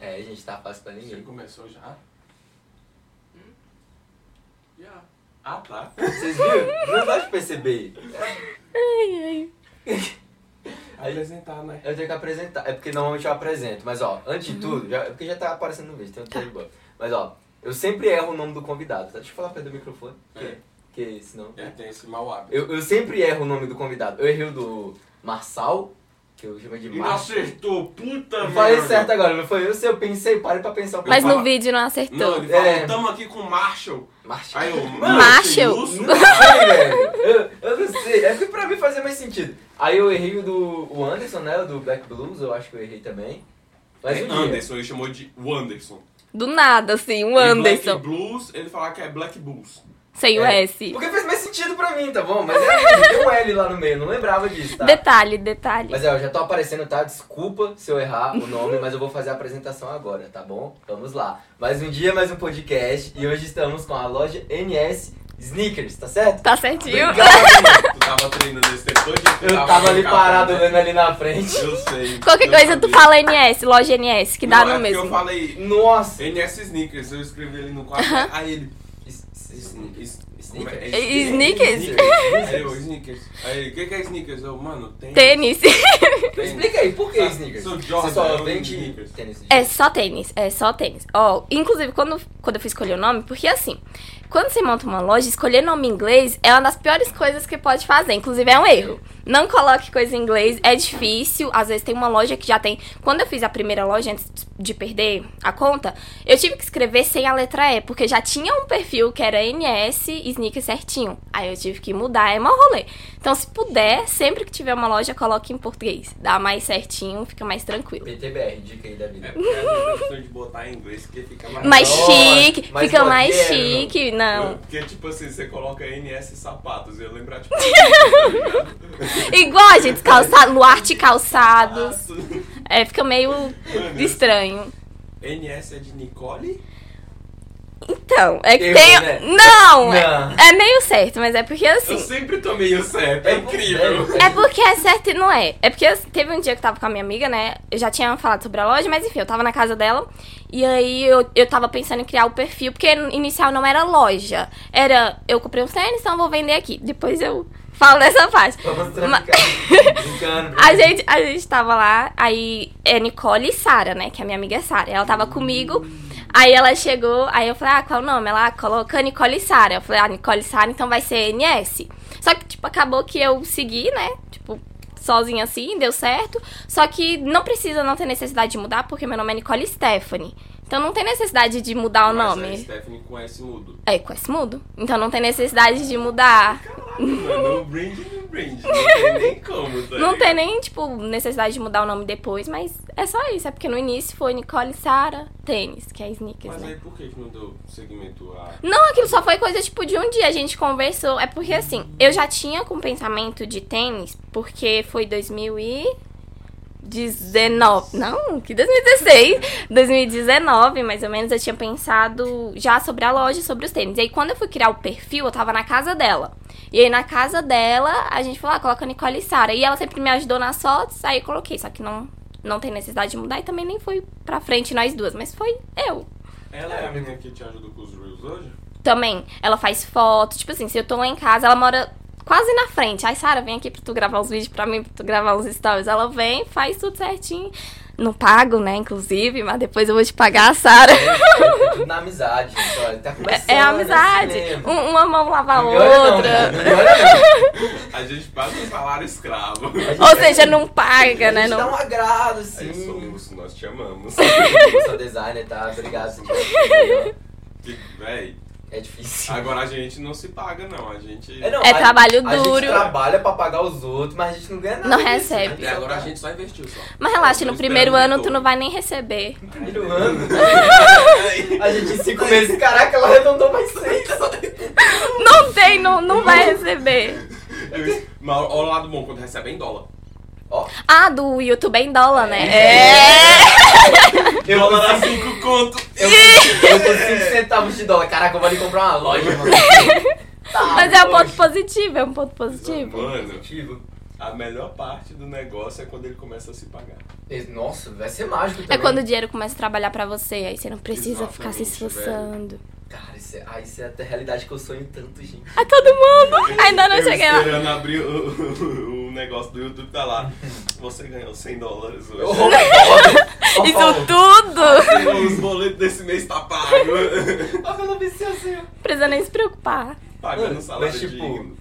aí a gente tá fácil pra Você ninguém. começou já? Hum? Já. Ah, tá. Vocês viram? Não dá de perceber. Ai, Aí- Apresentar, né? Eu tenho que apresentar. É porque normalmente eu apresento, mas ó, antes de tudo, já, é porque já tá aparecendo no vídeo, então tá de boa. Mas ó, eu sempre erro o nome do convidado, tá? Deixa eu falar perto do microfone. Que, É. que é isso, não? Ele tem esse mau hábito. Eu, eu sempre erro o nome do convidado. Eu errei o do Marçal, que eu chamo de E não Marçal. acertou, puta Eu falei merda. certo agora, não foi eu se eu pensei, pare pra pensar um Mas pouco. no vídeo não Não, acertou. ele falou, É. tamo aqui com o Marshall. Marçal. Aí eu, Marshall? esse russo? Não sei, velho. Eu, eu não sei. É que pra mim fazia mais sentido. Aí eu errei o do o Anderson, né? O do Black Blues, eu acho que eu errei também. Mas É um dia. Anderson, ele chamou de Wanderson. Do nada, assim, um E Black Anderson. Blues, ele falava que é Black Bulls. Sem o É. S. Porque fez mais sentido pra mim, tá bom? Mas é, tem um L lá no meio, eu não lembrava disso, tá? Detalhe, detalhe. Mas é, eu já tô aparecendo, tá? Desculpa se eu errar o nome, mas eu vou fazer a apresentação agora, tá bom? Vamos lá. Mais um dia, mais um podcast. E hoje estamos com a loja NS Sneakers, tá certo? Tá certinho? Obrigado, mano. Tu tava treinando esse tempo todo dia, tu Eu tava ali brincando, parado, né? olhando ali na frente. Eu sei. Qualquer eu coisa sabia. tu fala NS, loja NS, que dá Não, é no porque mesmo. Eu falei Nossa! NS Sneakers, eu escrevi ali no quadro. Aí ele. Es- es- Sneakers. Sneakers. Sneakers? Aí eu, é? sneakers. Aí ele, o que, que é sneakers? Eu, mano, tênis. Tênis. Tênis. Explica aí, por que Ah, sneakers? sou Jordan, né? Você só eu vende uso sneakers. tênis de- É só tênis, é só tênis. Ó, inclusive, quando, quando eu fui escolher o nome, porque assim, quando você monta uma loja, escolher nome em inglês é uma das piores coisas que pode fazer. Inclusive, é um erro. Não coloque coisa em inglês, é difícil. Às vezes tem uma loja que já tem. Quando eu fiz a primeira loja antes de perder a conta, eu tive que escrever sem a letra E, porque já tinha um perfil que era NS e sneaker certinho. Aí eu tive que mudar, é mó rolê. Então, se puder, sempre que tiver uma loja, coloque em português. Dá mais certinho, fica mais tranquilo. PTBR, dica aí da vida. É porque às vezes eu gosto de botar em inglês, porque fica mais. Mais Nossa, chique, mais fica mais moderno. chique, não. Porque, tipo assim, você coloca NS sapatos, eu ia lembrar, tipo. tá Igual a gente calçado, Luarte ligado? calçados. É, fica meio estranho. NS é de Nicole? Então, é que Errou, tem. né? Não! é- Não. É meio certo, mas é porque Eu assim. sempre tomei o certo, é É incrível. sério? É porque é certo e não é. É porque assim, teve um dia que eu tava com a minha amiga, né? Eu já tinha falado sobre a loja, mas enfim, eu tava na casa dela. E aí eu, eu tava pensando em criar o perfil, porque inicial não era loja. Era, eu comprei um tênis, então eu vou vender aqui. Depois eu falo dessa parte. Vamos Ma- traficar. Brincando. A gente, a gente tava lá, aí é Nicole e Sara, né? Que a minha amiga é Sara. Ela tava comigo, aí ela chegou, aí eu falei, ah, qual é o nome? Ela colocou Nicole e Sara. Eu falei, ah, Nicole e Sara, então vai ser NS. Só que, tipo, acabou que eu segui, né? Tipo, sozinha assim, deu certo. Só que não precisa, não ter necessidade de mudar, porque meu nome é Nicole Stephanie. Então não tem necessidade de mudar o Mas nome. É Stephanie com S mudo. É, com esse mudo. Então não tem necessidade de mudar. Mano, o brand no brand. Não tem nem como, tá Não tem ligado? nem, tipo, necessidade de mudar o nome depois, mas é só isso. É porque no início foi Nicole Sara Tênis, que é sneakers, Mas né? aí por que que não deu segmento Ah, a. Não, aquilo só foi coisa, tipo, de um dia. A gente conversou. É porque, assim, eu já tinha com pensamento de tênis, porque foi 2019. Não, que 2016. 2019, mais ou menos, eu tinha pensado já sobre a loja, sobre os tênis. E aí, quando eu fui criar o perfil, eu tava na casa dela. E aí, na casa dela, a gente falou, ah, coloca Nicole e Sara. E ela sempre me ajudou nas fotos, aí eu coloquei. Só que não, não tem necessidade de mudar e também nem foi pra frente nós duas, mas foi eu. Ela é a menina que te ajuda com os Reels hoje? Também, ela faz foto, tipo assim, se eu tô lá em casa, ela mora quase na frente. Ai, Sara, vem aqui pra tu gravar uns vídeos pra mim, pra tu gravar uns stories. Ela vem, faz tudo certinho. Não pago, né, inclusive, mas depois eu vou te pagar, Sara. É tudo na amizade, gente. Olha, tá começando esse É, amizade. cinema. Um- uma mão lava a Não me olha né? não, outra. né? Não me olha A gente paga o salário escravo. não. Ou seja, não paga, né? A gente dá Não... um agrado, sim. Aí somos, nós te amamos. Eu sou designer, tá? Obrigado, gente. Que, véi, É difícil. agora a gente não se paga, não. A gente. não, É trabalho a gente duro. trabalha pra pagar os outros, mas a gente não ganha nada. Não disso, recebe. Até né? agora a gente só investiu só. Mas relaxa, no Tô primeiro É, tá. esperando ano tu retorno. não vai nem receber. Primeiro ano. A gente em cinco meses. Caraca, ela arredondou mais seis. Não tem, não, não vai receber. Eu- Mas olha o lado bom, quando recebe é em dólar. Ó, Ah, do YouTube é em dólar, né? é. eu dólar a consigo 5 conto. Eu tô 5 centavos de dólar. Caraca, eu vou ali comprar uma loja, mano. Tá, Mas é um lógico. ponto positivo, é um ponto positivo. Mano, Positivo. a melhor parte do negócio é quando ele começa a se pagar. Nossa, vai ser mágico É também. quando o dinheiro começa a trabalhar pra você, aí você não precisa ficar Exatamente, se esforçando. Cara, isso é, ah, isso é até a realidade que eu sonho tanto, gente. A Ah, todo mundo! Ainda não eu cheguei lá. esperando abrir o, o negócio do YouTube, tá lá. Você ganhou 100 dólares hoje. Oh, oh, oh. Isso é um tudo! Os boletos desse mês tá pago. Ah, pelo viciosinho. Precisa nem se preocupar. Pagando salário Mas, tipo, digno.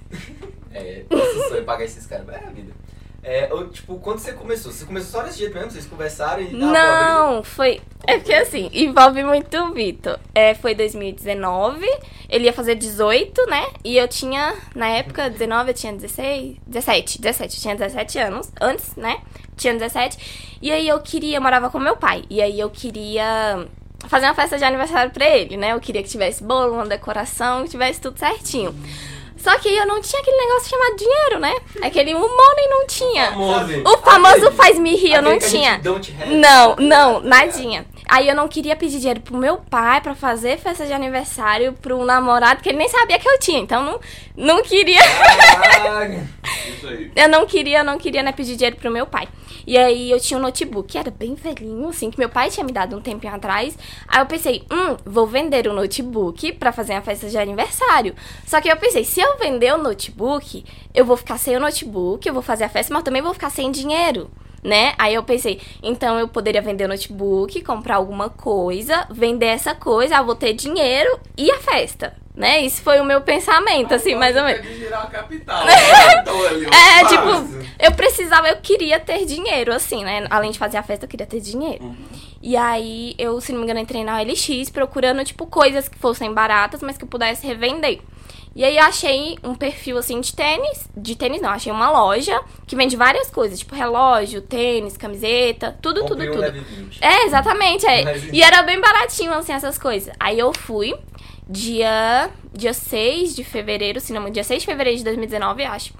É, esse sonho pagar esses caras, mas é a vida. É, ou, tipo, quando você começou? Você começou só desse jeito mesmo? Vocês conversaram e... Ah, Não, foi. É porque assim, envolve muito o Vitor. É, foi 2019, ele ia fazer 18, né? E eu tinha, na época, 19, eu tinha 16. 17, 17, eu tinha 17 anos, antes, né? Tinha 17. E aí eu queria, eu morava com meu pai. E aí eu queria fazer uma festa de aniversário pra ele, né? Eu queria que tivesse bolo, uma decoração, que tivesse tudo certinho. Só que eu não tinha aquele negócio chamado dinheiro, né? Aquele humor nem não tinha. famoso. O famoso Aquele- faz-me rir, eu aquele não que a gente tinha. don't have. Não, não, nadinha. Aí eu não queria pedir dinheiro pro meu pai pra fazer festa de aniversário pro namorado que ele nem sabia que eu tinha. Então não, não queria. Caraca. Isso aí. Eu não queria, eu não queria, né, pedir dinheiro pro meu pai. E aí eu tinha um notebook, era bem velhinho, assim, que meu pai tinha me dado um tempinho atrás. Aí eu pensei, hum, vou vender o notebook pra fazer uma festa de aniversário. Só que eu pensei, se eu vender o notebook, eu vou ficar sem o notebook, eu vou fazer a festa, mas também vou ficar sem dinheiro. Né? Aí eu pensei, então eu poderia vender o notebook, comprar alguma coisa, vender essa coisa, ah, vou ter dinheiro e a festa, né? Esse foi o meu pensamento, assim, mais ou menos. Tem que girar a capital. né? Então, ali, ó, É, faz. tipo, eu precisava, eu queria ter dinheiro, assim, né? Além de fazer a festa, eu queria ter dinheiro. Uhum. E aí, eu, se não me engano, entrei na OLX procurando, tipo, coisas que fossem baratas, mas que eu pudesse revender. E aí, eu achei um perfil, assim, de tênis. De tênis, não. Achei uma loja que vende várias coisas, tipo relógio, tênis, camiseta, tudo, Comprei tudo, um tudo. leve 20. É, exatamente. é. Mas- E era bem baratinho, assim, essas coisas. Aí eu fui, dia, dia 6 de fevereiro, se não, me- dia 6 de fevereiro de 2019, eu acho.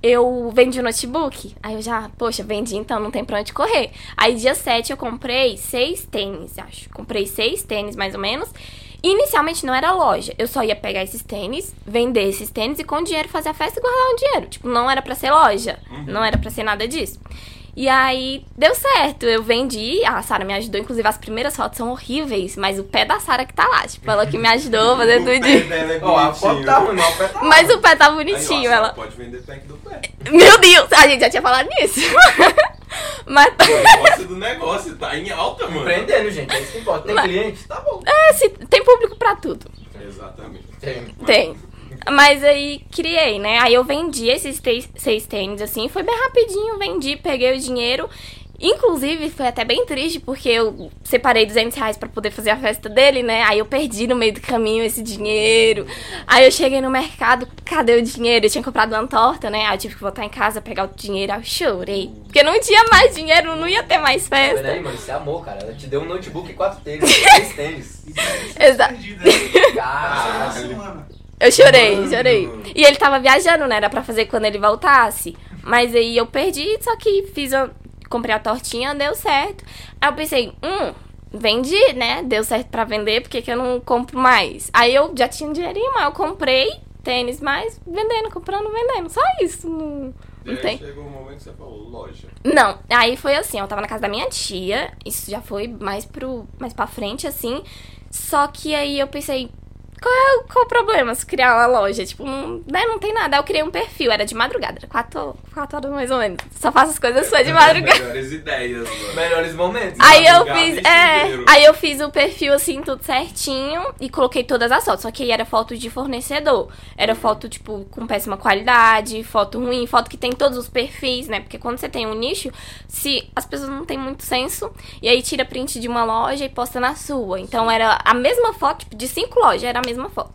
Eu vendi o notebook. Aí eu já, poxa, vendi, então não tem pra onde correr. Aí dia 7 eu comprei seis tênis, acho. Comprei seis tênis, mais ou menos. Inicialmente não era loja. Eu só ia pegar esses tênis, vender esses tênis e com o dinheiro fazer a festa e guardar o dinheiro. Tipo, não era pra ser loja. Uhum. Não era pra ser nada disso. E aí deu certo, eu vendi, a Sara me ajudou, inclusive as primeiras fotos são horríveis, mas o pé da Sara que tá lá, tipo, ela que me ajudou a fazer O pé tudo. dela é Ó, a foto bonitinho. tá ruim, mas o pé tá Mas o pé tá Aí, ó, bonitinho, você ela. Pode vender pack do pé. Meu Deus, a gente já tinha falado nisso. mas O negócio do negócio tá em alta, mano. Empreendendo, gente, é isso que importa. Tem Mas- cliente? Tá bom. é, se- tem público pra tudo. Exatamente. Tem. Tem. Mas aí criei, né? Aí eu vendi esses te- seis tênis, assim, foi bem rapidinho, vendi, peguei o dinheiro. Inclusive, foi até bem triste, porque eu separei 200 reais pra poder fazer a festa dele, né? Aí eu perdi no meio do caminho esse dinheiro. Aí eu cheguei no mercado, cadê o dinheiro? Eu tinha comprado uma torta, né? Aí eu tive que voltar em casa, pegar o dinheiro, aí eu chorei. Porque não tinha mais dinheiro, não ia ter mais Peraí, festa. mano, você amou, cara. Ela te deu um notebook e quatro tênis, três tênis. Exato. Caralho. Eu chorei, chorei. E ele tava viajando, né? Era pra fazer quando ele voltasse. Mas aí eu perdi, só que fiz. a- Comprei a tortinha, deu certo. Aí eu pensei, hum, vendi, né? Deu certo pra vender, por que, que eu não compro mais? Aí eu já tinha um dinheirinho, mas eu comprei tênis mais, vendendo, comprando, vendendo. Só isso. Não, E não aí tem. chegou um momento que você falou, loja. Não, aí foi assim, eu tava na casa da minha tia, isso já foi mais pro mais pra frente, assim. Só que aí eu pensei, qual é o, qual o problema se criar uma loja? Tipo, não, né, não tem nada. Aí eu criei um perfil, era de madrugada, era 4, quatro horas mais ou menos. Só faço as coisas só É de madrugada. Melhores ideias, mano. Melhores momentos. Aí eu Madrugada fiz, e é, chuveiro. aí eu fiz o perfil assim, tudo certinho e coloquei todas as fotos. Só que aí era foto de fornecedor. Era foto, tipo, com péssima qualidade, foto ruim, foto que tem todos os perfis, né? Porque quando você tem um nicho, se as pessoas não têm muito senso, e aí tira print de uma loja e posta na sua. Então era a mesma foto, tipo, de cinco lojas, era a mesma foto.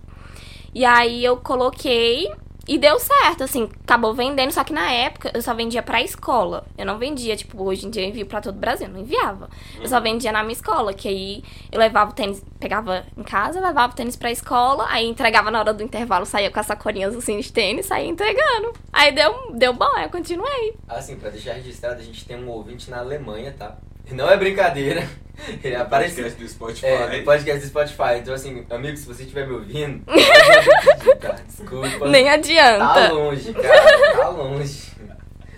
E aí eu coloquei e deu certo, assim, acabou vendendo, só que na época eu só vendia pra escola. Eu não vendia, tipo, hoje em dia eu envio pra todo o Brasil, eu não enviava. Eu só vendia na minha escola, que aí eu levava o tênis, pegava em casa, levava o tênis pra escola, aí entregava na hora do intervalo, saía com as sacolinhas assim de tênis, saía entregando. Aí deu, deu bom, aí eu continuei. Assim, pra deixar registrado, a gente tem um ouvinte na Alemanha, tá? E não é brincadeira. Ele apareceu. Podcast do Spotify. É, no podcast do Spotify. Então, assim, amigo, se você estiver me ouvindo, pode me pedir, tá? desculpa. Nem Tá adianta. longe, cara. Tá longe.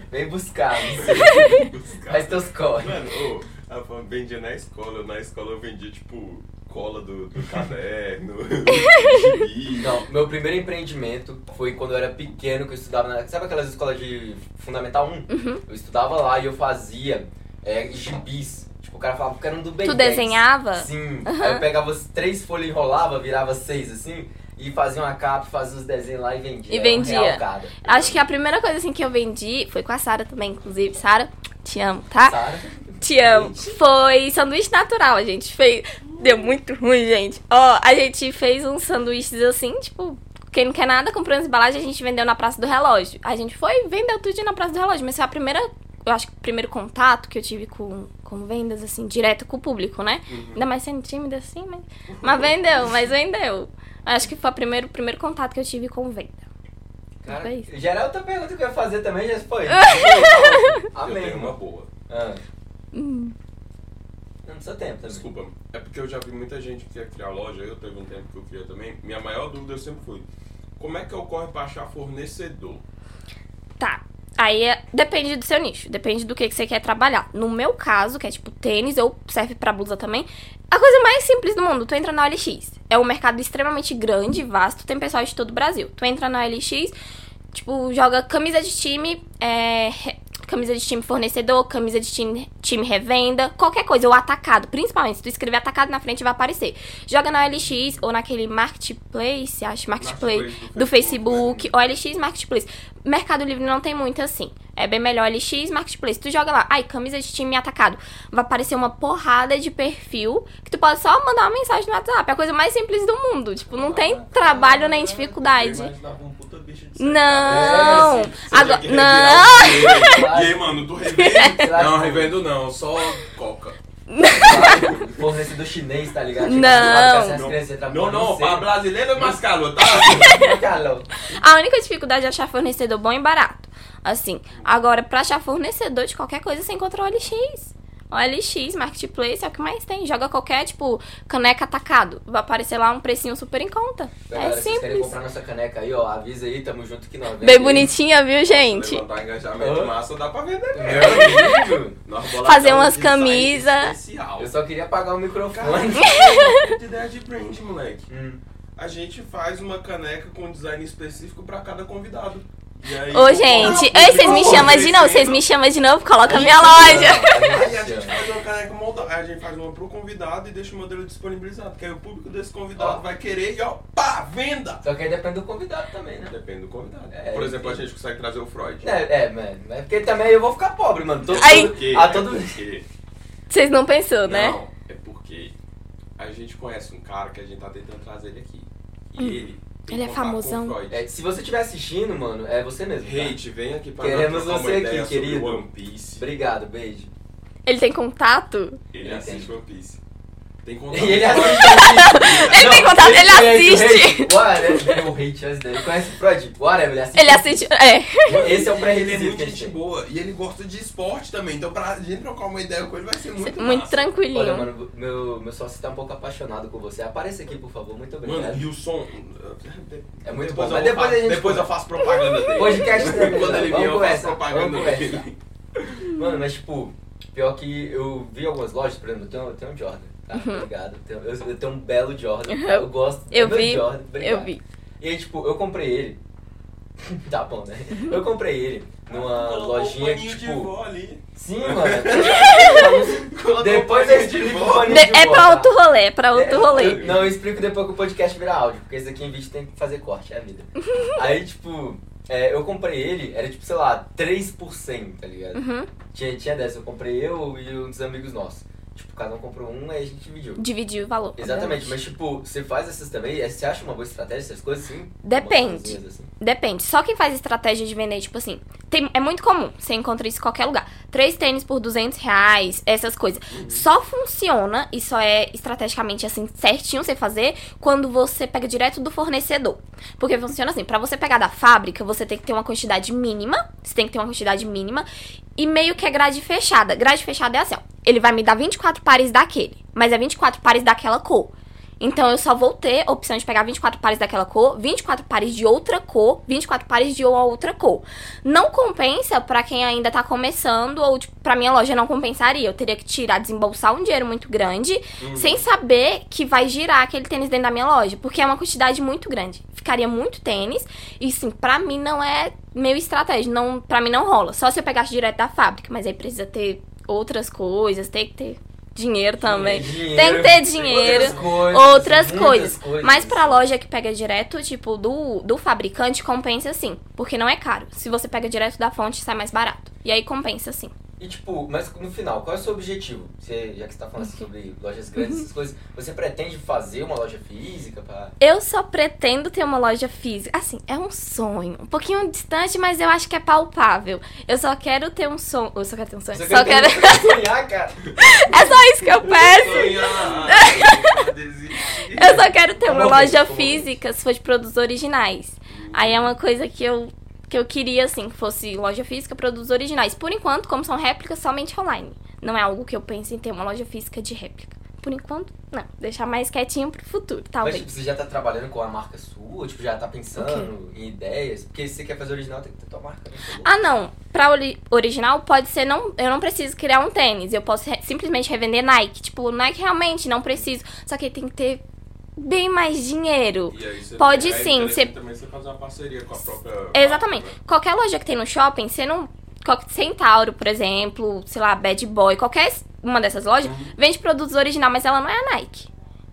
Vem buscar, não sei. faz teus corre. Mano, ô, a fama vendia na escola. Eu, Na escola eu vendia, tipo, cola do, do caderno, gibi. Não, meu primeiro empreendimento foi quando eu era pequeno, que eu estudava na. Sabe aquelas escolas de Fundamental 1? Uhum. Eu estudava lá e eu fazia é, gibis. Tipo, o cara falava que era um do Ben Tu 10. desenhava? Sim. Aí eu pegava as três folhas, enrolava, virava seis assim, e fazia uma capa, fazia os desenhos lá e vendia. E Era um vendia. real cada. Acho que a primeira coisa assim que eu vendi foi com a Sara também, inclusive. Sara, te amo, tá? Sara? Te amo. Foi sanduíche natural, a gente fez. Deu muito ruim, gente. Ó, a gente fez uns sanduíches assim, tipo, quem não quer nada, comprou as embalagens, a gente vendeu na Praça do Relógio. A gente foi e vendeu tudo na Praça do Relógio, mas foi a primeira, eu acho que o primeiro contato que eu tive com, com vendas, assim, direto com o público, né? Ainda mais sendo tímida assim, mas. Mas vendeu, mas vendeu. Acho que foi o primeiro, primeiro contato que eu tive com venda. Cara, Fez. geral, outra pergunta que eu ia fazer também já foi. Eu Amém. tenho uma boa. Ah. Hum. Não, no seu tempo também. Desculpa, é porque eu já vi muita gente que ia criar loja, eu teve um tempo que eu queria também. Minha maior dúvida sempre foi, como é que ocorre pra achar fornecedor? Tá. Aí é- depende do seu nicho, depende do que, que você quer trabalhar. No meu caso, que é tipo tênis ou serve pra blusa também, a coisa mais simples do mundo, tu entra na OLX. É um mercado extremamente grande, vasto, tem pessoal de todo o Brasil. Tu entra na OLX, tipo, joga camisa de time, é, re- camisa de time fornecedor, camisa de time, time revenda, qualquer coisa, ou atacado, principalmente. Se tu escrever atacado na frente, vai aparecer. Joga na OLX ou naquele marketplace, acho, marketplace do Facebook, OLX Marketplace. Mercado Livre não tem muito assim. É bem melhor OLX Marketplace. Tu joga lá, ai, camisa de time atacado. Vai aparecer uma porrada de perfil que tu pode só mandar uma mensagem no WhatsApp. É a coisa mais simples do mundo. Tipo, não tem trabalho nem Eu dificuldade. imaginava um puta bicho de Não! É, sim. Assim, Você tinha Agora, que não! revirar o dinheiro. E aí, mano, tu revende? Será que- Não, revendo não, só coca. Fornecedor chinês, tá ligado? Não. Não, Não, não, pra brasileiro é mascalo, tá? Calão. A única dificuldade é achar fornecedor bom e barato. Assim, agora, pra achar fornecedor de qualquer coisa, você encontra o OLX. OLX, Marketplace, é o que mais tem. Joga qualquer, tipo, caneca atacado. Vai aparecer lá um precinho super em conta. Galera, é se vocês querem simples. comprar nossa caneca aí, ó, avisa aí, tamo junto que nós. Bem bonitinha, viu, gente? Levantar engajamento Ah. massa, dá pra vender mesmo. Meu amigo, Nós bola Fazer aquela umas de design camisa. especial. eu só queria apagar o Caralho, microfone. de ideia de brand, moleque. Hum, A gente faz uma caneca com um design específico pra cada convidado. E aí, Ô, tipo, gente. ah, Ei, vocês me pô, chamam de novo, vocês me chamam de novo, coloca minha loja. Aí a a gente gente ama. faz uma caneca moldada. Aí a gente faz uma pro convidado e deixa o modelo disponibilizado. Que aí o público desse convidado Ó. vai querer e ó, pá, venda! Só que aí depende do convidado também, né? Depende do convidado. É, Por exemplo, a enfim. gente consegue trazer o Freud. É, é, mano. É porque também eu vou ficar pobre, mano. Todo, Aí- todo, a todo é porque, Vocês não pensou, né? Não, é porque a gente conhece um cara que a gente tá tentando trazer ele aqui. E ele. tem Ele é contato com o famosão. Freud. É, se você estiver assistindo, mano, é você mesmo. tá? Hate, vem aqui pra Queremos nós trocar uma você ideia aqui, sobre querido. One Piece. Obrigado, beijo. Ele tem contato? Ele Ele assiste tem. One Piece. Tem E contato. ele assiste. Ele tem contato, é ele um assiste. Whatever, um o hate antes dele. Conhece o Freud? Whatever, ele assiste. Ele assiste. É. Esse é o Ele é pré-requisito que muito a gente gente tem. boa e ele gosta de esporte também. Então pra gente trocar uma ideia com ele vai ser muito Muito massa. Olha, tranquilinho. mano, meu, meu sócio tá um pouco apaixonado com você. Apareça aqui, por favor. Muito obrigado. Mano, e o som. É muito depois bom, Eu mas vou depois fa- a gente- Depois eu faço propaganda dele. Podcast também, Quando ele vamos vier, eu faço conversar, propaganda vamos dele. Mano, mas tipo, pior que eu vi algumas lojas, por exemplo, eu tenho, eu tenho um Jordan. Tá, obrigado. Eu tenho, eu- eu tenho um belo Jordan. tá? Eu gosto do Uhum. Eu meu vi. Jordan. Obrigado. Eu vi. E aí, tipo, eu comprei ele. tá bom, né? Eu comprei ele numa Colocou lojinha um que, paninho de tipo. vó ali. Sim, mano. Colocou um Depois eu paninho de explico o vó. paninho De- de é vó, pra tá? outro rolê, é pra outro É, rolê. eu- Não, eu explico depois que o podcast virar áudio, porque esse aqui em vídeo tem que fazer corte, é a vida. Aí, tipo, é, eu comprei ele, era tipo, sei lá, 3%, tá ligado? Uhum. Tinha, tinha dessa, eu comprei eu e uns amigos nossos. Tipo, cada um comprou um, aí a gente dividiu. Dividir o valor. Exatamente, mas tipo, você faz essas também, é, você acha uma boa estratégia, essas coisas assim? Depende. Umas coisinhas assim. Depende. Só quem faz estratégia de vender, tipo assim, tem- é muito comum. Você encontra isso em qualquer lugar. Três tênis por 200 reais, essas coisas. Uhum. Só funciona e só é estrategicamente, assim, certinho você fazer quando você pega direto do fornecedor. Porque funciona assim, pra você pegar da fábrica, você tem que ter uma quantidade mínima. Você tem que ter uma quantidade mínima. E meio que é grade fechada. Grade fechada é assim, ó. Ele vai me dar 24 pares daquele. Mas é 24 pares daquela cor. Então eu só vou ter a opção de pegar 24 pares daquela cor, 24 pares de outra cor, 24 pares de outra cor. Não compensa pra quem ainda tá começando, ou tipo, pra minha loja não compensaria. Eu teria que tirar, desembolsar um dinheiro muito grande, sem saber que vai girar aquele tênis dentro da minha loja, porque é uma quantidade muito grande. Ficaria muito tênis, e sim, pra mim não é meio estratégia, não, pra mim não rola. Só se eu pegasse direto da fábrica, mas aí precisa ter outras coisas, tem que ter dinheiro também. Dinheiro, Tem que ter dinheiro, Outras coisas. outras muitas coisas. Mas pra loja que pega direto, tipo, do, do fabricante, compensa sim. Porque não é caro. Se você pega direto da fonte, sai mais barato. E aí compensa sim. E tipo, mas no final, qual é o seu objetivo? Você, já que você tá falando assim sobre lojas grandes, essas coisas, você pretende fazer uma loja física pra. Eu só pretendo ter uma loja física. Assim, é um sonho. Um pouquinho distante, mas eu acho que é palpável. Eu só quero ter um sonho. Eu só quero ter um sonho. Você só quer quero... ter- sonhar, cara. é só isso que eu peço. Eu só quero ter uma Como alguém loja falou. física, se for de produtos originais. Aí é uma coisa que eu, que eu queria, assim, que fosse loja física, produtos originais. Por enquanto, como são réplicas, somente online. Não é algo que eu penso em ter uma loja física de réplica. Por enquanto, não. Deixar mais quietinho pro futuro, Mas talvez. tipo, você já tá trabalhando com a marca sua, tipo, já tá pensando em ideias. Porque se você quer fazer original, tem que ter tua marca, né? Ah, não. Pra ori- original, pode ser. Não, eu não preciso criar um tênis. Eu posso re- simplesmente revender Nike. Tipo, Nike realmente não preciso. Só que tem que ter bem mais dinheiro. E aí você- Pode aí é sim, interessante você- também você fazer uma parceria com a própria. Exatamente. marca, né? Qualquer loja que tem no shopping, você não. qualquer Centauro, por exemplo, sei lá, Bad Boy, qualquer s- uma dessas lojas vende produtos original, mas ela não é a Nike.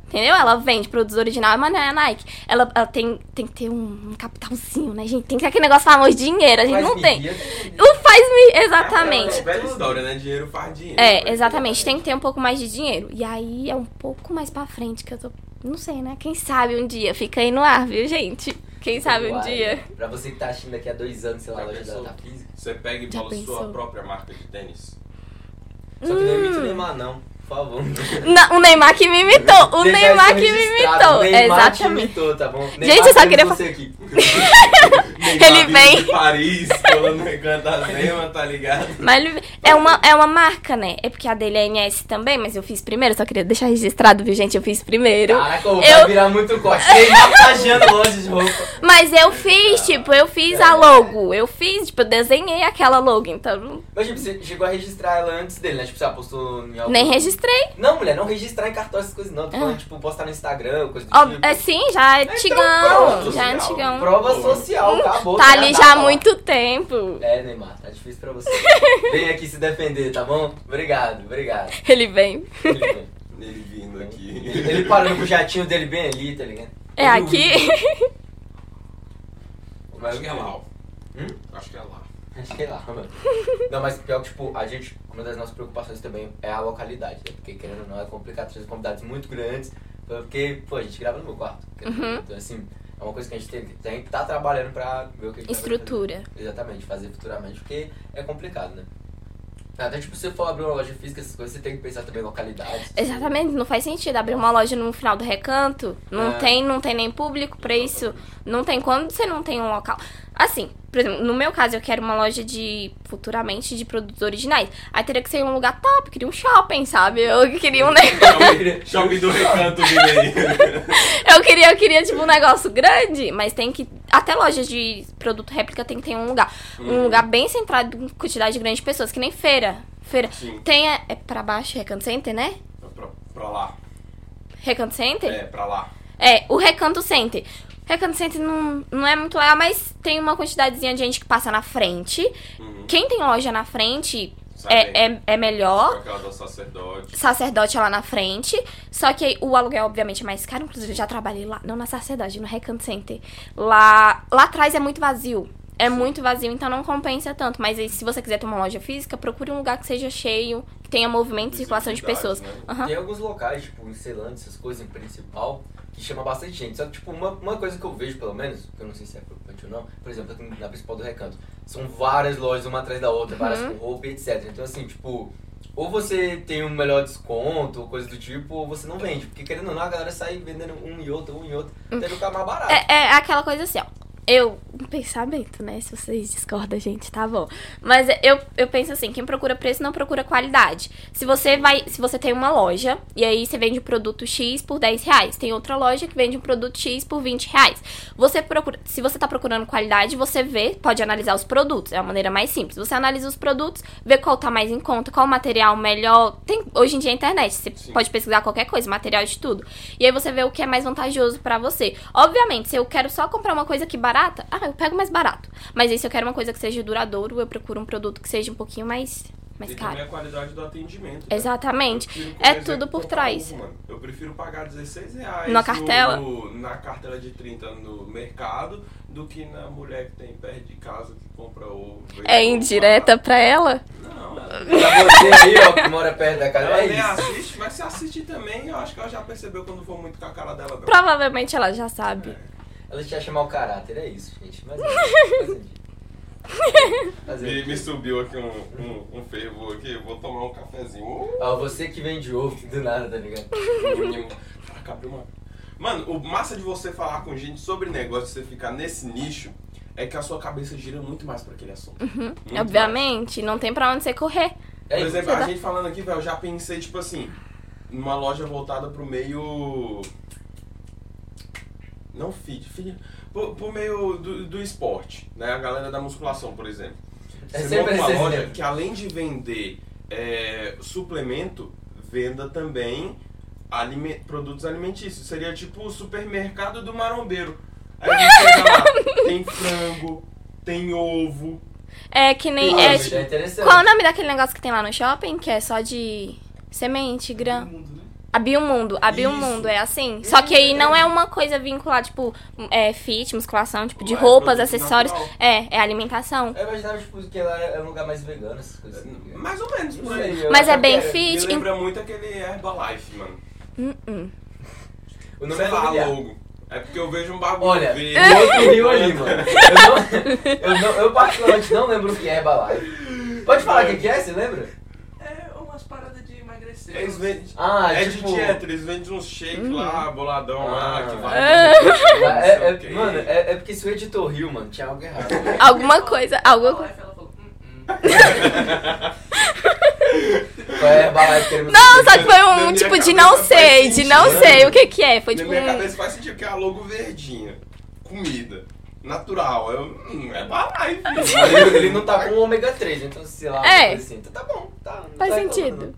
Entendeu? Ela vende produtos originais, mas não é a Nike. Ela, ela tem, tem que ter um, um capitalzinho, né, gente? Tem que ter aquele negócio famoso dinheiro, a gente Mas não tem. media O faz-me. É Exatamente. uma velha história, né? Dinheiro faz dinheiro. né? É, exatamente. Tem que ter um pouco mais de dinheiro. E aí é um pouco mais pra frente que eu tô. Não sei, né? Quem sabe um dia. Fica aí no ar, viu, gente? Quem sabe um Uai, dia. Pra você que tá achando daqui a dois anos, sei lá, a Já loja dela pensou? tá física. Você pega e Já bola sua pensou? própria marca de tênis. Só que não imita Hum. o Neymar, não. Por favor. Não, o Neymar que me imitou. O Deixar Neymar isso que me registrado. imitou. O Neymar Exatamente. Te imitou, tá bom? Gente, eu só queria fazer aqui. Ele vindo vem. De Paris, falando em Cantazema, tá ligado? Mas ele- é uma, é uma marca, né? É porque a dele é NS também, mas eu fiz primeiro. Só queria deixar registrado, viu, gente? Eu fiz primeiro. Caraca, eu... vai Eu- virar muito corte. Neymar plagiando loja de roupa. Mas eu fiz, tipo, eu fiz a é. logo. Eu fiz, tipo, eu desenhei aquela logo. Então, Mas tipo, você chegou a registrar ela antes dele, né? Tipo, você apostou em algum... nem registrei. Não, mulher, não registrar em cartório essas coisas, não. Tô falando, Ah. tipo, postar no Instagram, coisa do Ó, tipo. é, sim, já é Então, antigão. pronto, Já é social. antigão. Prova social, acabou. Tá tem nada ali a já há falar. muito tempo. É, Neymar, tá difícil pra você. Vem aqui se defender, tá bom? Obrigado, obrigado. Ele vem. Ele, Ele vindo aqui. ele parando com o jatinho dele bem ali, tá ligado? É Ele- aqui. Mas- Acho que é lá. Hum? Acho que é lá. Sei lá, mano. Não, mas pior que, tipo, a gente, uma das nossas preocupações também é a localidade, né? Porque querendo ou não, é complicado trazer convidados muito grandes. Porque, pô, a gente grava no meu quarto. querendo Uhum. ou não. Então, assim, é uma coisa que a gente tem, tem que estar trabalhando pra ver o que a gente vai fazer. Estrutura. Exatamente, fazer futuramente, porque é complicado, né? Até tipo, se você for abrir uma loja física, essas coisas, você tem que pensar também em localidade. Exatamente, não faz sentido abrir uma loja no final do recanto. Não É. tem, não tem nem público pra isso. Não tem quando você não tem um local. Assim, por exemplo, no meu caso eu quero uma loja de futuramente de produtos originais. Aí teria que ser um lugar top, eu queria um shopping, sabe? Eu queria um ne- Shopping- Shopping do recanto vindo aí. eu queria, eu queria tipo um negócio grande, mas tem que até lojas de produto réplica tem que ter um lugar, um lugar bem centrado com quantidade grande de pessoas, que nem feira. Feira Sim. tem é, é para baixo Recanto Center, né? Pra, pra lá. Recanto Center? É, pra lá. É, o Recanto Center. O Recanto Center não, não é muito legal, mas tem uma quantidadezinha de gente que passa na frente. Uhum. Quem tem loja na frente Sai é, é, é Com melhor. aquela do sacerdote. Sacerdote é lá na frente. Só que o aluguel, obviamente, é mais caro. Inclusive, eu já trabalhei lá. Não na sacerdote, no Recanto Center. Lá, lá atrás é muito vazio. É muito vazio, então não compensa tanto. Mas aí, se você quiser ter uma loja física, procure um lugar que seja cheio, que tenha é movimento e circulação de pessoas. Ah, Visibilidade, né? Aham. Tem alguns locais, tipo, em Ceilândia, essas coisas em principal, que chama bastante gente. Só que, tipo, uma, uma coisa que eu vejo, pelo menos, que eu não sei se é preocupante ou não, por exemplo, aqui na principal do Recanto, são várias lojas uma atrás da outra, várias com roupa e etc. Então, assim, tipo, ou você tem um melhor desconto, ou coisa do tipo, ou você não vende. Porque, querendo ou não, a galera sai vendendo um e outro, um e outro, até ficar mais barato. É, é aquela coisa assim, ó. Eu, um pensamento, né? Se vocês discordam, gente, tá bom. Mas eu, eu penso assim, quem procura preço não procura qualidade. Se você vai, se você tem uma loja e aí você vende um produto X por 10 reais, tem outra loja que vende um produto X por 20 reais. Você procura, se você tá procurando qualidade, você vê, pode analisar os produtos. É a maneira mais simples. Você analisa os produtos, vê qual tá mais em conta, qual material melhor. Tem, hoje em dia é a internet, você Sim. pode pesquisar qualquer coisa, material de tudo. E aí você vê o que é mais vantajoso pra você. Obviamente, se eu quero só comprar uma coisa que barata, ah, eu pego mais barato. Mas aí se eu quero uma coisa que seja duradouro, eu procuro um produto que seja um pouquinho mais, mais e caro. também é a qualidade do atendimento. né? Exatamente. Eu prefiro, por É exemplo, tudo por comprar trás. ovo, mano. Eu prefiro pagar 16 reais Na cartela? no- na cartela de 30 no mercado do que na mulher que tem perto de casa que compra ovo. vende É ovo indireta pra ela? barato. Não, Pra você aí, ó, que mora perto da casa, ela é nem isso. assiste, mas se assiste também, eu acho que ela já percebeu quando for muito com a cara dela. velho. Provavelmente ela já É, sabe. Ela te acha mau caráter, é isso, gente. Mas é isso, fazer o quê? Fazer o Me, quê? me subiu aqui um, um, um fervor aqui, eu vou tomar um cafezinho. Uh! Ó, você que vende ovo do nada, tá ligado? Mínimo. Caraca, abriu uma- Mano, o massa de você falar com gente sobre negócio, você ficar nesse nicho, é que a sua cabeça gira muito mais pra aquele assunto. Muito Obviamente, não tem pra onde você É correr. mais. Por isso. exemplo, a Você tá- gente falando aqui, velho, eu já pensei, tipo assim, numa loja voltada pro meio. Não feed, feed. Pro, pro meio do, do esporte, né? A galera da musculação, por exemplo. É Você monta sempre uma esse loja exemplo. que além de vender é, suplemento, venda também alime- produtos alimentícios. Seria tipo o supermercado do marombeiro. Aí você chega lá, tem frango, tem ovo. É que nem. Ah, é, gente, Isso é interessante. qual é o nome daquele negócio que tem lá no shopping? Que é só de semente, grã. mundo, né? A Biomundo, a Biomundo é assim. Só que aí não é uma coisa vinculada, tipo, é, fit, musculação, tipo, de É roupas, produto acessórios. natural. É, é alimentação. Eu imaginava, tipo, que ela é um lugar mais vegano, essas coisas. assim, tá ligado? Mais ou menos, por aí. eu Mas é acho que bem era- fit. Me lembra muito aquele Herbalife, mano. Hum, hum. O nome Sei é lá, familiar. logo. É porque eu vejo um bagulho Olha, verde. o outro rio ali, mano. Eu, não, eu, não- eu particularmente não lembro o que é Herbalife. Pode falar o que que é, você lembra? É umas paradas de emagrecer. Eles vendem... Ah, é tipo... Hum. de dieta, eles vendem uns shakes lá, boladão lá, Ah. que vai... É, é- não sei o quê. mano, é, é porque se o editor riu, mano, tinha algo errado. Alguma coisa, alguma Ela coisa. falou, hum, hum. Qual é Herbalife que ele me Não, só que foi Na um minha tipo de cabeça não faz sei, de não sentido. sei o que que é. Foi Na tipo minha um. cabeça faz sentido que é a logo verdinha. Comida. Natural. Eu, hum, é balaio, filho. Ele, ele não tá com ômega 3, então sei lá, É. uma coisa assim. Então tá bom, tá. não Faz tá sentido. reclamando.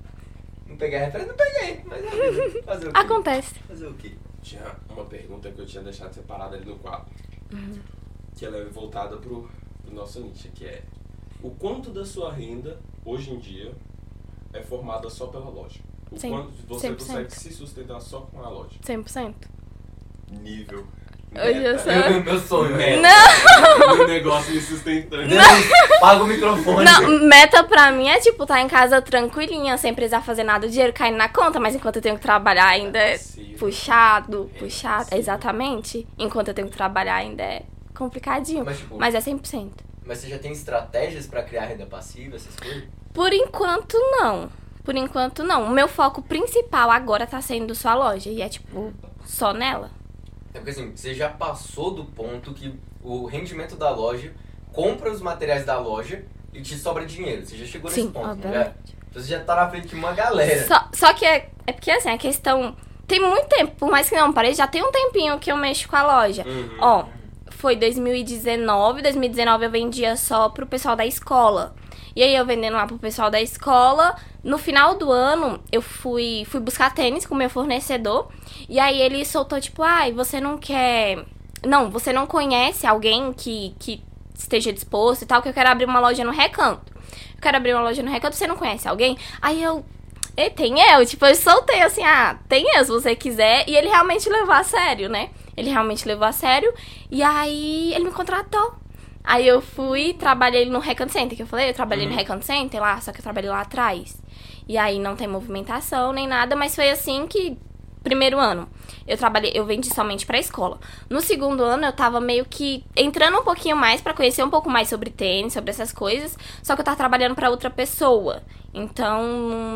Não peguei a referência, não peguei, mas é, fazer o quê? Acontece. Fazer o quê? Tinha uma pergunta que eu tinha deixado separada ali no quadro. Uhum. Que ela é voltada pro, pro nosso nicho, que é... O quanto da sua renda, hoje em dia, é formada só pela loja? O Cem- quanto você 100%. consegue se sustentar só com a loja? 100%. Nível. Hoje eu meta. sou- Hã? Meu sonho, né? O negócio me sustentando. Deus, Paga o microfone. Não, meta pra mim é tipo estar em casa tranquilinha, sem precisar fazer nada, o dinheiro caindo na conta, mas enquanto eu tenho que trabalhar ainda é Sim. puxado, puxado. sim. Exatamente. Enquanto eu tenho que trabalhar ainda é complicadinho. Mas, tipo, Mas é 100%. Mas você já tem estratégias pra criar renda passiva, essas coisas? Por enquanto, não. Por enquanto, não. O meu foco principal agora tá sendo só a loja. E é tipo, só nela. É porque assim, você já passou do ponto que o rendimento da loja compra os materiais da loja e te sobra dinheiro. Você já chegou Sim, nesse ponto, né? obviamente. Então você já tá na frente de uma galera. Só, só que é, é porque assim, a questão. Tem muito tempo, por mais que não pareça, já tem um tempinho que eu mexo com a loja. Uhum. Ó, foi 2019. 2019 eu vendia só pro pessoal da escola. E aí eu vendendo lá pro pessoal da escola. No final do ano, eu fui, fui buscar tênis com o meu fornecedor. E aí ele soltou, tipo, ai, você não quer. Não, você não conhece alguém que, que esteja disposto e tal, que eu quero abrir uma loja no recanto. Eu quero abrir uma loja no recanto, você não conhece alguém? Aí eu. E tem eu, tipo, eu soltei assim, ah, tem eu se você quiser. E ele realmente levou a sério, né? Ele realmente levou a sério. E aí ele me contratou. Aí eu fui, trabalhei no Recanto Center, que eu falei, eu trabalhei no Recanto Center lá, só que eu trabalhei lá atrás. E aí não tem movimentação nem nada, mas foi assim que. Primeiro ano, eu trabalhei, eu vendi somente pra escola. No segundo ano, eu tava meio que entrando um pouquinho mais pra conhecer um pouco mais sobre tênis, sobre essas coisas. Só que eu tava trabalhando pra outra pessoa. Então,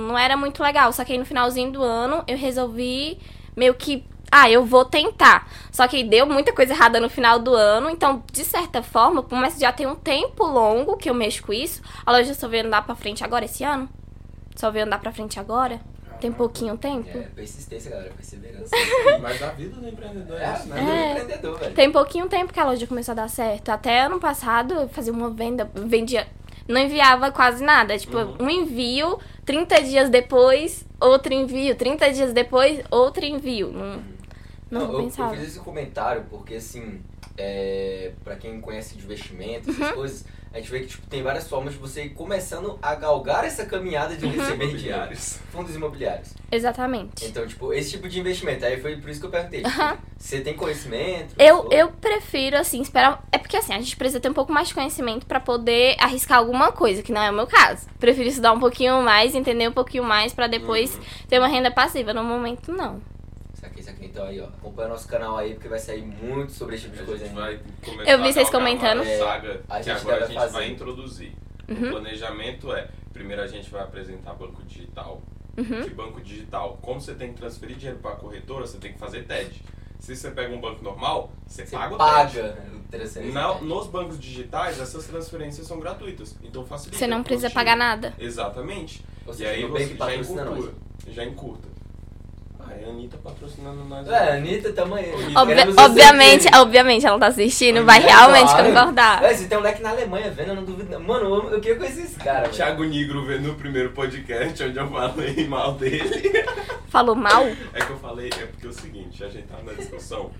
não era muito legal. Só que aí no finalzinho do ano, eu resolvi meio que ah, eu vou tentar. Só que deu muita coisa errada no final do ano, então, de certa forma, por mais que já tem um tempo longo que eu mexo com isso, a loja só veio andar pra frente agora esse ano? Só veio andar pra frente agora? Tem pouquinho tempo? É, persistência, galera, perseverança. Mas a vida do empreendedor é É, isso, mas Uhum. né? é empreendedor, velho. Tem pouquinho tempo que a loja começou a dar certo. Até ano passado eu fazia uma venda, vendia. Não enviava quase nada. Tipo, um envio, 30 dias depois, outro envio. 30 dias depois, outro envio. Não, não, eu, eu pensava. fiz esse comentário porque, assim, é, pra quem conhece de investimento, Uhum. essas coisas, a gente vê que tipo, tem várias formas de você ir começando a galgar essa caminhada de receber Uhum. dinheiro. Imobiliários. Fundos imobiliários. Exatamente. Então, tipo, esse tipo de investimento. Aí foi por isso que eu perguntei. tipo, Você tem conhecimento? Eu, Ou- eu prefiro, assim, esperar. É porque, assim, a gente precisa ter um pouco mais de conhecimento pra poder arriscar alguma coisa, que não é o meu caso. Prefiro estudar um pouquinho mais, entender um pouquinho mais, pra depois ter uma renda passiva. No momento, não. Saquei, saquei. Então aí, ó. Acompanha nosso canal aí, porque vai sair muito sobre esse tipo de A coisa gente ainda. vai começar Eu vi vocês a galgar comentando. Uhum. Uma saga A que gente agora a deve gente fazer. vai introduzir. O planejamento é, primeiro a gente vai apresentar banco digital. Uhum. De banco digital, como você tem que transferir dinheiro para a corretora, você tem que fazer TED. Se você pega um banco normal, você, Você paga o TED. paga. Interessante. Na- nos bancos digitais, essas transferências são gratuitas. Então facilita. Você não precisa Então, pagar nada. Exatamente. Ou e seja, aí o você Nubank já patrocina encurta. Já encurta. Ah, é a Anitta patrocinando nós. É, Anitta, tamo aí. Obvi- Queremos você obviamente, aqui. obviamente ela tá assistindo, vai É, realmente claro. concordar. Mas se tem um moleque na Alemanha vendo, eu não duvido. não. Mano, eu, eu queria conhecer esse cara. velho. Thiago Nigro vê no primeiro podcast onde eu falei mal dele. Falou mal? É que eu falei, é porque é o seguinte, a gente tava na discussão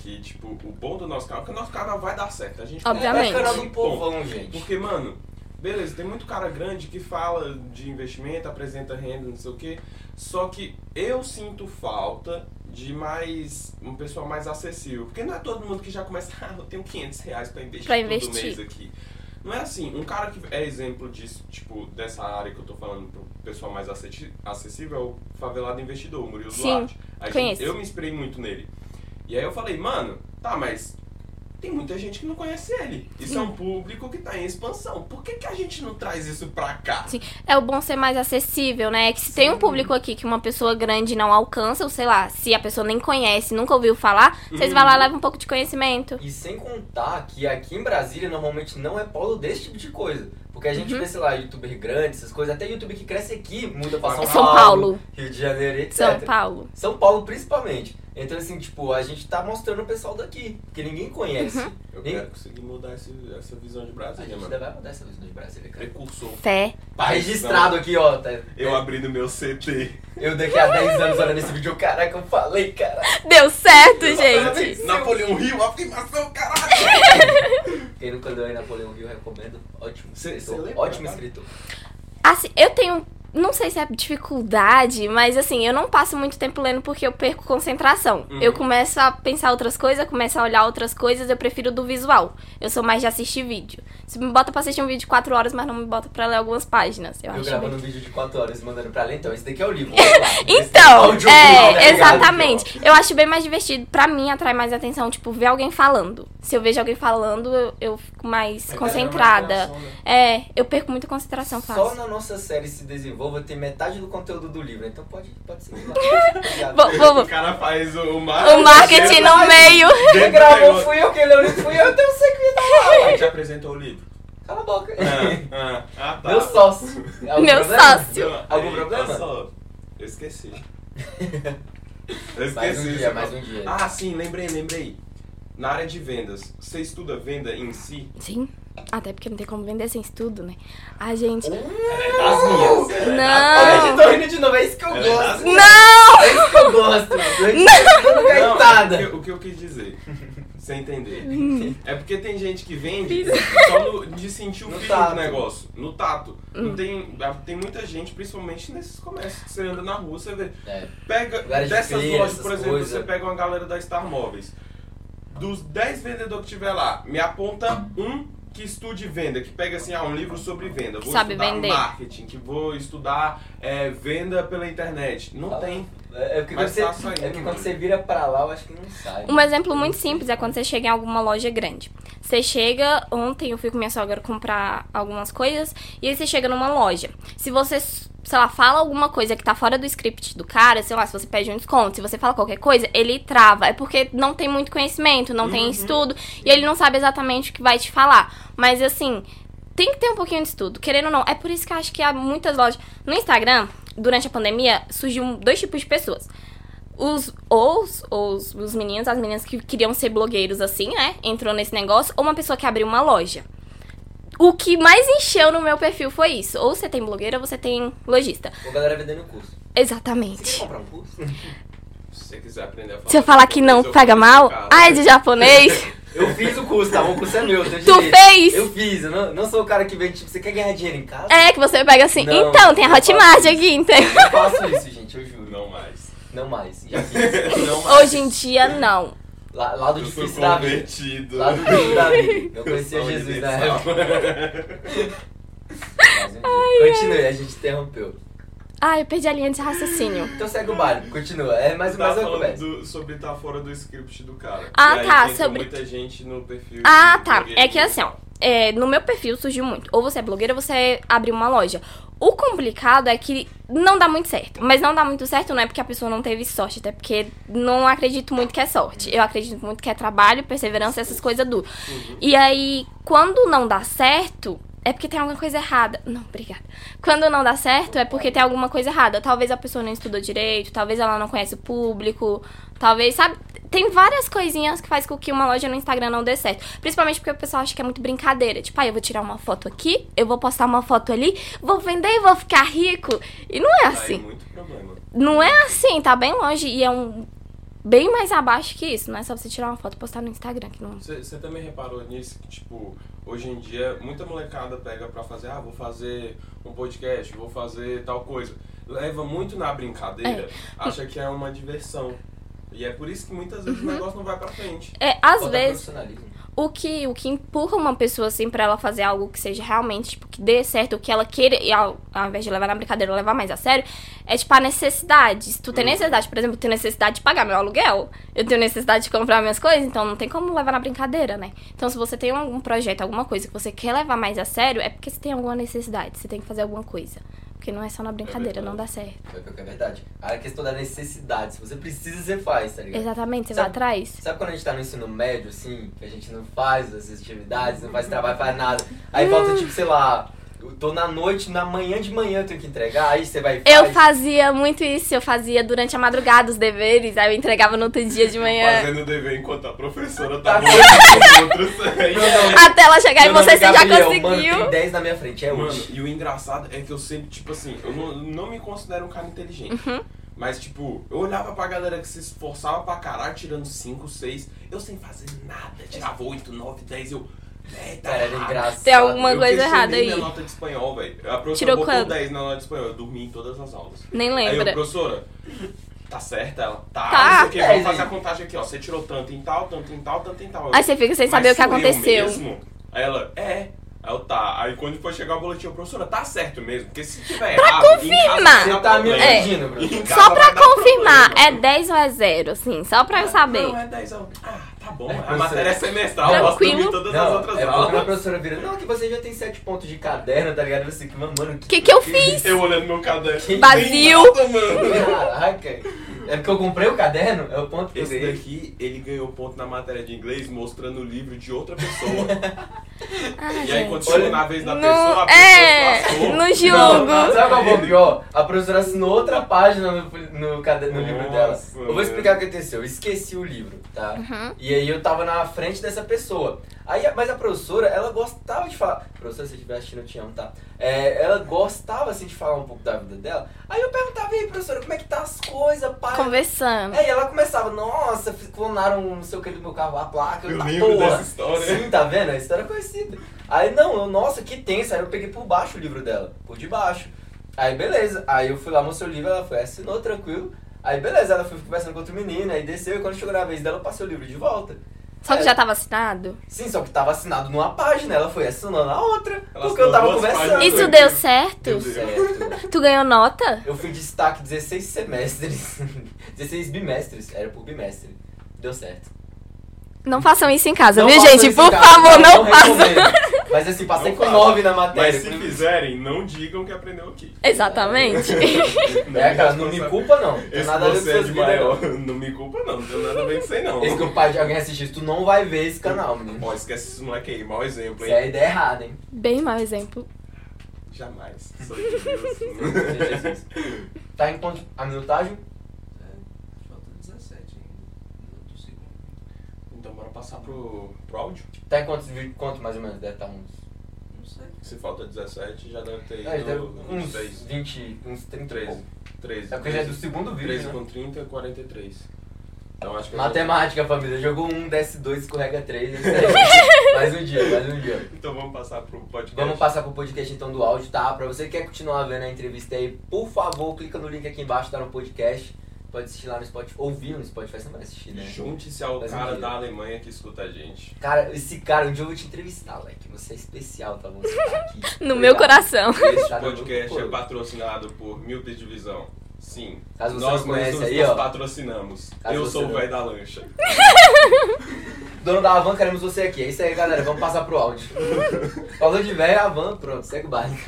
que, tipo, o bom do nosso canal é que o nosso canal vai dar certo. A gente É o Obviamente. canal do povão, gente. Porque, mano, beleza, tem muito cara grande que fala de investimento, apresenta renda, não sei o quê. Só que eu sinto falta de mais. um pessoal mais acessível. Porque não é todo mundo que já começa, ah, eu tenho 500 reais pra investir, Pra todo investir. mês aqui. Não é assim, um cara que é exemplo disso, tipo, dessa área que eu tô falando pro pessoal mais acessi- acessível é o favelado investidor, o Murilo Sim, Duarte. A conheço. gente, eu me inspirei muito nele. E aí eu falei, mano, tá, mas tem muita gente que não conhece ele. Isso é um público que tá em expansão. Por que, que a gente não traz isso pra cá? Sim. É o bom ser mais acessível, né? É que se tem um público aqui que uma pessoa grande não alcança, ou sei lá, se a pessoa nem conhece, nunca ouviu falar, vocês vão lá e levam um pouco de conhecimento. E sem contar que aqui em Brasília normalmente não é polo desse tipo de coisa. Porque a gente Uhum. vê, sei lá, youtuber grande, essas coisas. Até youtuber que cresce aqui muda pra São, São É São Paulo. Rio de Janeiro, etc. São Paulo. São Paulo, principalmente. Então, assim, tipo, a gente tá mostrando o pessoal daqui, que ninguém conhece. Uhum. Eu Nem- quero conseguir mudar esse- essa visão de A Brasília, gente mano. ainda vai mudar essa visão de Brasília, cara. Precursor. Fé. Tá registrado aqui, ó. tá- Eu abrindo meu CT. Eu daqui a 10 anos olhando esse vídeo, eu, caraca, eu falei, cara. Deu certo, gente. Napoleão Rio, afirmação, caralho! Quem nunca leu aí Napoleão Hill, recomendo. Ótimo Cê- cê escritor. lembra, ótimo cara? escritor. Assim, eu tenho. Não sei se é dificuldade, mas assim, eu não passo muito tempo lendo porque eu perco concentração. Uhum. Eu começo a pensar outras coisas, começo a olhar outras coisas, eu prefiro do visual. Eu sou mais de assistir vídeo. Se me bota pra assistir um vídeo de 4 horas, mas não me bota pra ler algumas páginas. Eu, Eu, acho gravando bem- um vídeo de 4 horas e mandando pra lá, então, esse daqui é o livro. vamos lá. Esse é o Então, audiobook, né, é, ligado? exatamente. Eu acho bem mais divertido. Pra mim, atrai mais atenção, tipo, ver alguém falando. Se eu vejo alguém falando, eu, eu fico mais é, concentrada. É, eu perco muita concentração fácil. Só na nossa série Se Desenvolva tem metade do conteúdo do livro, então pode, pode ser. Vou- vou- vou- O cara faz o marketing. O marketing no meio. Quem gravou fui eu, quem leu o livro fui eu, então eu sei que me dá. A gente apresentou o livro. Cala a boca. Ah, ah, ah, tá. Meu sócio. Algum Meu problema? sócio. Não, Algum aí, problema? tá só. Eu esqueci. Eu esqueci. Mais um você dia, mais falou. um dia. Ah, sim, lembrei, lembrei. Na área de vendas, você estuda venda em si? Sim. Até porque não tem como vender sem estudo, né? A gente. É As minhas. Olha, eu Não! tô rindo de novo, é isso que eu Ela é gosto. Ah. Não! É isso que eu gosto. Não! Não, Coitada. Hum. o que- O que eu quis dizer, sem entender. É porque tem gente que vende só no- de sentir o No fio tato. Hum. do negócio, no tato. Não tem, ah, tem muita gente, principalmente nesses comércios, que você anda na rua, você vê. É. Pega Lugares de dessas feira, lojas, essas por exemplo, coisas. você pega uma galera da Star Móveis. Dos 10 vendedores que tiver lá, me aponta um que estude venda, que pega assim, ah, um livro sobre venda. Vou Sabe estudar vender. marketing, que vou estudar é, venda pela internet. Não Ah. tem. É porque quando Mas você, tá saindo, é porque quando mano. você vira pra lá, eu acho que não sai. Um exemplo muito simples é quando você chega em alguma loja grande. Você chega, ontem eu fui com minha sogra comprar algumas coisas, e aí você chega numa loja. Se você s- sei lá, fala alguma coisa que tá fora do script do cara, sei lá, se você pede um desconto, se você fala qualquer coisa, ele trava. É porque não tem muito conhecimento, não tem estudo, e ele não sabe exatamente o que vai te falar. Mas assim, tem que ter um pouquinho de estudo, querendo ou não. É por isso que eu acho que há muitas lojas. No Instagram, durante a pandemia, surgiu dois tipos de pessoas os ou os, ou os, os meninos, as meninas que queriam ser blogueiros assim, né? Entrou nesse negócio, ou uma pessoa que abriu uma loja. O que mais encheu no meu perfil foi isso. Ou você tem blogueira, ou você tem lojista. Ou a galera vendendo curso. Você quer Exatamente. comprar um curso? Se você quiser aprender a falar. Se eu falar que não japonês, eu pega vou mal, explicar. ai de japonês. Eu fiz o curso, tá? O curso é meu. eu tenho Tu direito. fez? Eu fiz. Eu não, não sou o cara que vende, tipo, você quer ganhar dinheiro em casa? É, que você pega assim. Não, então, tem a não faço Hotmart isso. aqui, entendeu? Eu faço isso, gente, eu juro. Não mais. Não mais. Já fiz. Não mais. Hoje em dia, não. La- lado Eu sou difícil da vida. convertido. um Lado difícil da vida. Eu Eu conhecia sou Jesus na universal. época. Mas, enfim, Continue, a gente interrompeu. Ai, eu perdi a linha de raciocínio. Então segue o baile, continua. É mais, Você mais tava uma falando conversa. do, sobre tá fora do script do cara. Ah, E aí tá, tem sobre- muita gente no perfil. Ah, de tá. blogueiro. É que assim, ó. é, no meu perfil surgiu muito. Ou você é blogueira ou você abre uma loja. O complicado é que não dá muito certo. Mas não dá muito certo não é porque a pessoa não teve sorte, até porque não acredito muito que é sorte. Eu acredito muito que é trabalho, perseverança, essas coisas duras. E aí, quando não dá certo, é porque tem alguma coisa errada. Não, obrigada. Quando não dá certo, é porque tem alguma coisa errada. Talvez a pessoa não estudou direito, talvez ela não conhece o público, talvez, sabe? Tem várias coisinhas que faz com que uma loja no Instagram não dê certo. Principalmente porque o pessoal acha que é muito brincadeira. Tipo, ah, eu vou tirar uma foto aqui, eu vou postar uma foto ali, vou vender e vou ficar rico. E não é Tá aí assim. muito problema. Não é assim, tá bem longe. E é um bem mais abaixo que isso. Não é só você tirar uma foto e postar no Instagram, que não. Você você também reparou nisso que, tipo, hoje em dia, muita molecada pega pra fazer, ah, vou fazer um podcast, vou fazer tal coisa. Leva muito na brincadeira, acha que é uma diversão. E é por isso que muitas vezes o Uhum. negócio não vai pra frente. É, às Falta vezes. profissionalismo. o que, o que empurra uma pessoa, assim, pra ela fazer algo que seja realmente, tipo, que dê certo, o que ela queira, e ao, ao invés de levar na brincadeira, levar mais a sério, é, tipo, a necessidade. Se tu tem Hum. Uhum. necessidade, por exemplo, eu tenho necessidade de pagar meu aluguel, eu tenho necessidade de comprar minhas coisas, então não tem como levar na brincadeira, né? Então, se você tem algum projeto, alguma coisa que você quer levar mais a sério, é porque você tem alguma necessidade, você tem que fazer alguma coisa. Porque não é só na brincadeira, não verdade. dá certo. É o que É verdade. A questão da necessidade. Se você precisa, você faz, tá ligado? Exatamente, você vai Sabe- atrás. Sabe quando a gente tá no ensino médio, assim, que a gente não faz as atividades, não faz trabalho, faz nada. Aí falta, tipo, sei lá, eu tô na noite, na manhã de manhã eu tenho que entregar, aí você vai e faz. Eu fazia muito isso, eu fazia durante a madrugada os deveres, aí eu entregava no outro dia de manhã. Fazendo dever enquanto a professora Tá tá rolando com os outros. aí. Até ela chegar em Meu você, nome você é já Gabriel, Mano, tem conseguiu. 10 na minha frente, é Mano, hoje. e o engraçado é que eu sempre, tipo assim, eu não, não me considero um cara inteligente. Uhum. Mas, tipo, eu olhava pra galera que se esforçava pra caralho, tirando 5, 6, eu sem fazer nada, tirava 8, 9, 10, eu. Véi, tá Cara, era errado. engraçado. Tem alguma eu coisa questionei errada minha aí. nota de espanhol, velho. A professora Tirou botou quanto? 10 na nota de espanhol, eu dormi em todas as aulas. Nem Aí eu, lembra. professora, tá certa ela? Tá, Tá. não sei o que, É, vamos fazer a gente. contagem aqui, ó. Você tirou tanto em tal, tanto em tal, tanto em tal. Eu, Aí você fica sem mas saber o que sou eu aconteceu. mesmo? Aí ela, é. Aí eu, tá. Aí quando for chegar o boletim, eu, professora, tá certo mesmo? Porque se tiver errado... confirmar. É, Você tá me iludindo, bro. Só pra confirmar, é 10 ou é 0, assim, só pra eu saber. Não, é 10 eu- Ah, tá bom. É, a matéria é semestral, eu posso Tranquilo. dormir todas as Não, outras é quando a aulas. professora vira, não, que você já tem 7 pontos de caderno, tá ligado? Você que, mano, mano, Que que eu fiz? Eu olhando meu caderno. Que Vazio. Nossa, mano. Caraca. É porque eu comprei o caderno, é o ponto que eu Esse dei. daqui, ele ganhou ponto na matéria de inglês mostrando o livro de outra pessoa. e aí, Ai, Ah, gente. quando chegou Olha, na vez da pessoa, No, a pessoa é, passou. no Não, jogo. sabe qual foi o pior? A professora assinou outra página no, no, cade- no livro dela. Nossa, Eu vou explicar o que aconteceu. Eu esqueci o livro, tá? E aí eu tava na frente dessa pessoa. Aí, a- mas a professora, ela gostava de falar. Professora, se estiver assistindo, eu te amo, tá? É, ela gostava assim de falar um pouco da vida dela. Aí eu perguntava, e aí, professora, como é que tá as coisas, pai? Conversando. Aí É, ela começava, nossa, clonaram um não sei o que do meu carro, a placa, Eu tá, lembro porra. dessa história. Sim, tá vendo? A história é conhecida. Aí não, eu, nossa, que tensa. Aí eu peguei por baixo o livro dela, por debaixo. Aí beleza, aí eu fui lá, mostrei o livro, ela foi, assinou tranquilo. Aí beleza, ela foi conversando com outro menino, aí desceu, e quando chegou na vez dela, eu passei o livro de volta. Só que já tá- tava assinado? Sim, só que tava assinado numa página, ela foi assinando a outra, Ela porque eu tava assinou duas conversando. páginas. Isso Isso deu deu certo? Meu Deus. Tá Certo. Tu ganhou nota? Eu fui destaque 16 semestres, 16 bimestres, era por bimestre. Deu certo. Não façam isso em casa, Não viu, façam gente? isso em Por casa, favor, não façam. recomendo. Mas assim, passei Não com fala. 9 na matéria. é. Mas se fizerem, não digam que aprendeu o quê. Exatamente. Não É, cara, não me culpa não. Tem Esse nada a ver com você é suas de vidas, não. maior. Não me culpa não, não tem nada a ver com isso aí não. Esse que o pai de alguém assistir, tu não vai ver esse canal, menino. Ó, esquece esse moleque aí, mau exemplo, Isso é a hein? ideia errada, hein? Bem mau exemplo. Jamais. Sou de assim. Deus. Jesus. Tá em quanto a minutagem? É, falta 17 ainda. Do segundo. então bora passar pro, pro áudio. Tá em quantos vídeos? Quanto mais ou menos? Deve estar uns. Não sei. Se falta 17, já deve ter É, deve- ido uns uns 6, 20, uns 30. e 13. pouco. 13. É porque já é do segundo vídeo. 13 né? com 30, 43. Então acho que... Matemática, família. Jogou um, desce dois, escorrega três. é isso aí. mais um dia, mais um dia. Então vamos passar pro podcast. Vamos passar pro podcast então do áudio, tá? Pra você que quer continuar vendo a entrevista aí, por favor, clica no link aqui embaixo, tá no podcast. Pode assistir lá no Spotify, ouvir no Spotify, você não vai assistir, né? Junte-se ao Mas cara mentira. da Alemanha que escuta a gente. Cara, esse cara, um dia eu vou te entrevistar, moleque. Você é especial, tá bom? Você tá aqui. No meu coração. Esse Tá no meu podcast é corpo. patrocinado por Milpe Divisão. Sim. Caso você nós não conhece mesmos aí, nos ó. patrocinamos. Caso Eu você sou o não- velho da lancha. Dono da Avan, queremos você aqui. É isso aí, galera. Vamos passar pro áudio. Falou de velho, Avan, pronto, segue o baile.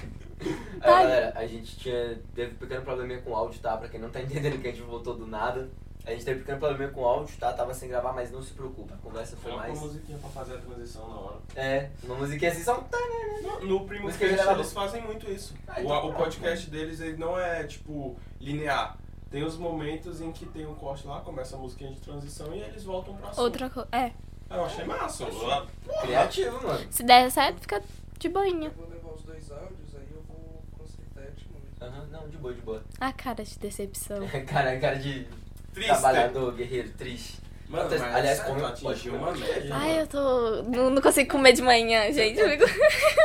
Aí, Ai. galera, a gente tinha, teve um pequeno probleminha com o áudio, tá? Pra quem não tá entendendo que a gente voltou do nada. A gente teve um pequeno probleminha com o áudio, tá? Tava sem gravar, mas não se preocupa. A conversa foi Coloca É uma mais... musiquinha pra fazer a transição na hora. É, uma musiquinha assim, só um... tan, né, né. No, no primo Música Cast, geral. eles fazem muito isso. Ah, o, então o pronto. podcast deles ele não é tipo linear. Tem os momentos em que tem um corte lá, começa a musiquinha de transição e eles voltam pra assunto. Outra coisa. É. Ah, Eu achei massa. Lá- né? Criativo, mano. Se der certo, fica de boinha. Eu vou levar os dois áudios, aí eu vou consertar e eu te mando. Aham, não, de boa, de boa. A cara de decepção. cara, cara de Triste. trabalhador, guerreiro, triste. Mano, mas Aliás, sério, como- tu atingiu pode- uma média. Ai, Ah, eu tô. Não, não consigo comer de manhã, gente. Eu fico-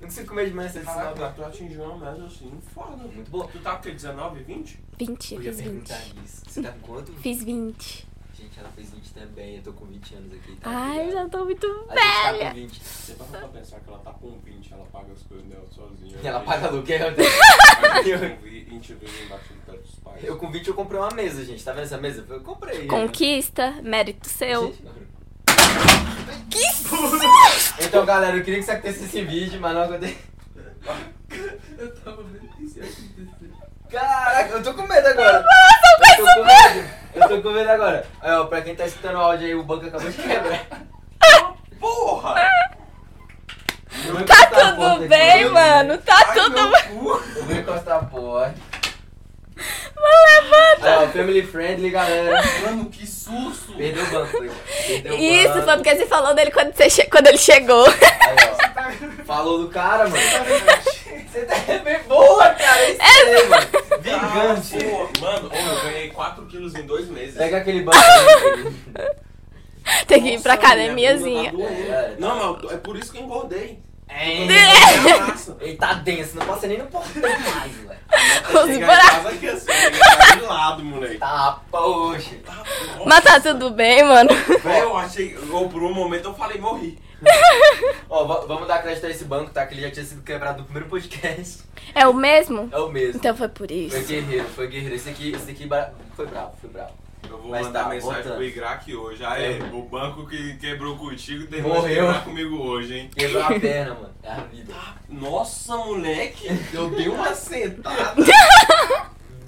Não consigo comer de manhã essa Caraca, decisão. mas tu atingiu uma média assim, foda. Muito boa. Tu tá com o quê? 19, 20? 20, Eu ia fiz 20. perguntar isso. Você tá com quanto? Fiz 20. Gente, ela fez 20 também, eu tô com 20 anos aqui. Tá Ai, já ligado? tô muito A gente tá com velha. 20. Você passa pra pensar que ela tá com 20, ela paga as coisas dela sozinha. Ela Aí, paga aluguel. né? aí Eu- eu vi- A gente vive embaixo do teto dos pais. Eu com 20 eu comprei uma mesa, gente. Tá vendo essa mesa? Eu comprei. né? Conquista, mérito seu. Gente, Então, galera, eu queria que você acontecesse esse vídeo, mas não aconteceu. Eu tava vendo o que isso ia acontecer. Caraca, eu tô com medo agora. Eu um tô com medo. Eu tô com medo agora. Aí, ó, pra quem tá escutando o áudio aí, o banco acabou de quebrar. Porra! Eu vou Tá encostar a porta tudo aqui. bem, mano? Tá Ai, tudo meu bem. cu. Eu vou encostar a porta. Vamos Ó, levanta. family friendly, galera. Mano, que susto! Perdeu o banco. Perdeu o Isso, banco. foi porque você falou dele quando, você che- quando ele chegou. Aí, ó. Falou do cara, mano. Você tá bem boa, cara. Isso É. aí, mano. Gigante. Ah, pô, Mano, ô, eu ganhei 4 quilos em 2 meses. Pega aquele banco ali. Tem que ir pra Nossa, minha academiazinha. bunda tá doendo. Não, mas eu- é por isso que eu engordei. É. Ele tá denso, não passa nem no portão mais, velho. Os braços. Casa aqui assim, eu ia ficar de lado, moleque. Tá, poxa. Tá, nossa. Mas tá tudo bem, mano. Véi, eu achei, ou por um momento eu falei, morri. Ó, va- vamos dar crédito a esse banco, tá? Que ele já tinha sido quebrado no primeiro podcast. É o mesmo? É o mesmo. Então foi por Foi isso. guerreiro, foi guerreiro. Esse aqui, esse aqui ba- foi bravo, foi bravo. Eu vou Mas mandar tá, mensagem voltando. pro Igraque hoje. Aê, É. o banco que quebrou contigo terminou de Morreu. quebrar comigo hoje, hein? Quebrou a perna, mano. É a vida. Nossa, moleque, eu dei uma sentada.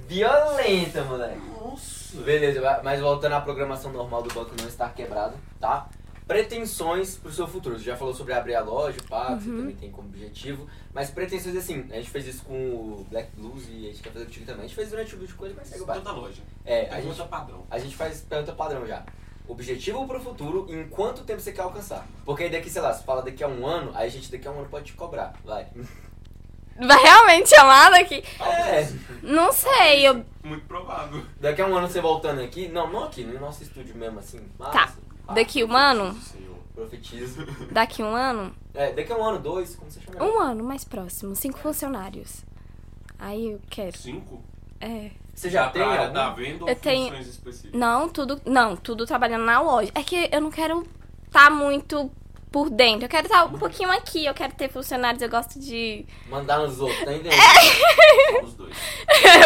Violenta, moleque. Nossa. Beleza, vai- mas voltando à programação normal do banco não estar quebrado, tá? Pretensões pro seu futuro. Você já falou sobre abrir a loja, pá, Uhum. que você também tem como objetivo. Mas pretensões assim, a gente fez isso com o Black Blues e a gente quer fazer contigo também. A gente fez durante o vídeo coisa, mas segue o baile. Toda loja. É, a Pergunta gente, padrão. a gente faz pergunta padrão já. Objetivo pro futuro e em quanto tempo você quer alcançar. Porque aí daqui, sei lá, se fala daqui a um ano, aí a gente daqui a um ano pode te cobrar. Vai. Vai realmente chamada aqui? É. Não sei, eu. Muito provável. Daqui a um ano você voltando aqui. Não, não aqui, no nosso estúdio mesmo, assim. Mas, Tá. pá, Daqui um ano? Senhor. Profetizo. Daqui um ano? É, daqui a um ano, dois, como você chama? Um ano mais próximo, cinco funcionários. Aí eu quero. Cinco? Tá É. Você já Dá tem pra área algum? da venda ou Eu tenho- funções específicas? Não, tudo. Não, tudo trabalhando na loja. É que eu não quero estar tá muito por dentro. Eu quero estar um pouquinho aqui. Eu quero ter funcionários. Eu gosto de. Mandar nos outros, tá entendendo? É. Só Os dois.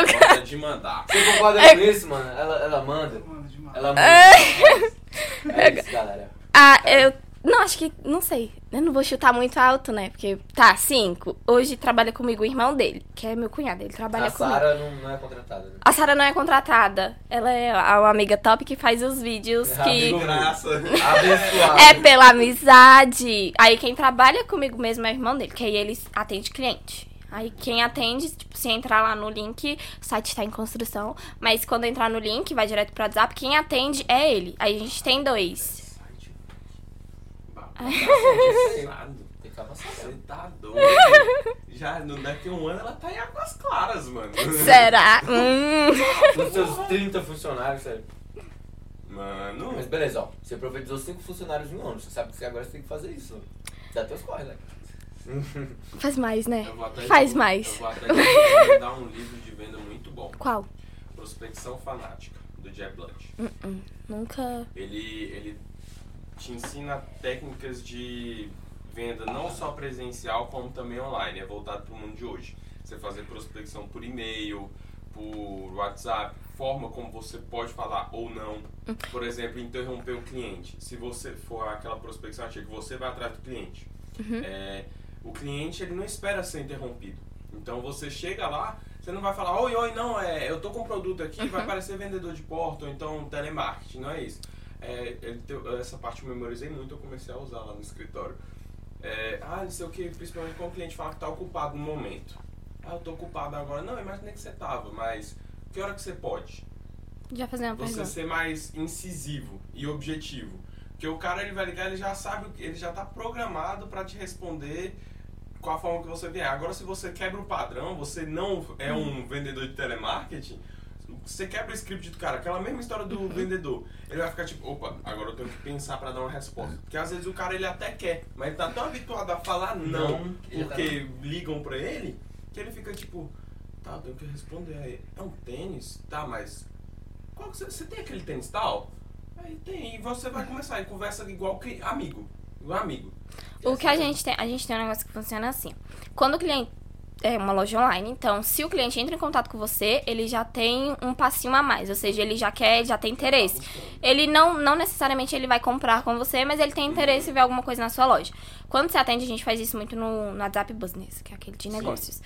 Gosta de mandar. Você concorda com É. isso, mano? Ela, ela manda. Mano, demais. Ela manda. É isso, galera. Ah, eu Não, acho que. Não sei. Eu não vou chutar muito alto, né? Porque. Tá, cinco. Hoje trabalha comigo o irmão dele, que é meu cunhado. Ele trabalha A comigo. Sara não, não é contratada. Né? A Sara não é contratada. Ela é a- uma amiga top que faz os vídeos Ah, que. amigo. Graça. Abençoado. É pela amizade. Aí quem trabalha comigo mesmo é o irmão dele, que aí ele atende cliente. Aí quem atende, tipo, se entrar lá no link, o site tá em construção, mas quando entrar no link, vai direto pro WhatsApp, quem atende é ele. Aí a gente tem dois. Tem que avançar. né? Você tá doido. Já não deve ter um ano, ela tá em águas claras, mano. Será? Hum. Dos seus 30 funcionários, sério. Mano, Mas beleza, ó. Você profetizou 5 funcionários em um ano. Você sabe que agora você tem que fazer isso. Dá teus corre, né? Faz mais, né? eu vou até Faz eu mais. vou até recomendar um livro de venda muito bom. Qual? Prospecção Fanática, do Jeb Blunt. Nunca. Ele, ele te ensina técnicas de venda não só presencial, como também online. É voltado para o mundo de hoje. Você fazer prospecção por e-mail, por WhatsApp, forma como você pode falar ou não. Por exemplo, interromper o cliente. Se você for aquela prospecção, achei que você vai atrás do cliente. É, o cliente ele não espera ser interrompido. Então você chega lá, você não vai falar, oi, oi, não, é, eu tô com um produto aqui, vai parecer vendedor de porta ou então telemarketing, não é isso. É, ele teu- essa parte eu memorizei muito, eu comecei a usar lá no escritório. É, ah, não sei o que, principalmente quando o cliente fala que tá ocupado no momento. Ah, eu tô ocupado agora. Não, imaginei que você tava, mas que hora que você pode? Já fazer uma você pergunta. ser mais incisivo e objetivo. Porque o cara ele vai ligar, ele já sabe, o que- ele já tá programado pra te responder com a forma que você vier. Agora, se você quebra o padrão, você não é um vendedor de telemarketing, você quebra o script do cara, aquela mesma história do vendedor. Ele vai ficar tipo, opa, agora eu tenho que pensar pra dar uma resposta. Porque às vezes o cara ele até quer, mas ele tá tão habituado a falar não, Não, ele tá porque ligam pra ele, que ele fica tipo, tá, eu tenho que responder aí. É um tênis? Tá, mas qual que você, você tem aquele tênis tal? Aí tem, e você vai começar e conversa igual que amigo. Igual amigo. O que a gente tem, a gente tem um negócio que funciona assim. Quando o cliente é uma loja online, então se o cliente entra em contato com você, ele já tem um passinho a mais, ou seja, ele já quer, já tem interesse. Ele não, não necessariamente ele vai comprar com você, mas ele tem interesse em ver alguma coisa na sua loja. Quando você atende, a gente faz isso muito no, no WhatsApp Business, que é aquele de Sim. negócios.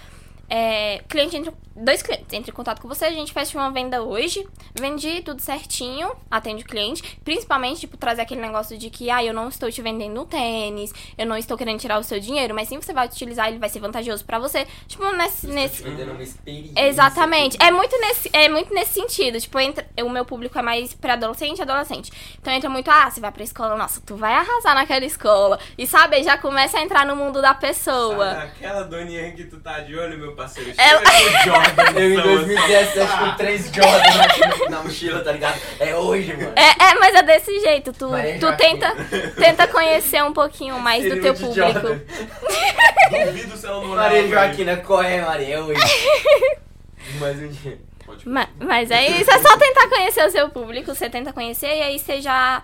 É, cliente entra, dois clientes entram em contato com você, a gente fecha uma venda hoje, vendi tudo certinho, atende o cliente, principalmente, tipo, trazer aquele negócio de que, ah, eu não estou te vendendo um tênis, eu não estou querendo tirar o seu dinheiro, mas sim você vai utilizar, ele vai ser vantajoso pra você. Tipo, nesse, Você nesse, tá te vendendo uma experiência. Exatamente. É muito nesse, é muito nesse sentido. Tipo, entra, o meu público é mais pré-adolescente e adolescente. Então entra muito, ah, você vai pra escola, nossa, tu vai arrasar naquela escola. E sabe, já começa a entrar no mundo da pessoa. Aquela doninha que tu tá de olho, meu parceiro. Ela- chega com o Jordan, Eu em são- 2017 com três Jordans na- na mochila, tá ligado? É hoje, mano. É, é, mas é desse jeito. Tu, Mas é tu Joaquim. tenta, tenta conhecer um pouquinho mais do Seria teu o de Jordan. público. Duvido se ela não olhar Maria pra ele. Joaquina, qual é, Maria? É hoje. Mais um dia. Pode- Ma- Mas, é isso, é só tentar conhecer o seu público, você tenta conhecer e aí você já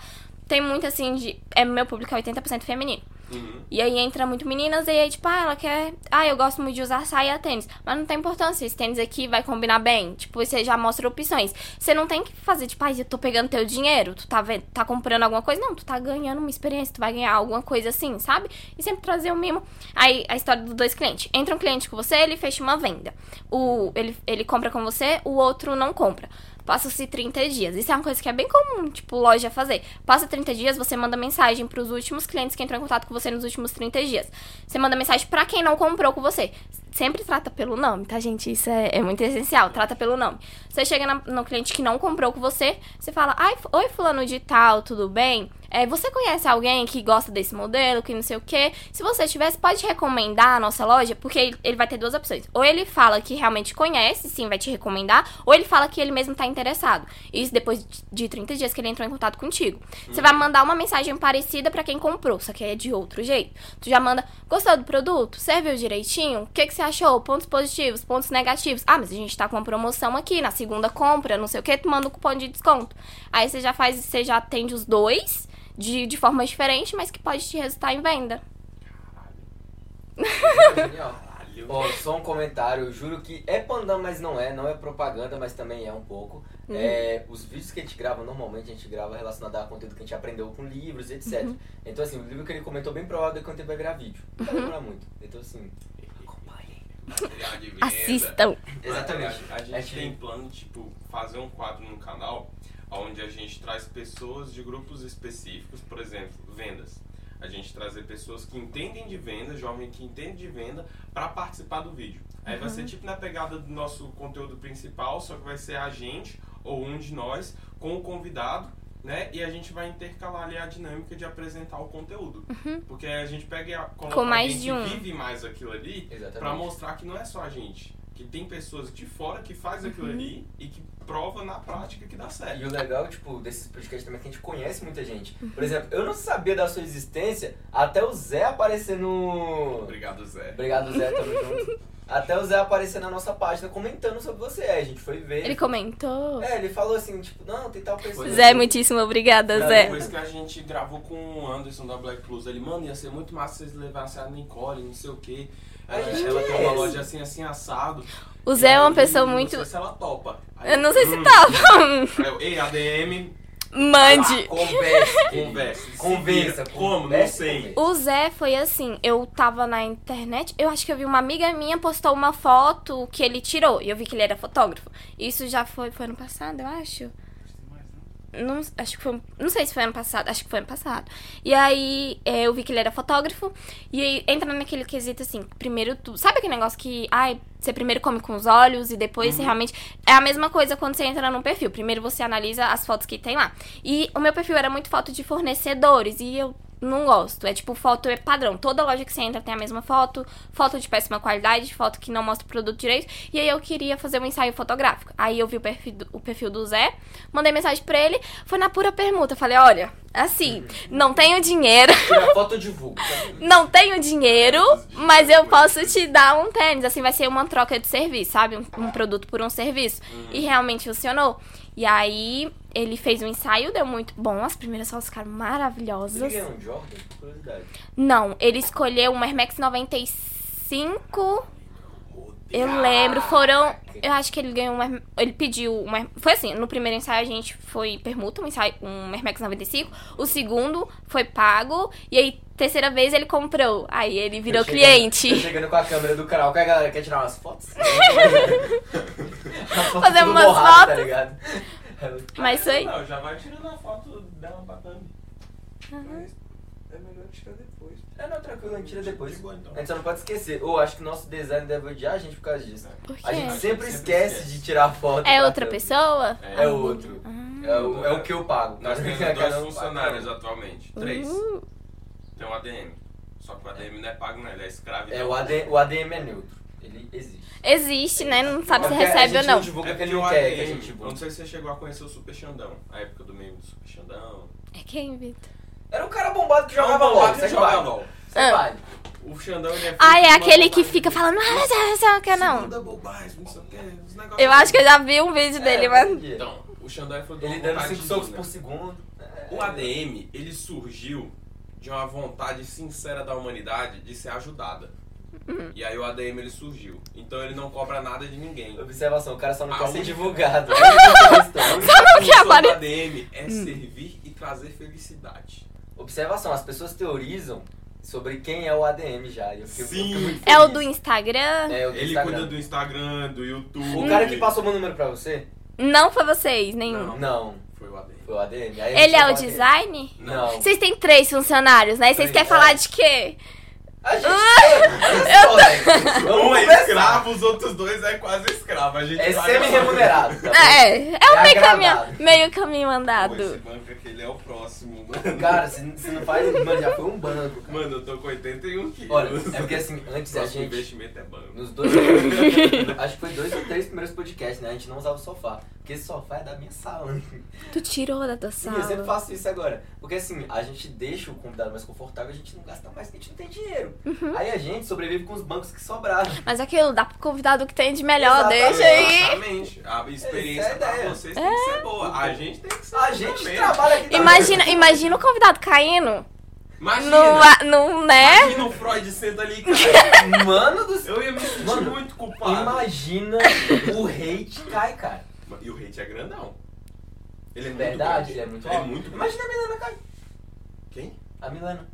tem muito assim de. É, meu público é 80% feminino. Uhum. E aí entra muito meninas e aí, tipo, ah, ela quer. Ah, eu gosto muito de usar saia tênis. Mas não tem importância, esse tênis aqui vai combinar bem. Tipo, você já mostra opções. Você não tem que fazer, tipo, ah, eu tô pegando teu dinheiro, tu tá, vendo, tá comprando alguma coisa. Não, tu tá ganhando uma experiência, tu vai ganhar alguma coisa assim, sabe? E sempre trazer o mimo. Aí a história dos dois clientes. Entra um cliente com você, ele fecha uma venda. O, ele, ele compra com você, o outro não compra. Passa-se 30 dias. Isso é uma coisa que é bem comum, tipo, loja fazer. Passa 30 dias, você manda mensagem pros últimos clientes que entrou em contato com você nos últimos 30 dias. Você manda mensagem pra quem não comprou com você. Sempre trata pelo nome, tá, gente? Isso é, é muito essencial. Trata pelo nome. Você chega na- no cliente que não comprou com você, você fala: Ai, fu- Oi, Fulano de Tal, tudo bem? É, você conhece alguém que gosta desse modelo, que não sei o quê? Se você tivesse, pode recomendar a nossa loja, porque ele- ele vai ter duas opções. Ou ele fala que realmente conhece, sim, vai te recomendar, ou ele fala que ele mesmo tá interessado. Isso depois de- de 30 dias que ele entrou em contato contigo. Hum. Você vai mandar uma mensagem parecida pra quem comprou, só que aí é de outro jeito. Tu já manda, gostou do produto? Serviu direitinho? O que, que você achou? Pontos positivos, pontos negativos. Ah, mas a gente tá com uma promoção aqui, na segunda compra, não sei o que, tu manda o cupom de desconto. Aí você já faz, você já atende os dois de, de forma diferente, mas que pode te resultar em venda. Genial. Caralho. Ó, só um comentário, eu juro que é pandan, mas não é, não é propaganda, mas também é um pouco. É, os vídeos que a gente grava, normalmente a gente grava relacionado a conteúdo que a gente aprendeu com livros, etc. Então, assim, o livro que ele comentou bem provável é quando ele vai virar vídeo. Não vai demorar muito. Então, assim, acompanhem. Material de venda. Assistam. Exatamente. É A gente, A gente- tem plano de tipo, fazer um quadro no canal onde a gente traz pessoas de grupos específicos, por exemplo, vendas. A gente trazer pessoas que entendem de venda, jovem que entende de venda, pra participar do vídeo. Aí vai Uhum. ser tipo na pegada do nosso conteúdo principal, só que vai ser a gente ou um de nós com o convidado, né? E a gente vai intercalar ali a dinâmica de apresentar o conteúdo. Porque aí a gente pega e a- coloca Uhum. Com mais alguém de um. que vive mais aquilo ali Exatamente. Pra mostrar que não é só a gente, que tem pessoas de fora que faz aquilo Uhum. ali e que prova na prática que dá E certo. o legal, tipo, desses podcasts também é que a gente conhece muita gente. Por exemplo, eu não sabia da sua existência até o Zé aparecer no. Obrigado, Zé. Obrigado, Zé, tamo junto. Até o Zé aparecer na nossa página comentando sobre você. Aí a gente foi ver. Ele comentou. É, ele falou assim, tipo, não, tem tal pessoa. Pois é. Zé, muitíssimo obrigada, Não, Zé. Depois que a gente gravou com o Anderson da Black Plus, ele, mano, ia ser muito massa se vocês levassem a Nicole, não sei o quê. A Ela, gente ela tem uma quer. loja assim, assim, assado. O Zé é uma Aí, pessoa não muito. sei se ela topa. Aí Eu não sei se hum. tá. Aí eu, Ei, ADM, Ah, Mande. Converse, conversa. se Convença, vira. Como? Não converse, sei. convença. O Zé foi assim, eu tava na internet, eu acho que eu vi uma amiga minha postou uma foto que ele tirou, e eu vi que ele era fotógrafo. Isso já foi, foi ano passado, eu acho. Não, acho que foi, não sei se foi ano passado, acho que foi ano passado. E aí é, eu vi que ele era fotógrafo, e aí entra naquele quesito assim, primeiro tu. Sabe aquele negócio que, ai, você primeiro come com os olhos e depois você realmente. É a mesma coisa quando você entra num perfil. Primeiro você analisa as fotos que tem lá. E o meu perfil era muito foto de fornecedores, e eu não gosto. É tipo, foto é padrão. Toda loja que você entra tem a mesma foto, foto de péssima qualidade, foto que não mostra o produto direito. E aí eu queria fazer um ensaio fotográfico. Aí eu vi o perfil do, o perfil do Zé, mandei mensagem pra ele, foi na pura permuta. Falei, olha, assim, não tenho dinheiro, Tira foto de vulgo. não tenho dinheiro, mas eu posso te dar um tênis. Assim, vai ser uma troca de serviço, sabe? Um, um produto por um serviço. E realmente funcionou. E aí, ele fez um ensaio, deu muito bom. As primeiras fotos ficaram Você maravilhosas. ganhou um Jordan? Curiosidade. Não, ele escolheu uma Air Max 95. Ah, Eu lembro, foram. Eu acho que ele ganhou uma. Air- Ele pediu uma. Air- Foi assim, no primeiro ensaio a gente foi permuta, um ensaio, um Air Max 95. O segundo foi pago. E aí, terceira vez ele comprou. Aí ele virou Tô chegando- tô cliente. chegando com a câmera do canal. Quer, galera? Quer tirar umas fotos? Fazer Tudo umas borrado, Tá fotos. ligado? É, Mas isso aí. Não, já vai tirando a foto dela pra thumb. Mas é melhor tirar depois. É, não, tranquilo, a gente tira depois. De boa, então. A gente só não pode esquecer. Ou acho que nosso design deve odiar a gente por causa disso. Por A gente quê? sempre Sempre esquece esquece. de tirar foto. É pra outra câmera. pessoa? Ah, É outro. É o, é o que eu pago. Nós temos Cada um dois paga. funcionários atualmente. Três. Uh, Tem um ADM. Só que o ADM não é pago, não. Ele é escravo. É, o, AD, o ADM é neutro. Ele existe. existe, né? Não sabe se Porque recebe a ou gente não. divulga É que ele porque o não ADM, quer que a gente eu não divulgue. sei se você chegou a conhecer o Super Xandão, a época do meio do Super Xandão. É quem, Vitor? Era um cara bombado que jogava LOL. Você joga vai. LOL. Você Ah. vai. O Xandão, ele é Ah, filho é de uma aquele que bobagem. fica falando, ah, não sei, não sei o que não. Segunda bobagem, não sei o que, os negócios- Eu acho que eu já vi um vídeo dele, É, mas. entendi. Então, o Xandão é fruto de uma Ele dando vontade 5 socos divina. por segundo. É. O ADM, ele surgiu de uma vontade sincera da humanidade de ser ajudada. Uhum. E aí o ADM ele surgiu. Então ele não cobra nada de ninguém. é, Observação, o cara só não Ah, A quer ser única- divulgado. A função do que é Hum. aparece? ADM é servir e trazer felicidade. Observação, as pessoas teorizam sobre quem é o ADM já. e Eu fiquei, eu fiquei Sim. muito É o do feliz. Instagram? É, o do Ele Instagram. cuida do Instagram, do YouTube. O cara que passou meu número pra você? Não foi vocês, nenhum. Não. Não, Foi o ADM. foi o ADM. Aí eu Ele é chamo o design? Não. Vocês têm três funcionários, né? E vocês Três, é. querem falar de quê? A gente. Olha só, velho. Vamos Um é começar. escravo, os outros dois é quase escravo. A gente É vai- semi-remunerado. Tá bom? É, é É um meio caminho, agradável. meio caminho Pô, esse andado. banco aqui, ele é o próximo, mano. Cara, você você não faz. Mano, já foi um banco. cara. Mano, eu tô com 81 quilos. Olha, é porque assim, antes a Próximo gente. investimento é banco. Nos dois. acho que foi dois ou três primeiros podcasts, né? A gente não usava o sofá. Porque esse sofá é da minha sala. Tu tirou da tua é. Sim, eu sempre sala. faço isso agora. Porque assim, a gente deixa o convidado mais confortável, a gente não gasta mais, porque a gente não tem dinheiro. Uhum. Aí a gente sobrevive com os bancos que sobraram. Mas é aquilo, dá pro convidado que tem de melhor, Exatamente. deixa aí. É. Exatamente. A Essa é experiência a pra ideia. vocês tem que ser boa. A gente tem que ser A gente também. trabalha aqui. na- Imagina, imagina o convidado caindo. Imagina. Não, não, né? Imagina o Freud senta ali, cara. Mano do céu. Eu ia me sentir Mano, muito culpado. Imagina o hate cai, cara. E o hate é grandão. Ele é muito Verdade, grande. ele é muito É alto. muito grande. Imagina a Milena, cara. Quem? A Milena.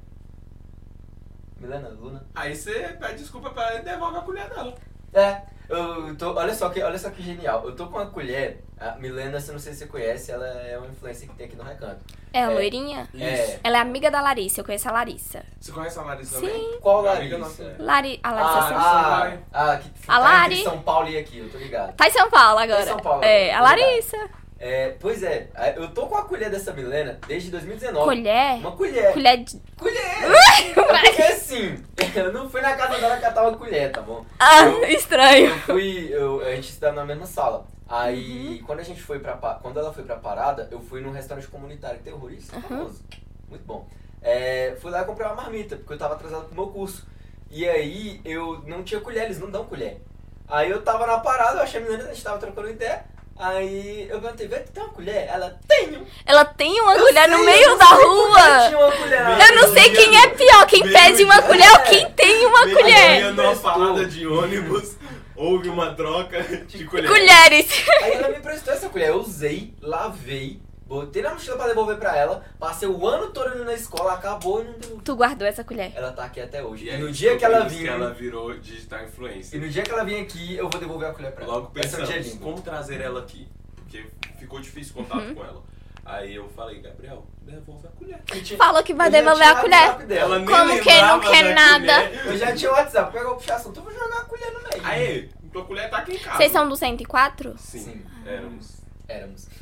Milena, Luna. Aí você pede desculpa pra ela e devolve a colher dela. É, eu tô. Olha só que, olha só que genial. Eu tô com uma colher. A Milena, se não sei se você conhece, ela é uma influencer que tem aqui no recanto. É, É. loirinha? É. Ela é amiga da Larissa, eu conheço a Larissa. Você conhece a Larissa Sim. também? Qual Minha amiga Larissa? nossa. Lari... A Larissa é São Paulo. ah, Sampaio. ah, ah, que A tá Lari. entre São Paulo e aqui, eu tô ligado. Tá em São Paulo agora. Tá em São Paulo é, a agora, verdade. Larissa. É, pois é, a- eu tô com a colher dessa Milena desde 2019. Colher? Uma colher. Colher de... Colher! É Porque assim, eu não fui na casa dela catar uma colher, tá bom? Ah, Eu- estranho. Eu fui, eu, a gente estudava na mesma sala. Uhum. Aí, quando a gente foi pra, pa- quando ela foi pra parada, eu fui num restaurante comunitário terrorista, Uhum. famoso, muito bom. É, fui lá comprar uma marmita, porque eu tava atrasado pro meu curso. E aí, eu não tinha colher, eles não dão colher. Aí eu tava na parada, eu achei a menina, a gente tava trocando ideia. Aí eu perguntei, velho, tu tem uma colher? Ela, tenho! Ela tem uma Eu colher sei, no eu meio não da sei por que rua. tinha uma colher na Eu não sei Meio quem dia. é pior, quem Meio pede uma dia. colher ou quem tem uma Meio dia colher. numa parada de ônibus, houve uma troca de colher. Colheres. Aí ela me emprestou essa colher. Eu usei, lavei, botei na mochila pra devolver pra ela. Passei o ano todo indo na escola, acabou e não devolvi. Tu guardou essa colher. Ela tá aqui até hoje. E E, aí, no dia que ela por isso vir. ela virou digital E influencer. no dia que ela vir aqui, eu vou devolver a colher pra ela. Logo Esse é um pensamos, dia lindo. como trazer ela aqui? Porque ficou difícil contato Uhum. com ela. Aí eu falei, Gabriel, devolve a colher. Eu tinha- Falou que vai eu já devolver tinha a colher. WhatsApp dela. nem Como quem lembrava não quer da nada? colher. Eu já tinha o WhatsApp. Pega o puxar assunto, eu vou jogar a colher no meio. Aí, tua colher tá aqui em casa. Vocês são do 104? Sim, Sim. éramos. Éramos. Né?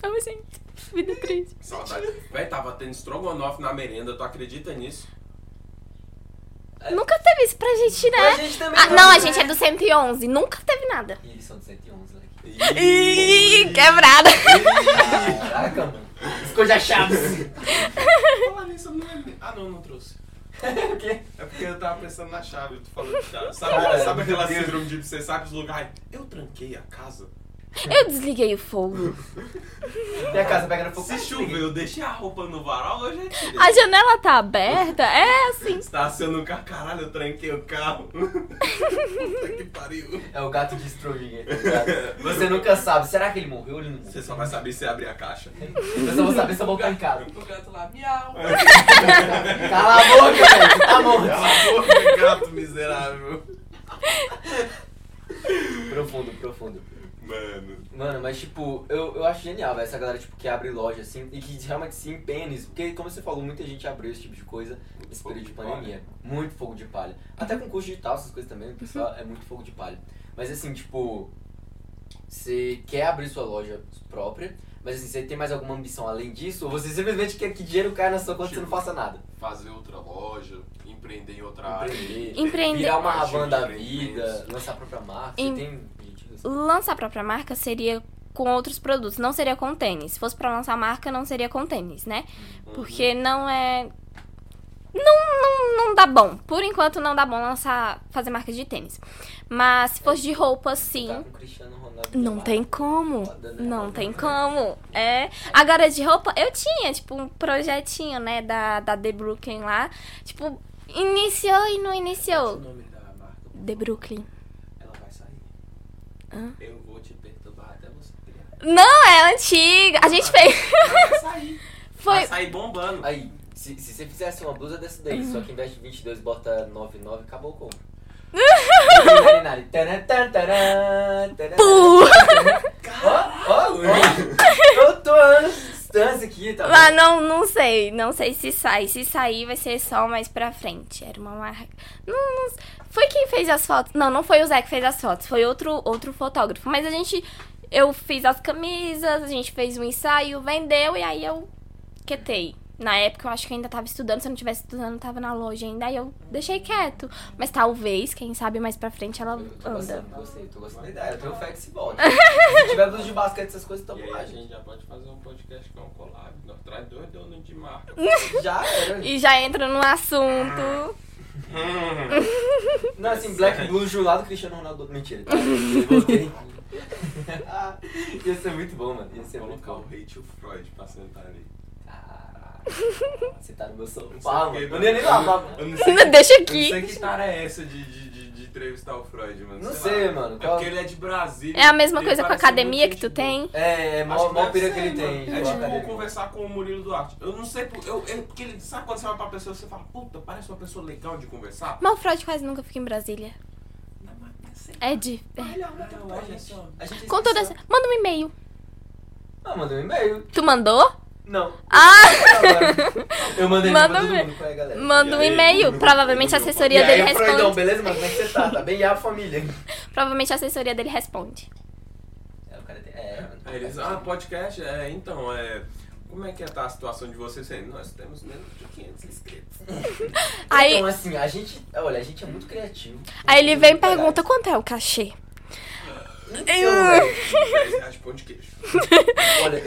Ai, gente. Vida triste. Saudade. Véi, tava tendo estrogonofe na merenda, tu acredita nisso? Nunca teve isso pra gente, A né? gente também. tá Ah, não, a gente é do 111. Nunca teve nada. Ih, são 211 lá aqui. Ih, quebrada. Caraca, mano. Escolha chaves. Falar nisso, eu não lembro. Ah, não, não trouxe. o quê? É porque eu tava pensando na chave, tu falou de chave. Sabe, Cara, sabe aquela meu Deus. síndrome de você sabe os lugares? Eu tranquei a casa. Eu desliguei o fogo. Minha casa pega no fogo. Se chover, eu deixei a roupa no varal, é eu já tirei. A janela tá aberta? É assim. Estaciono o carro, um caralho, eu tranquei o carro. Puta que pariu. É o gato de Schrödinger. tá ligado? Você nunca sabe. Será que ele morreu ou ele não morreu? Você só vai saber se abrir a caixa. Eu só vou saber se eu vou pra casa. É O gato lá, miau. Cala a boca, velho. Você Tá morto. Cala a boca, gato miserável. Profundo, profundo. Mano. Mano, mas tipo, eu, eu acho genial, velho, essa galera tipo, que abre loja assim e que realmente se empenha nisso. Porque, como você falou, muita gente abriu esse tipo de coisa nesse Fogo período de Uhum. de pandemia. Muito fogo de palha. Até com curso digital, essas coisas também, o pessoal é muito fogo de palha. Mas assim, tipo, você quer abrir sua loja própria, mas assim, você tem mais alguma ambição além disso? Ou você simplesmente quer que dinheiro caia na sua conta e você não faça nada? Fazer outra loja, empreender em outra ah, área. Empreender. Empreender. Virar uma Ravan da Empreender. vida, lançar a própria marca, você Em- tem assim. objetivos? Lançar a própria marca seria com outros produtos, não seria com tênis. Se fosse pra lançar marca, não seria com tênis, né? Uhum. Porque não é. Não, não, não dá bom. Por enquanto, não dá bom lançar, fazer marca de tênis. Mas se fosse de roupa, sim. Tá com o Cristiano Ronaldo. Assim, Não lá. tem como. Foda, né? Não tem como. É. Agora de roupa, eu tinha, tipo, um projetinho, né, da, da The Brooklyn lá. Tipo, iniciou e não O iniciou. nome da marca, The Brooklyn. ela vai sair. Hã? Eu vou te perturbar até você criar. Não, é antiga. A gente fez. Ela vai sair. Foi. Vai sair bombando. Aí, se, se você fizesse uma blusa dessa daí, só que em vez de 22 bota 99, acabou com. Pum! Eu tô a anos de distância aqui, tá Lá bom? Ah, não, não sei, não sei se sai. Se sair, vai ser só mais pra frente. Era uma marca. Não, não- Foi quem fez as fotos. Não, não foi o Zé que fez as fotos, foi outro, outro fotógrafo. Mas a gente. Eu fiz as camisas, a gente fez um ensaio, vendeu e aí eu quetei. Na época eu acho que eu ainda tava estudando, se eu não tivesse estudando, eu tava na loja ainda, aí eu deixei quieto. Mas talvez, quem sabe mais pra frente ela Eu tô anda. gostando, gostei, tô gostando da ideia. Eu tenho fé que se volta. Se tiver blusa de basquete, essas coisas, E tamo aí lá, a gente. gente já pode fazer um podcast com um collab. Nós traz dois donos de marca. Já era. E já entra no assunto. Não, assim, Black Blue Julado Cristiano Ronaldo. Mentira. Eu botei. Ia ser muito bom, mano. Ia ser muito Colocar o bom. hate e o Freud pra sentar ali. Caraca. Você tá no meu Não sei sofá, mano. o quê, Eu não ia nem lavar, mano. Eu não sei, eu Deixa não sei aqui. que tara é essa de, de, de, de entrevistar o Freud, mano. Não lá. sei, mano. É Qual- porque ele é de Brasília. É a mesma ele coisa com a parece muito academia que gente tu um boa. tem. É, é Acho mó, que mó deve pira ser, que ele mano. tem. É igual tipo a academia. conversar com o Murilo Duarte. Eu não sei por- eu, eu- porque ele sabe quando você vai pra pessoa, você fala, puta, parece uma pessoa legal de conversar. Mas o Freud quase nunca fica em Brasília. Não, assim, mas você- É de. é. Olha, olha, olha só. A gente Com toda essa. Manda um e-mail. Ah, mandei um e-mail. Tu mandou? Não. Ah! Agora. Eu mandei Manda pra todo um e- mundo, qual é, galera? Manda um E aí, e-mail. no- Provavelmente a no- E assessoria aí, dele o Freudão, responde. beleza? Mas como é que você tá? Tá bem? E a família? Provavelmente a assessoria dele responde. É, o cara tem... É, mano. Aí eles, ah, podcast, é, então, é. Como é que tá a situação de vocês? aí? Nós temos menos de 500 inscritos. Aí, Então, assim, a gente... Olha, a gente é muito criativo. Tá aí ele vem e pergunta quanto é o cachê. Então, velho, 10 reais de pão de queijo. É um Olha,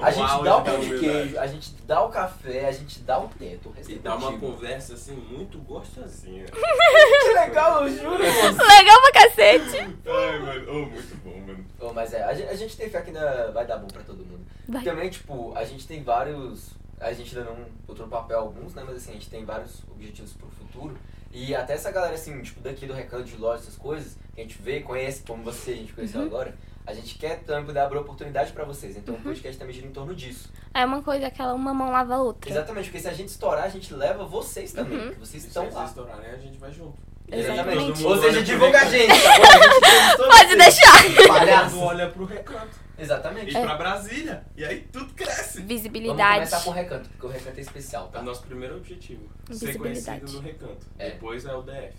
a gente dá o pão de queijo, a gente dá o café, a gente dá o teto. o resto é E dá uma contigo. conversa assim muito gostosinha. Que legal, eu juro, mano. Legal pra cacete. Ai, mano. Oh, muito bom, mano. Ô, mas é, a gente, a gente tem fé que ainda vai dar bom pra todo mundo. Vai. Também, tipo, a gente tem vários. A gente ainda não botou no papel alguns, né? Mas assim, a gente tem vários objetivos pro futuro. E até essa galera, assim, tipo, daqui do recanto de loja, essas coisas, que a gente vê, conhece, como você, a gente conheceu agora, a gente quer também dar abrir oportunidade pra vocês. Então o podcast também gira em torno disso. Aí É uma coisa, aquela uma mão lava a outra. Exatamente, porque se a gente estourar, a gente leva vocês também. Porque vocês Se estão vocês lá. estourarem, a gente vai junto. Exatamente. Ou seja, Todo mundo divulga a olha pro gente, tá bom? A gente tem todos Pode vocês. deixar. Palhaço. Todo mundo um olha pro recanto. E Exatamente. É. pra Brasília. E aí tudo cresce. Vamos Visibilidade. começar com o recanto, porque o recanto é especial, É tá? o nosso primeiro objetivo. Ser Visibilidade. conhecido no recanto. É. Depois é o DF.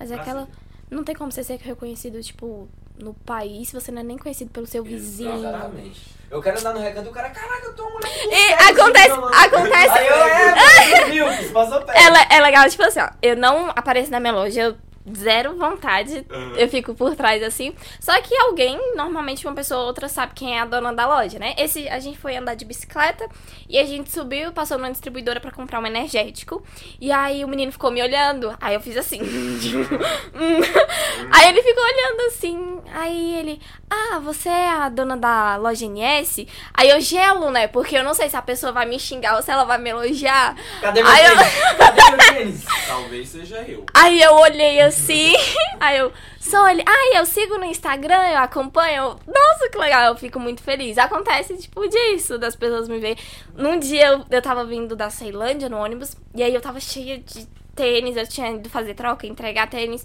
Mas é aquela. Não tem como você ser reconhecido, tipo, no país se você não é nem conhecido pelo seu vizinho. Exato. Exatamente. Eu quero andar no recanto e o cara, caraca, eu tô um moleque. E acontece, acontece. Aí eu, é, você viu, que se passou perto. Ela é legal, tipo assim, ó, eu não apareço na minha loja, eu zero vontade. Uhum. Eu fico por trás assim. Só que alguém, normalmente uma pessoa ou outra, sabe quem é a dona da loja, né? Esse a gente foi andar de bicicleta e a gente subiu, passou numa distribuidora pra comprar um energético. E aí o menino ficou me olhando. Aí eu fiz assim. Hum. aí ele ficou olhando assim. Aí ele, ah, você é a dona da loja NS? Aí eu gelo, né? Porque eu não sei se a pessoa vai me xingar ou se ela vai me elogiar. Cadê meu Aí eu- tênis? Cadê meu tênis? Talvez seja eu. Aí eu olhei assim, aí eu só olhei, ai, eu sigo no Instagram, eu acompanho, eu, nossa, que legal, eu fico muito feliz. Acontece, tipo, disso, das pessoas me verem. Num dia eu, eu tava vindo da Ceilândia no ônibus, e aí eu tava cheia de tênis, eu tinha ido fazer troca, entregar tênis,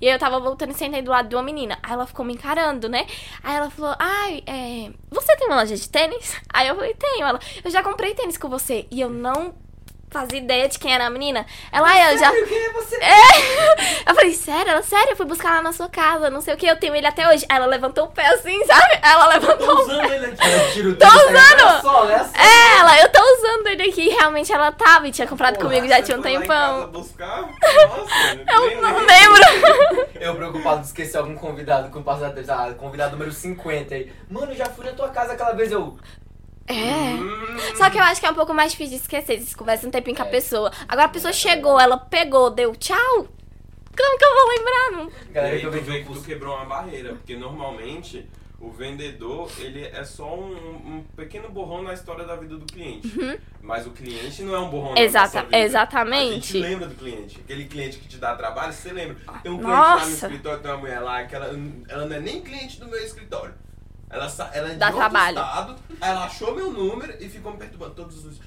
e aí eu tava voltando e sentei do lado de uma menina. Aí ela ficou me encarando, né? Aí ela falou, ai, é, você tem uma loja de tênis? Aí eu falei, tenho. Ela, eu já comprei tênis com você, e eu não fazia ideia de quem era a menina. Ela, "Ah, eu já... Sério, quem é você? É! Eu falei, sério? Ela, sério, eu fui buscar lá na sua casa, não sei o que, eu tenho ele até hoje. Aí Ela levantou o pé assim, sabe? Ela levantou o pé. ele aqui. Eu tiro o Tô tênis, aí, usando! olha só, olha só. É, ela, eu tô usando ele aqui, realmente ela tava e tinha comprado Porra, comigo já tinha um tempão. buscar? Nossa, Eu não lembro. Eu preocupado de esquecer algum convidado com o passar da ah, convidado número 50 aí. Mano, eu já fui na tua casa aquela vez, eu. É. Hum. Só que eu acho que é um pouco mais difícil de esquecer, se conversa um tempinho com a É. pessoa. Agora a pessoa chegou, ela pegou, deu tchau. Como que eu vou lembrar? Não- Galera, Galera, que eu tu vendi vê um que tu curso. quebrou uma barreira, porque normalmente o vendedor, ele é só um, um pequeno borrão na história da vida do cliente. Mas o cliente não é um borrão na Uhum. Exata- nossa vida. exatamente. A gente lembra do cliente. Aquele cliente que te dá trabalho, você lembra. Tem um cliente lá no Nossa. escritório, tem uma mulher lá, que ela, ela não é nem cliente do meu escritório. Ela, sa- ela é de Dá outro trabalho. estado, ela achou meu número e ficou me perturbando todos os dias.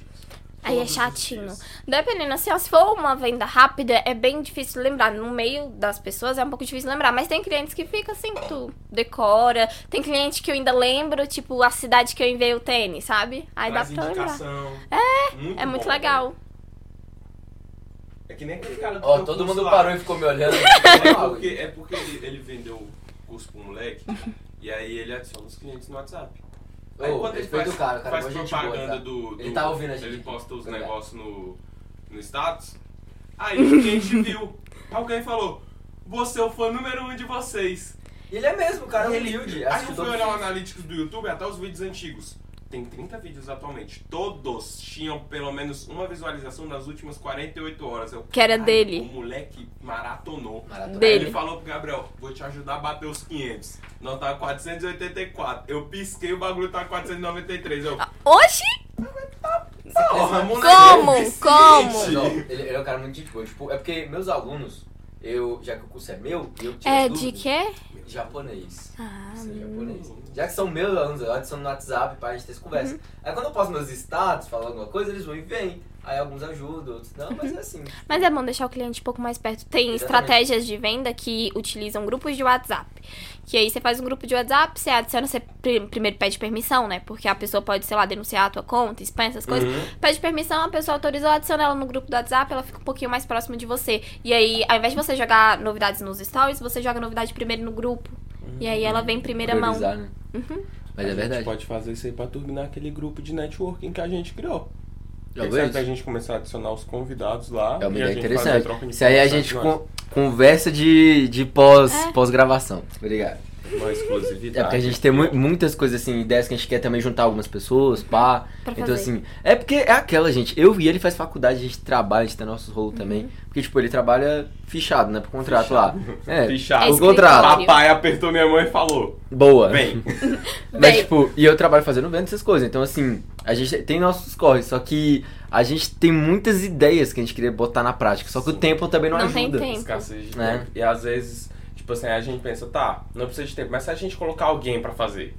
Aí é Todos os chatinho. dias. Dependendo, assim, ó, se for uma venda rápida, é bem difícil lembrar. No meio das pessoas é um pouco difícil lembrar. Mas tem clientes que fica assim, que tu decora. Tem cliente que eu ainda lembro, tipo, a cidade que eu enviei o tênis, sabe? Aí Traz dá pra lembrar. indicação. É, muito É muito bom, legal. É que nem aquele cara do Ó, teu todo curso mundo lá. parou e ficou me olhando. É porque, é porque ele, ele vendeu o curso pro moleque e aí ele adiciona os clientes no WhatsApp. Aí Ô, quando ele respeito faz, do cara, o cara é faz boa gente propaganda boa, tá? do, do- Ele tá ouvindo a gente. Ele posta os Obrigado. negócios no, no status. Aí o cliente viu. Alguém falou: Você é o fã número um de vocês. E ele é mesmo, o cara é Aí ele- humilde. Aí acho que eu todo- fui olhar o analítico do YouTube, até os vídeos antigos. Tem 30 vídeos atualmente. Todos tinham pelo menos uma visualização nas últimas 48 horas. Eu, Que era "Caralho, dele." O moleque maratonou. Maratona. Aí Dele. Ele falou pro Gabriel, vou te ajudar a bater os 500. Nós tá 484. Eu pisquei, o bagulho tá 493. Eu, Oxi! vamos Ah, é Como? ler esse Como? tweet. Não, ele, ele é um cara muito gente boa. Tipo, é porque meus alunos, eu, já que o curso é meu, eu tiro É as de dúvidas. quê? Japonês. Ah, Sim, japonês. Já que são meus alunos, eu adiciono no WhatsApp pra gente ter essa Uhum. conversa. Aí quando eu posto meus status, falo alguma coisa, eles vão e vêm. Aí alguns ajudam, outros não, mas é assim. Mas é bom deixar o cliente um pouco mais perto. Tem Exatamente. estratégias de venda que utilizam grupos de WhatsApp. Que aí você faz um grupo de WhatsApp, você adiciona, você pri- primeiro pede permissão, né? Porque a pessoa pode, sei lá, denunciar a tua conta, spam, essas coisas. Uhum. Pede permissão, a pessoa autorizou, adiciona ela no grupo do WhatsApp, ela fica um pouquinho mais próxima de você. E aí, ao invés de você jogar novidades nos stories, você joga novidade primeiro no grupo. E aí ela vem em primeira mão. Uhum. Priorizar, né? Mas é A gente verdade. pode fazer isso aí pra turbinar aquele grupo de networking que a gente criou. Já Quem vê sabe isso? a gente começar a adicionar os convidados lá. É uma e a ideia gente fazer a interessante. troca de né? Isso aí a informações, gente nós- con- conversa de, de pós, É. pós-gravação. Obrigado. Uma exclusividade. É porque a gente tem mu- muitas coisas assim, ideias que a gente quer também juntar algumas pessoas, pá. Pra Então fazer. assim, é porque é aquela, gente. Eu e ele faz faculdade, a gente trabalha, a gente tem nossos rolos Uhum. também. Porque, tipo, ele trabalha fichado, né? Pro contrato lá. É. É Fechado. o escritório. contrato. Papai apertou minha mão e falou: Boa. Vem. Mas, Bem. tipo, e eu trabalho fazendo vendo essas coisas. Então, assim, a gente tem nossos corres, só que a gente tem muitas ideias que a gente queria botar na prática. Só que o Sim. tempo também não, Não tem ajuda. tempo. escassez de É. tempo. E às vezes, tipo assim, a gente pensa, tá, não precisa de tempo, mas se a gente colocar alguém pra fazer,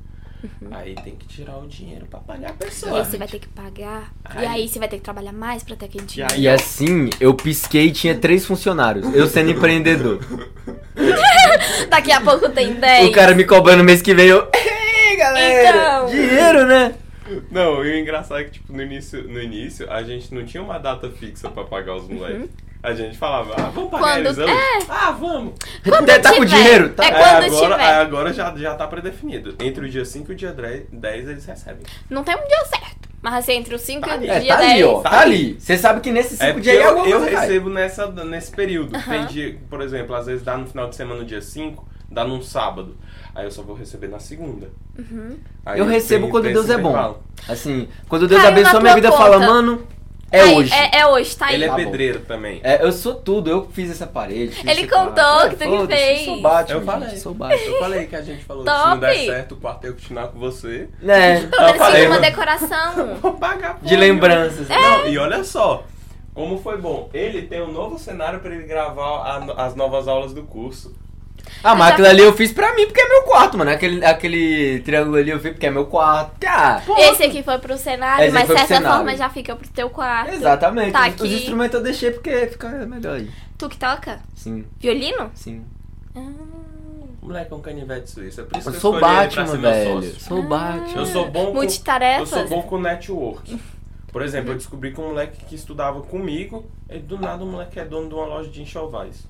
aí tem que tirar o dinheiro pra pagar a E pessoa. aí você Uhum. vai ter que pagar. Ai. E aí você vai ter que trabalhar mais pra ter aquele dinheiro. E assim, eu pisquei e tinha três funcionários. Eu sendo empreendedor. Daqui a pouco tem 10. O cara me cobrando mês que vem, eu. Ei, galera! Então. Dinheiro, né? Não, e o engraçado é que, tipo, no início, no início a gente não tinha uma data fixa pra pagar os moleques. A gente falava, ah, vamos pagar Uhum. Quando- eles hoje? é. Ah, vamos! Quando tá com tiver. dinheiro? Tá. É Aí quando agora, tiver. aí agora já, já tá predefinido. Entre o dia 5 e o dia 10, eles recebem. Não tem um dia certo. Mas assim, entre os 5 Tá ali. e o É, dia tá ali, 10. ó. Tá ali. Você sabe que nesse É cinco porque dias aí eu, alguma eu coisa cai. recebo nessa, nesse período. Tem Aham. dia, por exemplo, às vezes dá no final de semana, no dia 5, dá num sábado. Aí eu só vou receber na segunda. Uhum. Aí Eu recebo tem- um quando tem Deus esse é bom. intervalo. Assim, quando Deus Caiu na abençoa minha tua vida, fala, conta. mano, é Aí, hoje. É, é hoje, tá aí. Ele é Tá bom. pedreiro também. É, eu sou tudo, eu fiz essa parede. fiz Ele esse contou quarto. que tu que foda-se, fez. Sou Batman, Eu falei. gente, sou Batman. Eu falei que a gente falou Top! se não der certo, o quarto eu continuar com você. né? Pelo menos falei, seja uma mano. decoração. Vou pagar De lembranças. né? Não, e olha só. Como foi bom. Ele tem um novo cenário pra ele gravar a no- as novas aulas do curso. A máquina Ah, ali eu fiz pra mim porque é meu quarto, mano. Aquele, aquele triângulo ali eu fiz porque é meu quarto. Ah, Esse aqui foi pro cenário, Esse mas foi pro certa cenário. forma já fica pro teu quarto. Exatamente. Tá os, os aqui. instrumentos eu deixei porque fica melhor aí. Tu que toca? Sim, Violino? sim. Ah, O moleque é um canivete suíço. É por isso Eu que eu sou escolhi ele pra Batman, ser meu velho. sócio. Ah. Sou Batman. Eu sou bom com Eu multitarefas. sou bom com network. Por exemplo, eu descobri que um moleque que estudava comigo, e do nada o moleque é dono de uma loja de enxovais.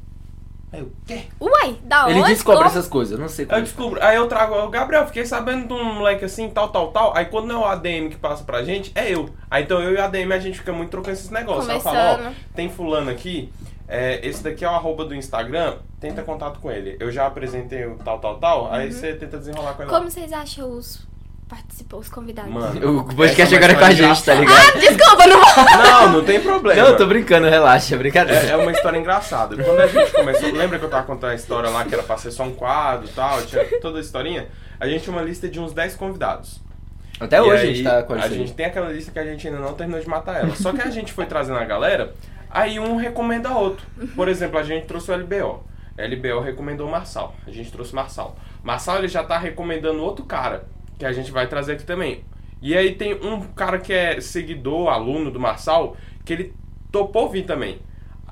Aí eu, quê? Uai, da Ele onde? descobre Como? essas coisas, eu não sei Aí eu como. descubro, aí eu trago, o Gabriel, fiquei sabendo de um moleque assim, tal, tal, tal. Aí quando não é o ADM que passa pra gente, é eu. Aí então eu e o ADM a gente fica muito trocando esses negócios. Aí eu falo, ó, Conversando. tem fulano aqui, é, esse daqui é o arroba do Instagram, tenta contato com ele. Eu já apresentei o tal, tal, tal, aí você tenta desenrolar com ele. lá. Como vocês acham os participantes, os convidados? Mano. O podcast Essa agora é com a vai ser gente, tá engraçada. ligado? Desculpa, não vou. Não, não tem problema. Não, eu tô brincando, relaxa, é brincadeira. É, é uma história engraçada. Quando a gente começou, lembra que eu tava contando a história lá que era pra ser só um quadro e tal, tinha toda a historinha? A gente tinha uma lista de uns 10 convidados. Até E hoje aí, a gente tá com a A gente gente. tem aquela lista que a gente ainda não terminou de matar ela. Só que a gente foi trazendo a galera, aí um recomenda outro. Por exemplo, a gente trouxe o LBO. LBO recomendou o Marçal. A gente trouxe o Marçal. Marçal ele já tá recomendando outro cara, que a gente vai trazer aqui também. E aí tem um cara que é seguidor, aluno do Marçal, que ele topou vir também.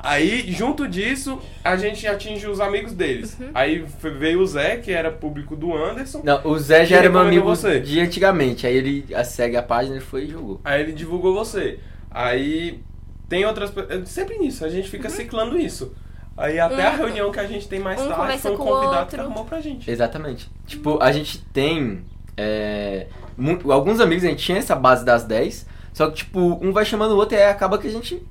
Aí, junto disso, a gente atinge os amigos deles. Aí veio o Zé, que era público do Anderson. Não, o Zé já Quem era meu amigo recomendou você? de antigamente. Aí ele a- segue a página e foi e jogou. Aí ele divulgou você. Aí tem outras. pe- é Sempre nisso, a gente fica ciclando isso. Aí até a reunião que a gente tem mais Uhum. um tarde conversa foi um com o convidado que outro. arrumou pra gente. Exatamente. Tipo, a gente tem. é, mu- alguns amigos, a gente tinha essa base das 10. Só que, tipo, um vai chamando o outro e aí acaba que a gente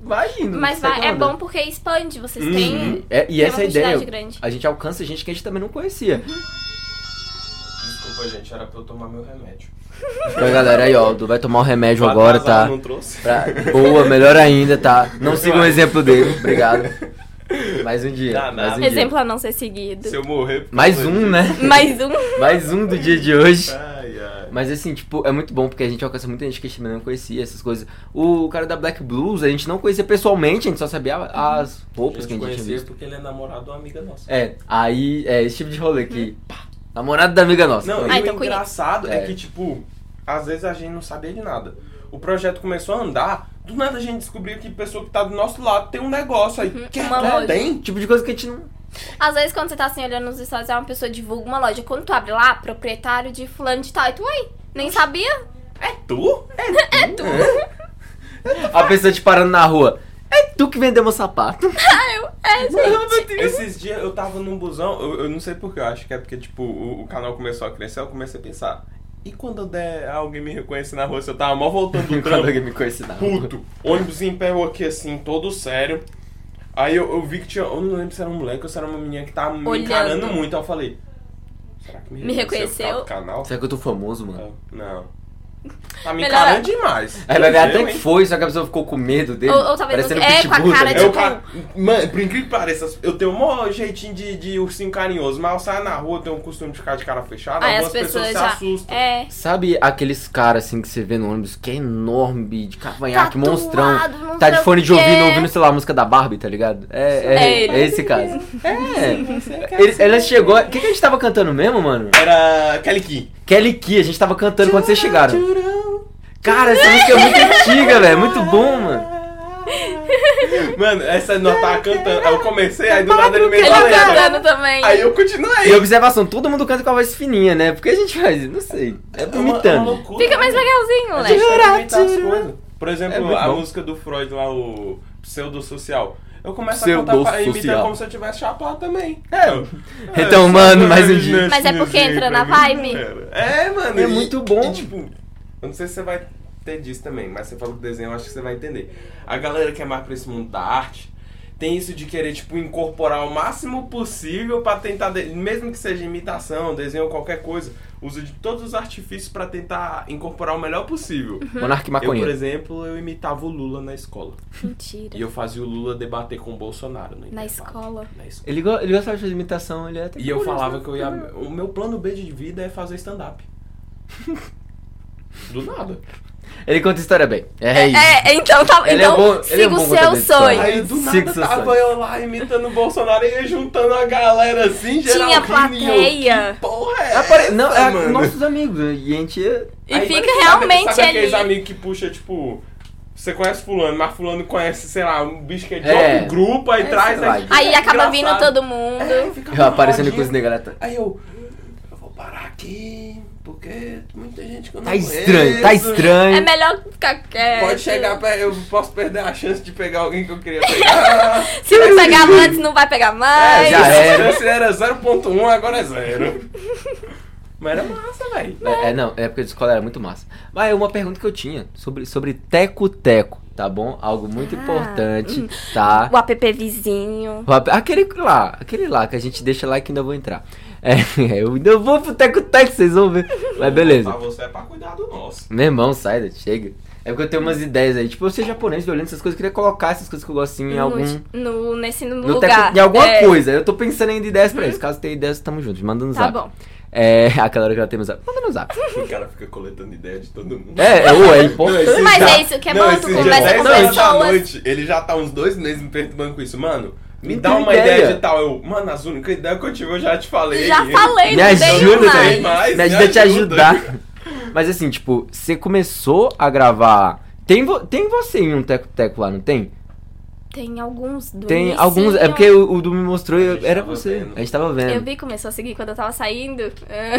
vai indo. Mas segue vai- é onda. bom porque expande, vocês Uhum. têm. É, e tem essa uma é a ideia. quantidade grande. A gente alcança gente que a gente também não conhecia. Desculpa, gente, era pra eu tomar meu remédio. Então, galera, aí, ó, o Du vai tomar o remédio Tô agora, atrasado, tá? Não trouxe. Pra- Boa, melhor ainda, tá? Não sigam o exemplo dele, obrigado. Mais um dia. Dá Mais nada. um dia. Exemplo a não ser seguido. Se eu morrer. por Mais causa um, disso. né? Mais um. Mais um do dia de hoje. Ai, ai. Mas assim, tipo, é muito bom porque a gente alcança muita gente que a gente não conhecia essas coisas. O cara da Black Blues, a gente não conhecia pessoalmente, a gente só sabia as roupas a que a gente tinha gente conhecia visto. porque ele é namorado de uma amiga nossa. É, aí é esse tipo de rolê Uhum. que. Pá, namorado da amiga nossa. Não, Então, Ah, e então o conheço. engraçado é. É. que, tipo, às vezes a gente não sabia de nada. O projeto começou a andar, do nada a gente descobriu que pessoa que tá do nosso lado tem um negócio aí. que uma até loja. tem. Tipo de coisa que a gente não. Às vezes, quando você tá assim olhando nos stories, é uma pessoa divulga uma loja. Quando tu abre lá, proprietário de fulano de tal, e tu, uai, nem sabia? Tu? É tu. É, A pessoa te parando na rua. É tu que vendeu meu sapato. É, gente. Esses dias eu tava num busão, eu, eu não sei porquê, eu acho que é porque, tipo, o, o canal começou a crescer, eu comecei a pensar. E quando eu der alguém me reconhecer na rua, se eu tava mal voltando do Quando trampo, alguém me conhece na rua. puto, ônibus em pé, eu aqui assim, todo sério. Aí eu, eu vi que tinha, eu não lembro se era um moleque ou se era uma menina que tava me Olhando. encarando muito, aí eu falei, será que me, Me reconheceu? por causa do canal? Será que eu tô famoso, mano? Não. Tá me Melhor- encarando demais. Aí vai ver Eu, é até que hein? foi, só que a pessoa ficou com medo dele. Ou- ou talvez parecendo você- é, um- com a pitbull, cara tá de- Eu, ligado? cara, mano, por incrível que pareça, eu tenho o maior jeitinho de, de ursinho carinhoso, mas eu saio na rua, eu tenho o costume de ficar de cara fechada, Aí algumas as pessoas se já. assustam. É. Sabe aqueles caras assim que você vê no ônibus que é enorme, de cavanhaque, Tatuado, monstrão. não Tá de sei o fone de ouvido quê. ouvindo, sei lá, a música da Barbie, tá ligado? É, é, É ele. é esse caso. É. Ele, ela chegou. O que, que a gente tava cantando mesmo, mano? Era Kelly Key. Kelly Key, a gente tava cantando quando vocês chegaram. Cara, essa música é muito antiga, velho. Muito bom, É. mano. tá? Mano, essa nota tava cantando, aí eu comecei, aí do nada ele me Ele tá deu a letra. cantando também. Aí eu continuei. E observação, todo mundo canta com a voz fininha, né? Porque a gente faz, não sei. É É uma- é uma imitando. loucura, Fica mais né? legalzinho, A gente moleque. tem que Tira, inventar as tira. coisas. Por É exemplo, muito a bom. música do Freud lá, o pseudo-social. Eu começo a cantar pra Pseudo-social. imitar como se eu tivesse chapado também. É. Retomando mais um dia. Mas é porque entra na vibe. É, mano. É e- muito bom. E, tipo, eu não sei se você vai ter disso também, mas você fala do desenho, eu acho que você vai entender. A galera que é mais pra esse mundo da arte tem isso de querer, tipo, incorporar o máximo possível pra tentar, de- mesmo que seja imitação, desenho ou qualquer coisa, usa de todos os artifícios pra tentar incorporar o melhor possível. Monarque Eu, por maconheiro. exemplo, eu imitava o Lula na escola. Mentira. E eu fazia o Lula debater com o Bolsonaro. no Na intervalo. escola. Na escola. Ele, go- ele gostava de fazer imitação, ele é até E eu curioso, falava né? que eu ia. O meu plano B de vida é fazer stand-up. Do nada. Ele conta história bem. É, isso. É, é, então tá. Ele é então bom- ele é siga bom o contador seu de história. sonho. Aí do Six nada Sense. tava eu lá imitando o Bolsonaro e ia juntando a galera assim, geral. Tinha rindo, e eu, plateia. "Que Porra, é. Apare- Não, essa, é mano?" nossos amigos. né? E a gente. ia- E Aí, fica sabe- realmente sabe aqueles ali. amigos que puxa, tipo. Você conhece fulano, mas fulano conhece, sei lá, um bicho que é de É. outro grupo, aí É, traz... né? sei lá. fica Aí acaba engraçado. vindo todo mundo. É, fica Eu aparecendo com rodinha. os negros. Aí eu, eu vou parar aqui, porque muita gente que eu não Tá estranho, tá conheço. É estranho. melhor ficar quieto. Pode chegar, pra, eu posso perder a chance de pegar alguém que eu queria pegar. Se não pegar antes, não vai pegar mais. É, já A era. chance era 0.1, agora é zero. Mas era massa, velho. É, é, não, a época de escola era muito massa. Mas uma pergunta que eu tinha sobre, sobre teco-teco, tá bom? Algo muito Ah. importante, tá? O app vizinho. O ap- Aquele lá, aquele lá que a gente deixa lá que ainda vou entrar. É, eu ainda vou pro teco-teco, vocês vão ver. Mas beleza. Pra você é pra cuidar do nosso. Meu irmão, sai, daí, chega. É porque eu tenho umas ideias aí. Tipo, eu ser japonês, olhando essas coisas, eu queria colocar essas coisas que eu gosto assim, em algum. No, no- nesse No lugar. teco- em alguma É, Hum. coisa. Eu tô pensando ainda em ideias pra isso. Caso tenha ideias, tamo junto. Manda no Tá zap. bom. É, aquela hora que ela tem no zap. Manda no zap. O cara fica coletando ideia de todo mundo. É, é, ué, é Não, importante. esse Mas dia- é isso que é bom, tu esse dia conversa 10 com horas da pessoas. noite, ele já tá uns dois meses me perturbando com isso. Mano, me Não dá tem uma ideia. ideia. de tal. Eu, mano, as únicas ideias que eu tive eu já te falei. Já falei, Me não tem ajuda, mais. velho. mais, Me me ajuda a te ajuda. ajudar. Mas assim, tipo, você começou a gravar. Tem, vo- tem você em um teco-teco lá, não tem? Tem alguns do Tem Nissin, alguns. É ó. porque o, o Du me mostrou e A eu- gente era tava você. vendo. A gente tava vendo. Eu vi, começou a seguir quando eu tava saindo. É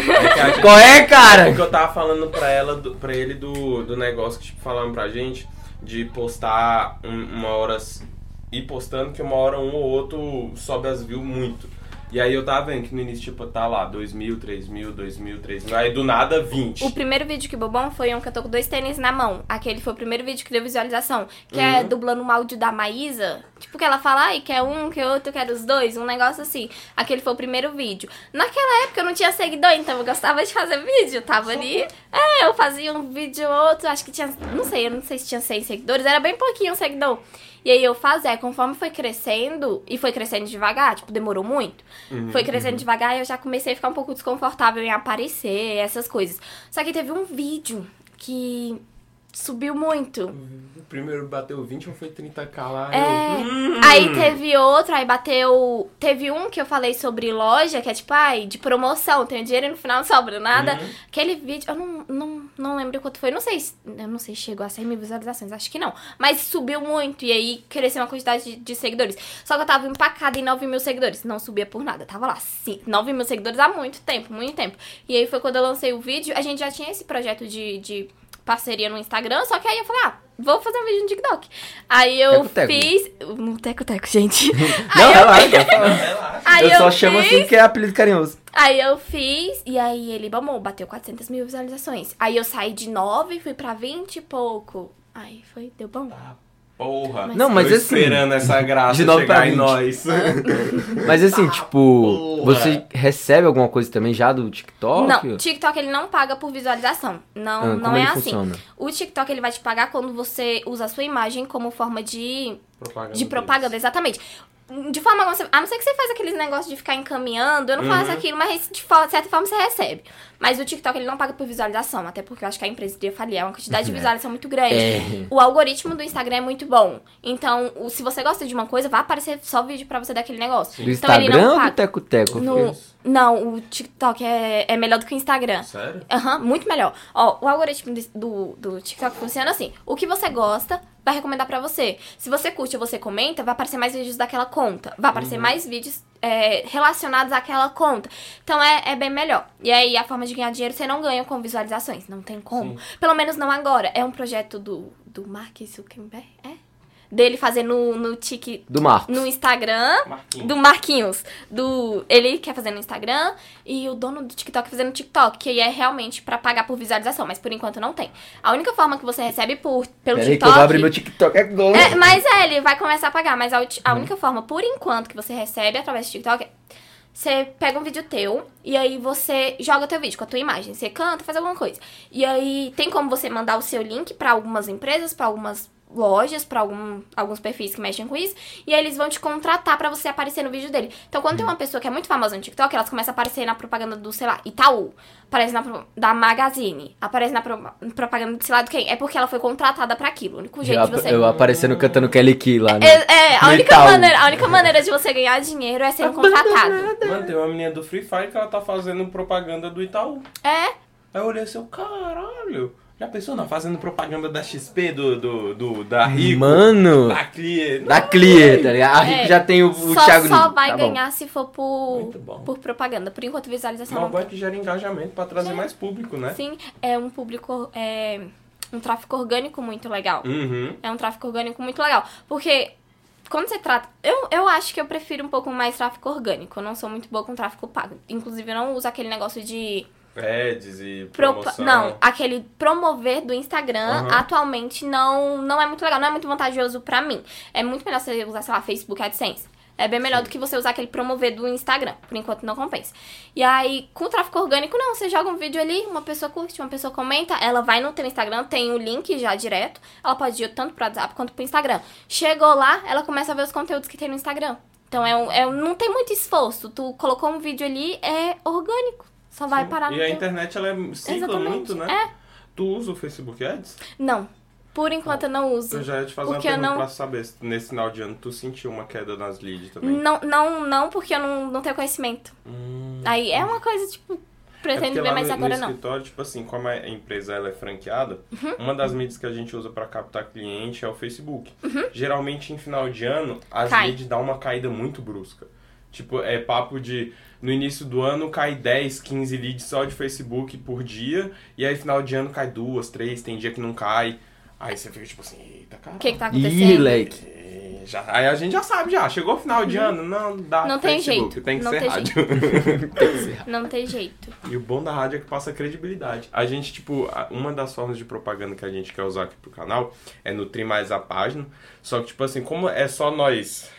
que a gente- Qual é, cara? O que eu tava falando pra ela, do, pra ele do, do negócio que tipo, falaram pra gente de postar um- uma hora s- ir postando que uma hora um ou outro sobe as views muito. E aí eu tava vendo que no início, tipo, tá lá, 2 mil, 3 mil, 2 mil, 3 mil, aí do nada 20. O primeiro vídeo que bobão foi um que eu tô com dois tênis na mão. Aquele foi o primeiro vídeo que deu visualização. Que é dublando um áudio da Maísa. Tipo, que ela fala, ai, quer um, quer outro, quer os dois. Um negócio assim. Aquele foi o primeiro vídeo. Naquela época eu não tinha seguidor, então eu gostava de fazer vídeo. Eu Tava ali. É, eu fazia um vídeo outro. Acho que tinha. Não sei, eu não sei se tinha seis seguidores. Era bem pouquinho um o seguidor. E aí eu fazia. Conforme foi crescendo, e foi crescendo devagar, tipo, demorou muito. Uhum. foi crescendo devagar e eu já comecei a ficar um pouco desconfortável em aparecer, essas coisas. Só que teve um vídeo que subiu muito. O primeiro bateu 20 ou foi 30k lá? É. Eu... Aí teve outro, aí bateu. Teve um que eu falei sobre loja, que é tipo, ai, de promoção, tenho dinheiro e no final não sobra nada. Aquele vídeo, eu não, não, não lembro quanto foi, não sei, se- eu não sei se chegou a 100 mil visualizações, acho que não. Mas subiu muito, e aí cresceu uma quantidade de, de seguidores. Só que eu tava empacada em 9 mil seguidores, não subia por nada, tava lá, sim, 9 mil seguidores há muito tempo, muito tempo. E aí foi quando eu lancei o vídeo, a gente já tinha esse projeto de. de parceria no Instagram, só que aí eu falei, ah, vou fazer um vídeo no TikTok. Aí eu Teco-teco. fiz fiz. No teco-teco, gente. Não, aí eu, relaxa. fala. aí eu só chamo fiz, assim que é apelido carinhoso. Aí eu fiz, e aí ele bamou, bateu 400 mil visualizações. Aí eu saí de 9, fui pra 20 e pouco. Aí foi, deu bom. Porra. Mas- Não, mas Tô assim. esperando essa graça de nove chegar pra em vinte. nós. Ah, Mas Tá, assim, tipo, Boa. você recebe alguma coisa também já do TikTok? Não, TikTok ele não paga por visualização. Não, Ah, como não é ele assim. funciona? O TikTok ele vai te pagar quando você usa a sua imagem como forma de Propaganda De propaganda, exatamente. De forma alguma, você- a não ser que você faz aqueles negócios de ficar encaminhando, eu não faço Uhum. aquilo, mas de fo- certa forma você recebe. Mas o TikTok ele não paga por visualização, até porque eu acho que a empresa iria falir, é uma quantidade de visualização muito grande. É. O algoritmo do Instagram é muito bom. Então, o- se você gosta de uma coisa, vai aparecer só vídeo pra você daquele negócio. Do então ele Instagram não ou do paga. Teco-Teco? No- não, o TikTok é, é melhor do que o Instagram. Sério? Aham, muito melhor. Ó, o algoritmo do, do, do TikTok funciona assim. O que você gosta, vai recomendar pra você. Se você curte ou você comenta, vai aparecer mais vídeos daquela conta. Vai aparecer mais vídeos é, relacionados àquela conta. Então é, é bem melhor. E aí, a forma de ganhar dinheiro, você não ganha com visualizações. Não tem como. Pelo menos não agora. É um projeto do, do Mark Zuckerberg, é? Dele fazer no, no Tik Do Marcos. no Instagram Marquinhos. do Marquinhos. Do, ele quer fazer no Instagram e o dono do TikTok fazendo no TikTok, que aí é realmente pra pagar por visualização, mas por enquanto não tem. A única forma que você recebe por, Peraí pelo que eu TikTok. vou abrir meu TikTok agora. É, mas é, ele vai começar a pagar, mas a, ulti- a única forma por enquanto que você recebe através do TikTok é você pega um vídeo teu e aí você joga teu vídeo com a tua imagem. Você canta, faz alguma coisa. E aí tem como você mandar o seu link pra algumas empresas, pra algumas lojas, pra algum, alguns perfis que mexem com isso. E aí eles vão te contratar pra você aparecer no vídeo dele. Então quando tem uma pessoa que é muito famosa no TikTok, elas começam a aparecer na propaganda do, sei lá, Itaú. Aparece na pro- da Magazine. Aparece na pro- propaganda do sei lá do quem. É porque ela foi contratada pra aquilo. O único jeito de eu, você... eu aparecendo cantando Kelly Key lá, né? É, é, a No única, Itaú. maneira, a única maneira de você ganhar dinheiro é sendo contratado. Mano, tem uma menina do Free Fire que ela tá fazendo propaganda do Itaú. É, Aí eu olhei assim, caralho. Já pensou não? Fazendo propaganda da XP do, do, do da Rico? Mano, Da Clear. da Clear, tá ligado? A Rico É. já tem o, o só, Thiago só Nunes. vai Tá bom. ganhar se for por, Muito bom. por propaganda. Por enquanto, visualização Uma não. boa que gera engajamento pra trazer mais público, né? Sim, é um público. É, um tráfico orgânico muito legal. Uhum. É um tráfico orgânico muito legal. Porque quando você trata. Eu, eu acho que eu prefiro um pouco mais tráfico orgânico. Eu não sou muito boa com tráfico pago. Inclusive, eu não uso aquele negócio de. Ads e Propa- promoção. né? Não, aquele promover do Instagram Aham. atualmente não, não é muito legal, não é muito vantajoso pra mim. É muito melhor você usar, sei lá, Facebook AdSense. É bem melhor do que você usar aquele promover do Instagram. Por enquanto não compensa. E aí, com o tráfego orgânico, não. Você joga um vídeo ali, uma pessoa curte, uma pessoa comenta, ela vai no teu Instagram, tem o link já direto. Ela pode ir tanto pro WhatsApp quanto pro Instagram. Chegou lá, ela começa a ver os conteúdos que tem no Instagram. Então é um, é um- não tem muito esforço. Tu colocou um vídeo ali, é orgânico. Só vai parar no E a teu- internet, ela é cicla Exatamente. muito, né? É. Tu usa o Facebook Ads? Não. Por enquanto eu não Eu uso. já ia te fazer Porque eu uma pergunta não- pra saber se nesse final de ano tu sentiu uma queda nas leads também. Não, não, não, porque eu não, não tenho conhecimento. Hum. Aí é uma coisa, tipo, É pretendo porque ver, lá mas no, agora no não. Uhum. escritório, tipo assim, como a empresa ela é franqueada, uma das mídias que a gente usa pra captar cliente é o Facebook. Geralmente, em final de ano, as Uhum. Cai. leads dão uma caída muito brusca. Tipo, é papo de... No início do ano, cai 10, 15 leads só de Facebook por dia. E aí, final de ano, cai duas, três, tem dia que não cai. Aí você fica tipo assim, eita, cara. O que, que tá Ih, acontecendo? leque. É, já- aí a gente já sabe já, chegou o final de ano, não dá Uhum. Não tem Facebook, jeito, tem que não ser tem rádio. Não tem jeito. E o bom da rádio é que passa credibilidade. A gente, tipo, a- uma das formas de propaganda que a gente quer usar aqui pro canal é nutrir mais a página. Só que, tipo assim, como é só nós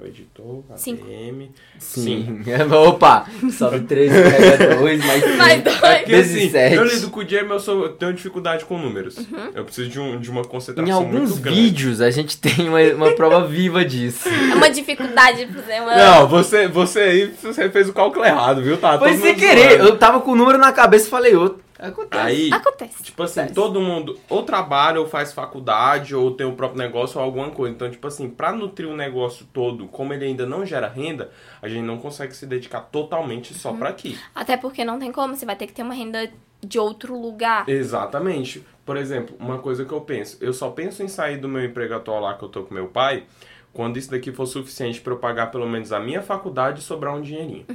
o editor, a Cinco. PM. Sim. Opa, sobe 3, pega 2, mais 5. Mais dois. É porque, assim, 17. eu lido com o Jeremy, eu, sou, eu tenho dificuldade com números. Eu preciso de, um, de uma Em concentração alguns muito grande. vídeos a gente tem uma, uma prova viva disso. É uma dificuldade pra fazer uma. Não, você, você aí você fez o cálculo errado, viu? Tá, Foi todo sem mundo querer, zoando. eu tava com o número na cabeça e falei outro. Acontece. Aí, Acontece. tipo assim, todo mundo ou trabalha, ou faz faculdade, ou tem o próprio negócio, ou alguma coisa. Então, tipo assim, pra nutrir o negócio todo, como ele ainda não gera renda, a gente não consegue se dedicar totalmente só pra aqui. Até porque não tem como, você vai ter que ter uma renda de outro lugar. Exatamente. Por exemplo, uma coisa que eu penso, eu só penso em sair do meu emprego atual lá que eu tô com meu pai, quando isso daqui for suficiente pra eu pagar pelo menos a minha faculdade e sobrar um dinheirinho.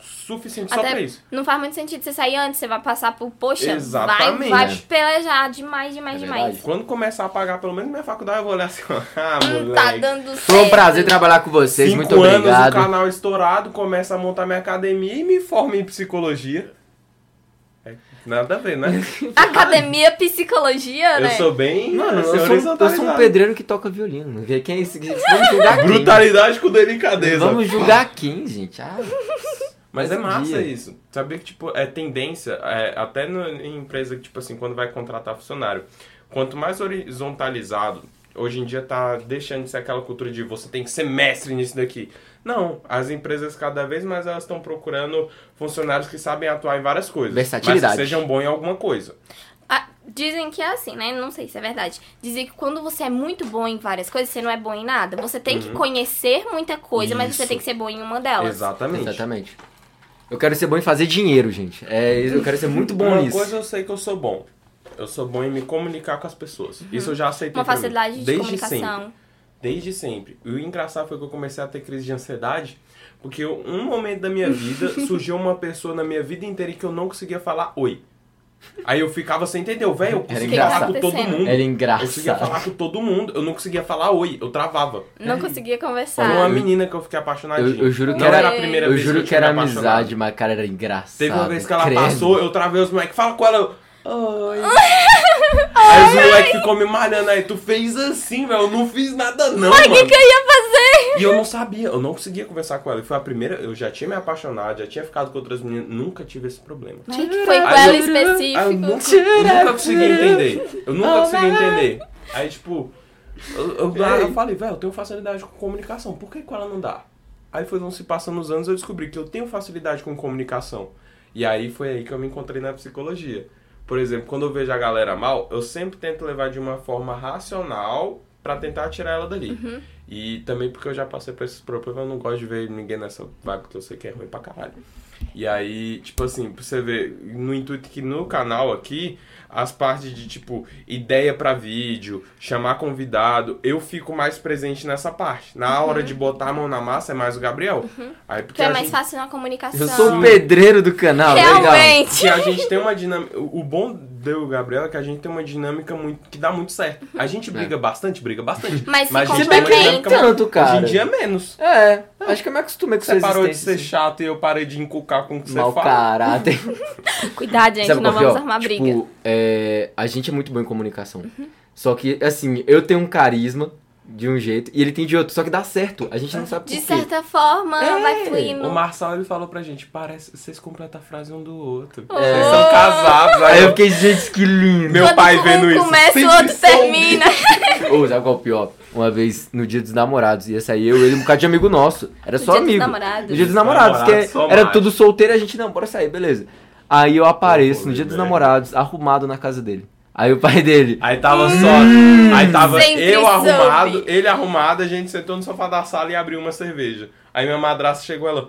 Suficiente só Uhum. Até- pra isso. Não faz muito sentido você sair antes, você vai passar por, poxa, Exatamente. vai, vai pelejar demais, demais, É demais. verdade. Quando começar a pagar pelo menos minha faculdade, eu vou olhar assim, ó, ah, Hum, tá moleque. dando certo. Foi um prazer trabalhar com vocês, Cinco muito anos, obrigado. o canal estourado, começa a montar minha academia e me forma em psicologia. É, nada a ver, né? Academia, psicologia, eu né? sou bem... Mano, assim, eu sou, eu sou um horizontalizado. pedreiro que toca violino. Quem é esse? Vamos julgar quem? Brutalidade com delicadeza. Vamos julgar quem, gente? Ah, Mas é Mas um massa dia. isso. Sabia que, tipo, é tendência, é, até no- em empresa que, tipo assim, quando vai contratar funcionário, quanto mais horizontalizado, hoje em dia tá deixando de ser aquela cultura de você tem que ser mestre nisso daqui. Não, as empresas cada vez mais elas estão procurando funcionários que sabem atuar em várias coisas. Mas Versatilidade. que sejam bons em alguma coisa. Ah, dizem que é assim, né? Não sei se é verdade. Dizem que quando você é muito bom em várias coisas, você não é bom em nada. Você tem que conhecer muita coisa, mas você Uhum. Isso. tem que ser bom em uma delas. Exatamente. exatamente. Eu quero ser bom em fazer dinheiro, gente. É, eu quero ser muito bom Uma nisso. coisa eu sei que eu sou bom. Eu sou bom em me comunicar com as pessoas. Isso eu já aceitei Uhum. Uma pra mim, facilidade de desde sempre. comunicação. Desde sempre. E o engraçado foi que eu comecei a ter crise de ansiedade, porque eu- um momento da minha vida surgiu uma pessoa na minha vida inteira que eu não conseguia falar oi. Aí eu ficava sem entender, eu, velho, eu conseguia falar engraçado. com todo mundo. Era Eu conseguia engraçado. falar com todo mundo, eu não conseguia falar oi, eu travava. Não conseguia Foi uma conversar. menina que eu fiquei apaixonadinho. Eu- eu juro que não era- era a primeira Eu vez juro eu que era tinha me apaixonado. amizade, mas cara, era engraçado. Teve uma vez que ela Credo. passou, eu travei os moleques, fala com ela, eu, oi. Aí os moleques ficou me malhando aí, tu fez assim, velho, eu não fiz nada não, Mas o mano. que, que eu ia fazer? E eu não sabia, eu não conseguia conversar com ela. E Foi a primeira, eu já tinha me apaixonado, já tinha ficado com outras meninas, nunca tive esse problema. Mas que tipo, foi com Aí ela eu- Aí eu nunca, específico. é eu nunca consegui entender. Eu nunca consegui entender. Aí, tipo, eu, eu, aí eu falei, velho, eu tenho facilidade com comunicação, por que com ela não dá? Aí foram se passando os anos, eu descobri que eu tenho facilidade com comunicação. E aí foi aí que eu me encontrei na psicologia. Por exemplo, quando eu vejo a galera mal, eu sempre tento levar de uma forma racional pra tentar tirar ela dali. E também porque eu já passei por esses problemas, eu não gosto de ver ninguém nessa vibe porque eu sei que é ruim pra caralho. E aí, tipo assim, pra você ver, no intuito que no canal aqui, as partes de, tipo, ideia pra vídeo, chamar convidado, eu fico mais presente nessa parte. Na hora de botar a mão na massa é mais o Gabriel. Aí porque Que Uhum. é a mais gente- fácil na comunicação. Eu sou o pedreiro do canal, tá legal. Realmente. que a gente tem uma dinâmica. O o bom do Gabriel é que a gente tem uma dinâmica muito que dá muito certo. A gente briga bastante, briga bastante. Mas se a gente Se tem Você bem uma que nem dinâmica- tanto, Hoje cara. em dia menos. É, acho que eu me acostumei com Você sua parou de ser existência. assim. chato e eu parei de encucar com o que você Mau fala. caráter. Cuidado, gente, Sabe não qual que é, vamos ó? arrumar Tipo, briga. é, a gente é muito bom em comunicação. Só que, assim, eu tenho um carisma de um jeito e ele tem de outro. Só que dá certo. A gente não sabe por De quê. certa forma, É. vai fluindo. O Marçal ele falou pra gente, parece vocês completam a frase um do outro. É. Vocês são casados. Aí Aí eu eu... fiquei, gente, que lindo. Meu Quando pai um vendo isso. começa, Sempre o outro soube. termina. Ô, sabe qual é o pior? Uma vez, no dia dos namorados, ia sair eu e ele um bocado de amigo nosso. Era No só dia dos amigo. namorados. No dia dos namorados, Namorados, que é- só era mais. tudo solteiro, a gente, não, bora sair, beleza. Aí eu apareço Pô, no dia dos velho. namorados, arrumado na casa dele. Aí o pai dele, Aí tava só. Aí tava Sempre eu arrumado, soube. ele arrumado, a gente sentou no sofá da sala e abriu uma cerveja. Aí minha madrasta chegou ela.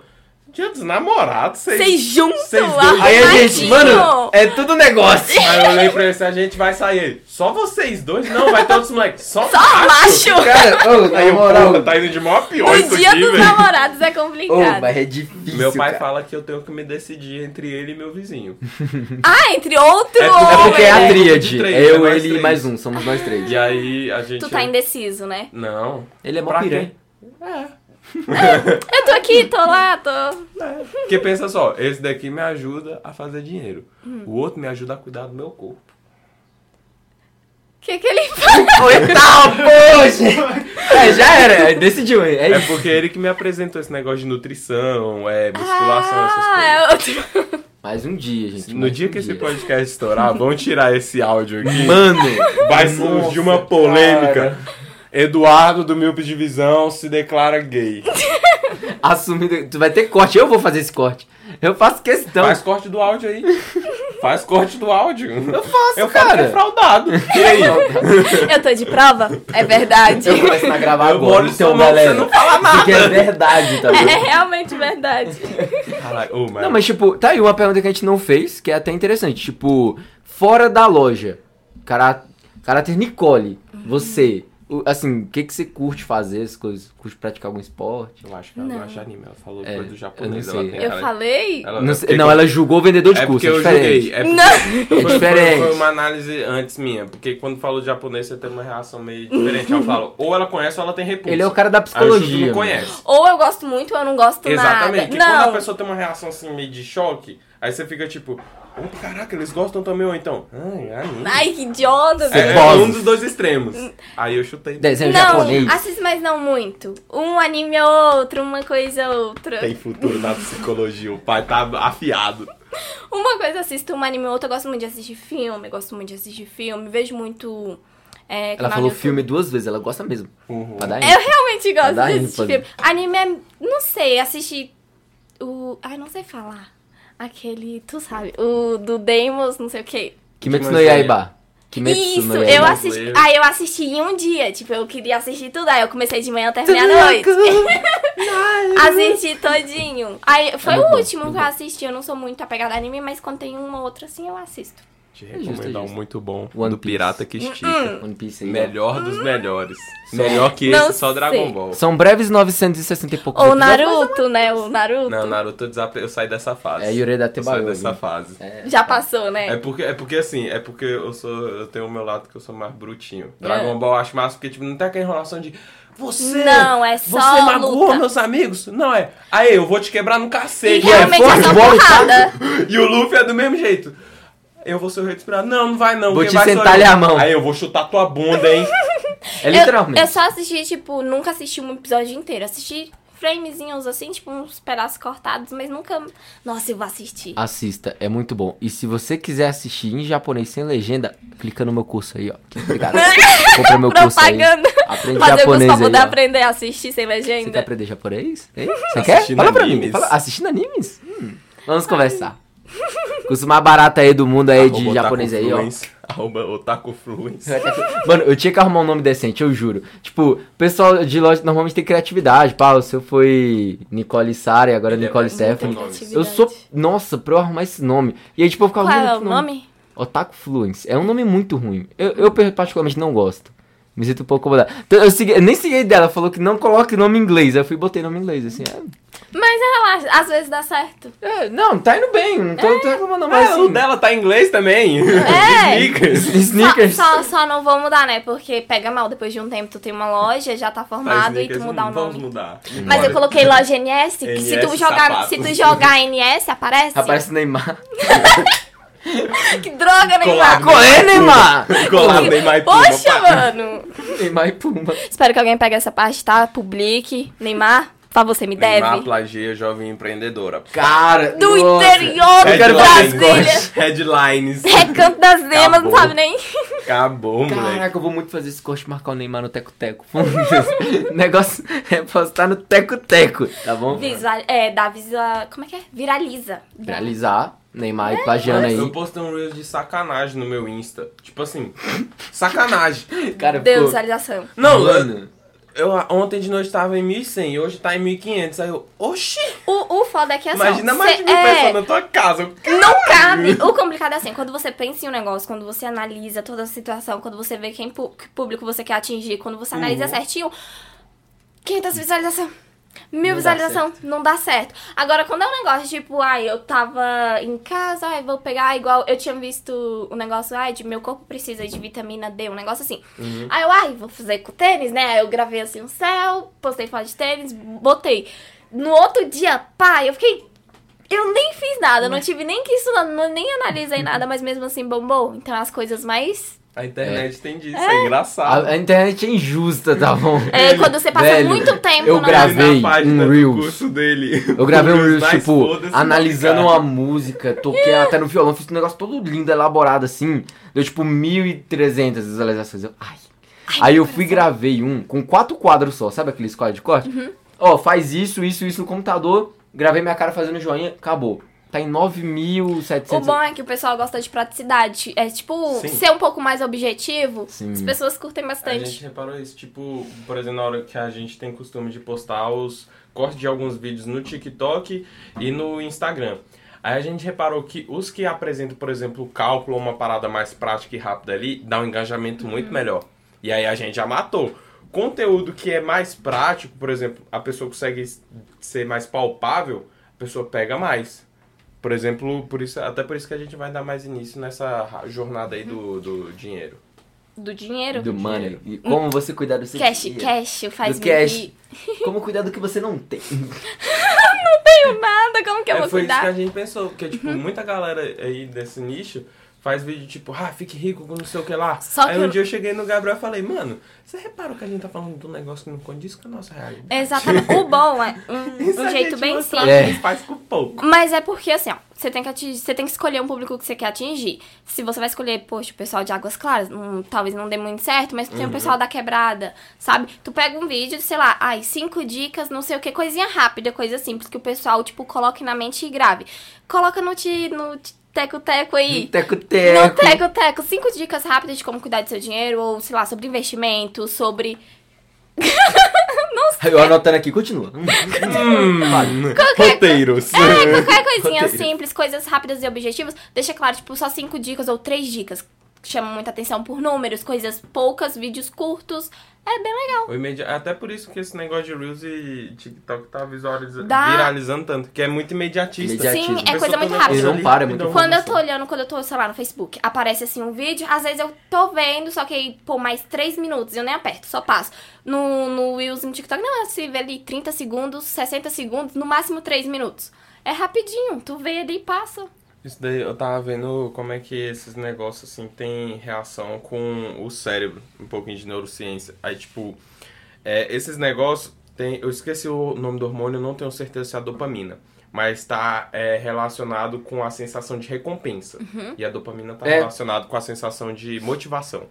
Dia dos namorados, Vocês vocês. juntos, Vocês dois- Aí a gente, arrumadinho. mano, é tudo negócio. Aí eu olhei pra ele assim, a gente vai sair. Ele, Só vocês dois? Não, vai ter outros moleques. Só, Só macho. Cara, ô, na Aí eu, moral. porra, tá indo de maior a pior isso O dia aqui, dos velho. namorados é complicado. Ô, mas é difícil. Meu pai cara. fala que eu tenho que me decidir entre ele e meu vizinho. Ah, entre outro É porque- É homem. porque é a tri- tríade. De três, é eu, é nós ele e três. mais um, somos nós três. E aí a gente. Tu tá indeciso, né? Não. Ele é mó Pra piranha. quê? Eu tô aqui, tô lá, tô. É. Porque pensa só, esse daqui me ajuda a fazer dinheiro. O outro me ajuda a cuidar do meu corpo. O que que ele faz? Foi tal, tá, poxa! É, já era, decidiu, hein? É É isso. porque ele que me apresentou esse negócio de nutrição, é, musculação, essas coisas. Ah, é outro. Mais um dia, gente. No mais dia um que esse podcast estourar, vamos tirar esse áudio aqui. Mano, Vai surgir uma polêmica. Eduardo do Míope Divisão se declara gay. assumindo. Tu vai ter corte, eu vou fazer esse corte. Eu faço questão. Faz corte do áudio aí. Faz corte do áudio. Eu faço, Eu falo que é cara. fraudado. E aí? Eu tô de prova? É verdade. Eu começo a gravar Eu agora. moro em Então, São Paulo, galera. você não Isso aqui é verdade, tá É bom? realmente verdade. Caralho, ô, mas... Não, mas tipo, tá aí uma pergunta que a gente não fez, que é até interessante. Tipo, fora da loja, cará- caráter Nicole, Uhum. você, o- assim, o que, que você curte fazer, essas coisas? Curte praticar algum esporte? Eu acho que ela não, Não. acha anime. Ela falou É, coisa do japonês. eu não ela sei. tem Eu cara- falei? Ela, não, é sei- porque- não, ela julgou vendedor de é curso, porque é eu diferente. joguei. É porque- Não. Foi- foi- Diferente. Foi uma análise antes minha, porque quando falo japonês você tem uma reação meio diferente. Eu falo, ou ela conhece ou ela tem repulsa. Ele é o cara da Aí o Chuto psicologia. Ah, não mano. conhece. Ou eu gosto muito ou eu não gosto Exatamente. Que nada. quando Não. a pessoa tem uma reação assim meio de choque, aí você fica tipo, oh, caraca, eles gostam também, ou então. Ai, ai. Ai, que idiota. É, velho. é Pose. um dos dois extremos. Aí eu chutei. é Desenho japonês. Não, assim, assiste, mas não muito. Um anime é outro, uma coisa é outra. Tem futuro na psicologia, o pai tá afiado. Uma coisa eu assisto, um anime ou outro. Eu gosto muito de assistir filme, gosto muito de assistir filme. Vejo muito. é, Ela canal falou do YouTube. filme duas vezes, ela gosta mesmo. Uhum. Pra dar Eu realmente gosto Dá de aí, assistir pode- filme. Anime é. Não sei, assisti. O. Ai, não sei falar. Aquele. Tu sabe. O do Demos, não sei o quê. Kimetsu Que no mais é? Yaiba. Kimetsu Isso, no eu Yaiba. assisti. brasileiro. Aí eu assisti em um dia. Tipo, eu queria assistir tudo. Aí eu comecei de manhã até terminei à noite. assisti todinho. Aí foi É muito o bom, último muito que eu assisti. Eu não sou muito apegada a anime, mas quando tem uma ou outra assim, eu assisto. Te justo, recomendo é um justo. muito bom One do Piece. Pirata que Hum, Estica. One Piece aí, ó. Melhor dos melhores. Melhor que Não esse, só Dragon sei. Ball. São breves 960 e poucos Ou episódios. Naruto, né? O Naruto. Não, Naruto, eu desap- eu saí dessa fase. É Yurei da eu saí Tebayo. dessa fase. Já passou, né? É porque, é porque assim, é porque eu sou. Eu tenho o meu lado que eu sou mais brutinho. É. Dragon Ball eu acho massa porque, tipo, não tem aquela enrolação de. Você! Não, é só Você magoou luta. meus amigos? Não, é. Aí, eu vou te quebrar no E cacete. né? realmente é só forte, porrada. E o Luffy é do mesmo jeito. Eu vou ser o rei dos piratas. Não, não vai não. Vou quem te vai sou sentar-lhe eu. a mão. Aí eu vou chutar tua bunda, hein? É Eu- literalmente. Eu, só assisti, tipo, nunca assisti um episódio inteiro. Assisti framezinhos assim, tipo, uns pedaços cortados, mas nunca. Nossa, eu vou assistir. Assista, é muito bom. E se você quiser assistir em japonês sem legenda, clica no meu curso aí, ó. Obrigado. Compra meu curso aí. Propaganda. Aprende Fazer o curso japonês pra aí, poder ó. aprender a assistir Você quer sem legenda. aprender japonês? Hein? Você quer? Assistindo Fala pra mim. animes. Fala, assistindo animes? Hum, Vamos conversar. Curso mais barato aí do mundo aí de Arroba japonês aí, ó. Otacofluence. Arroba Otacofluence. Mano, eu tinha que arrumar um nome decente, eu juro. Tipo, o pessoal de loja normalmente tem criatividade. Pá, o seu foi Nicole Sara e agora Ele é Nicole bom. Stephanie. Muito criatividade. Eu sou. Nossa, pra eu arrumar esse nome. E aí, tipo, eu ficava. Qual "Mano, é que o nome? Otaku Fluence. É um nome muito ruim. Eu, eu per- particularmente não gosto. Me sinto um pouco incomodado. Então, eu, segui- eu nem segui dela, ela falou que não coloque nome em inglês. Aí Eu fui e botei nome em inglês, assim. é- Mas relaxa, às vezes dá certo. É, não, tá indo bem, não tô, tô reclamando, Mas mas. o dela tá em inglês também. Tá É. Sneakers. Tá assim, sneakers. Só, só, só não vou mudar, né? Porque pega mal. Depois de um tempo, tu tem uma loja, já tá formado e tu Snickers, mudar o hum, Vamos nome. mudar. Mas eu Bora. coloquei loja NS, que se tu NS jogar, sapato. se tu jogar NS, aparece? Aparece Neymar. Que droga, né, Neymar! Colado. Qual é, Neymar? Colado, Neymar e Puma, Poxa, pá. mano! Neymar e Puma. Espero que alguém pegue essa parte, tá? Publique. Neymar, por favor, você me deve. Neymar plagia jovem empreendedora. Cara. Do nossa. É interior Eu quero do fazer esse Brasília. corte. Headlines. Recanto Tá das Emas, não Acabou. sabe nem. Acabou, moleque. Caraca, eu vou muito fazer esse corte e marcar o Neymar no Teco Teco. O negócio é postar no Teco Teco, tá bom? Visual, é, da visual. Como é que é? Viraliza. Viralizar. Neymar e plagiando aí. Eu postei um Reels de sacanagem no meu Insta. Tipo assim, sacanagem. Cara, Deu ficou... visualização. Não, Mano. eu, ontem de noite tava em 1.100 e hoje tá em 1.500. Aí eu, oxi! O, o foda é que é assim. ó, Imagina mais cê- de mil é, pessoas na tua casa. Não cabe. O complicado é assim, quando você pensa em um negócio, quando você analisa toda a situação, quando você vê quem pu- que público você quer atingir, quando você analisa Uhum. certinho, 500 visualização. Não Mil dá visualização não dá certo. Agora, quando é um negócio tipo, ai, eu tava em casa, ai, vou pegar igual. Eu tinha visto um negócio, ai, de meu corpo precisa de vitamina D, um negócio assim. Uhum. Aí eu, ai, vou fazer com tênis, né? Aí eu gravei assim um céu, postei foto de tênis, botei. No outro dia, pá, eu fiquei. Eu nem Né? fiz nada, não tive nem que estudar, não- nem analisei nada, mas mesmo assim bombou. Então é as coisas mais A internet tem disso, é engraçado. A, a internet é injusta, tá bom? É, quando você passa Velho, muito tempo eu na- gravei. na página um do Reels. curso dele. Eu gravei um Reels Reels, mais tipo, foda-se, analisando uma cara. música, toquei até no violão, fiz um negócio todo lindo, elaborado assim. Deu tipo 1.300 visualizações. Eu, ai. Aí eu fui e gravei um com quatro quadros só, sabe aqueles quadros de corte? Uhum. Ó, faz isso, isso, isso no computador, gravei minha cara fazendo joinha, acabou. Tá em O 9.700. bom é que o pessoal gosta de praticidade. É tipo, Sim. Hum. ser um pouco mais objetivo, Sim. as pessoas curtem A bastante. gente reparou isso, tipo, por exemplo, na hora que a gente tem costume de postar os cortes de alguns vídeos no TikTok e no Instagram. Aí a gente reparou que os que apresentam, por exemplo, o cálculo, uma parada mais prática e rápida ali, dá um engajamento muito melhor. E aí a gente já matou. Conteúdo que é mais prático, por exemplo, a pessoa consegue ser mais palpável, a pessoa pega mais. Por exemplo, por isso, até por isso que a gente vai dar mais início nessa ra- jornada aí do, do dinheiro. Do dinheiro. Do money. E como você cuidar do seu Hum. Cash, dinheiro. cash, faz Do cash. mimimi. Como cuidar do que você não tem. Tenho nada, como que eu É, vou foi isso que cuidar? Uhum. a gente pensou, porque, tipo, muita galera aí desse nicho faz vídeo tipo, ah, fique rico com não sei o que lá. Só aí que um eu- dia eu cheguei no Gabriel e falei, mano, você reparou que a gente tá falando de um negócio que não condiz com a nossa realidade? Exatamente. O bom é um, Isso um a jeito gente bem mostra simples. É. que faz com pouco. Mas é porque, assim, ó, você tem que atingir, você tem que escolher um público que você quer atingir. Se você vai escolher, poxa, o pessoal de Águas Claras, hum, talvez não dê muito certo, mas tem o pessoal da quebrada, sabe? Tu pega um vídeo, de, sei lá, ai, cinco dicas, não sei o que, coisinha rápida, coisa simples, que o pessoal, tipo, coloque na mente e grave. Coloca no, ti- no ti- teco-teco aí. No Teco-teco. teco-teco, cinco dicas rápidas de como cuidar do seu dinheiro, ou, sei lá, sobre investimento, sobre. Eu anotando aqui, continua. Hum, Roteiros. É, qualquer coisinha Roteiro. simples, coisas rápidas e objetivas, deixa claro, tipo, só cinco dicas ou três dicas. Chama muita atenção por números, coisas poucas, vídeos curtos. É bem legal. O imedi- Até por isso que esse negócio de Reels e TikTok tá visualiza... Dá. viralizando tanto, que é muito imediatista. Imediatista. Criativo. Sim, é A coisa pessoa muito tá vendo Eles rápida. não ali, param, é rapidão. muito Quando eu tô olhando, quando eu tô, sei lá, no Facebook, aparece assim um vídeo, às vezes eu tô vendo, só que aí, pô, mais três minutos, eu nem aperto, só passo. No, no Reels, no TikTok, não, se vê ali 30 segundos, 60 segundos, no máximo três minutos. É rapidinho, tu vê ali e passa. Isso daí eu tava vendo como é que esses negócios assim têm reação com o cérebro, um pouquinho de neurociência. Aí, tipo, é, esses negócios tem. Eu esqueci o nome do hormônio, eu não tenho certeza se é a dopamina. Mas tá é, relacionado com a sensação de recompensa. E a dopamina tá É. relacionada com a sensação de motivação.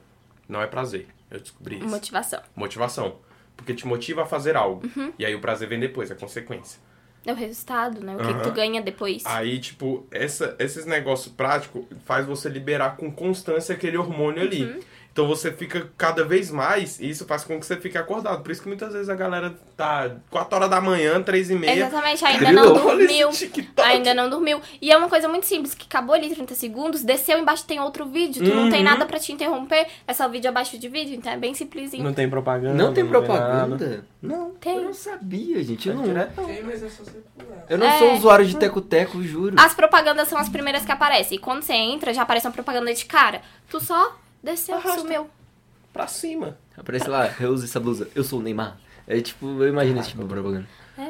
Não é prazer. Eu descobri isso. Motivação. Motivação. Porque te motiva a fazer algo. E aí o prazer vem depois, é consequência. É o resultado, né? O que, que tu Aham. ganha depois. Aí, tipo, essa- esses negócios práticos faz você liberar com constância aquele hormônio Uhum. ali. Então você fica cada vez mais, e isso faz com que você fique acordado. Por isso que muitas vezes a galera tá 4 horas da manhã, 3 e meia. Exatamente, ainda Grilo. não Olha esse dormiu. TikTok. Ainda não dormiu. E é uma coisa muito simples, que acabou ali 30 segundos, desceu embaixo tem outro vídeo, tu não tem Uhum. nada pra te interromper, é só vídeo abaixo de vídeo, então é bem simplesinho. Não tem propaganda. Não tem nada. propaganda? Não, Tem. eu não sabia, gente. Eu É não, direto. Tem, mas é só você pular. eu não É. Ah. sou usuário de teco-teco, juro. As propagandas são as primeiras que aparecem, e quando você entra, já aparece uma propaganda de cara. Tu só desceu, Arrasta. sumiu. Pra cima. Aparece lá, eu uso essa blusa, eu sou o Neymar. É tipo, eu imagino esse tipo de propaganda.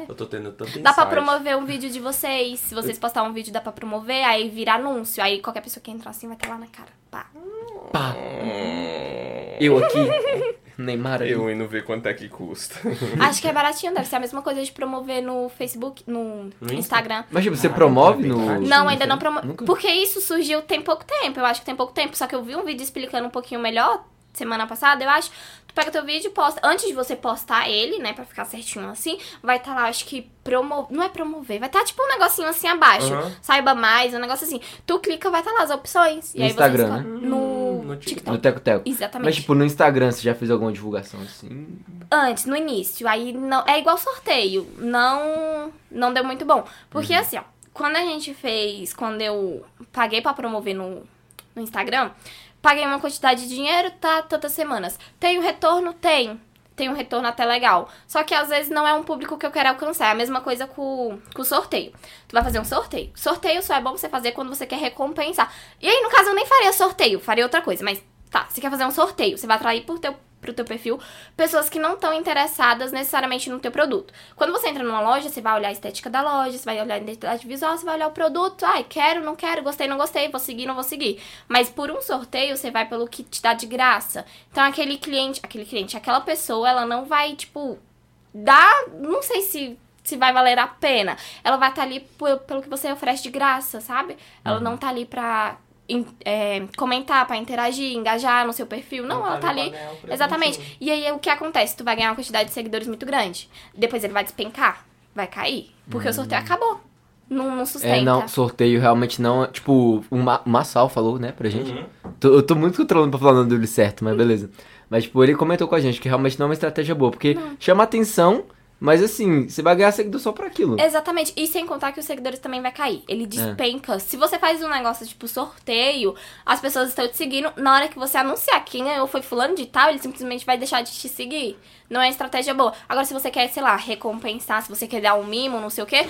Eu tô tendo tanto É. Dá pra insight. promover um vídeo de vocês, se vocês postar um vídeo dá pra promover, aí vira anúncio, aí qualquer pessoa que entrar assim vai estar lá na cara. Pá. Pá, Hum, eu aqui, Neymar ali. Eu indo ver quanto é que custa. Acho que é baratinho, deve ser a mesma coisa de promover no Facebook, no, Insta? Instagram. Mas tipo, você Caraca, promove tá bem no... caro. Não, ainda não promo... Nunca? Porque isso surgiu tem pouco tempo. Eu acho que tem pouco tempo. Só que eu vi um vídeo explicando um pouquinho melhor semana passada, eu acho. Tu pega teu vídeo e posta. Antes de você postar ele, né, pra ficar certinho assim, vai estar lá, acho que promo... Não é promover, vai estar tipo um negocinho assim abaixo. Aham. Saiba mais, um negócio assim. Tu clica, vai estar lá as opções. E No aí Instagram, né? você escolhe. No... Hum, no TikTok. No teco-teco. Exatamente. Mas tipo, no Instagram você já fez alguma divulgação assim? antes, no início. Aí não é igual sorteio. Não não deu muito bom. Porque assim, ó, quando a gente fez, quando eu paguei pra promover no, no Instagram, paguei uma quantidade de dinheiro, tá tantas semanas. Tem o retorno? Tem. Tem um retorno até legal. Só que às vezes não é um público que eu quero alcançar. É a mesma coisa com, com o sorteio. Tu vai fazer um sorteio. Sorteio só é bom você fazer quando você quer recompensar. E aí, no caso, eu nem faria sorteio, faria outra coisa. Mas tá, você quer fazer um sorteio. Você vai atrair por teu pro teu perfil pessoas que não estão interessadas necessariamente no teu produto. Quando você entra numa loja, você vai olhar a estética da loja, você vai olhar a identidade visual, você vai olhar o produto, ai, quero, não quero, gostei, não gostei, vou seguir, não vou seguir. Mas por um sorteio, você vai pelo que te dá de graça. Então aquele cliente, aquele cliente, aquela pessoa, ela não vai, tipo, dar, não sei se se vai valer a pena. Ela vai estar ali p- pelo que você oferece de graça, sabe? Ela não tá ali pra in- é, comentar, pra interagir, engajar no seu perfil. Não, ela tá ali pra ganhar é o prêmio, Exatamente. E aí o que acontece? Tu vai ganhar uma quantidade de seguidores muito grande. Depois ele vai despencar, vai cair. Porque o sorteio acabou. Não, não sustenta. Hum. É, não, sorteio realmente não. é- Tipo, o Ma- o Massal falou, né, pra gente. Uhum. Tô- eu tô muito controlando pra falar o nome dele certo, mas beleza. Mas, tipo, ele comentou com a gente que realmente não é uma estratégia boa, porque chama atenção, mas assim, você vai ganhar seguidor só pra aquilo. É. Exatamente. E sem contar que os seguidores também vai cair. É. Ele despenca. Se você faz um negócio tipo sorteio, as pessoas estão te seguindo. Na hora que você anunciar quem ganhou foi fulano de tal, ele simplesmente vai deixar de te seguir. Não é estratégia boa. Agora, se você quer, sei lá, recompensar, se você quer dar um mimo, não sei o quê.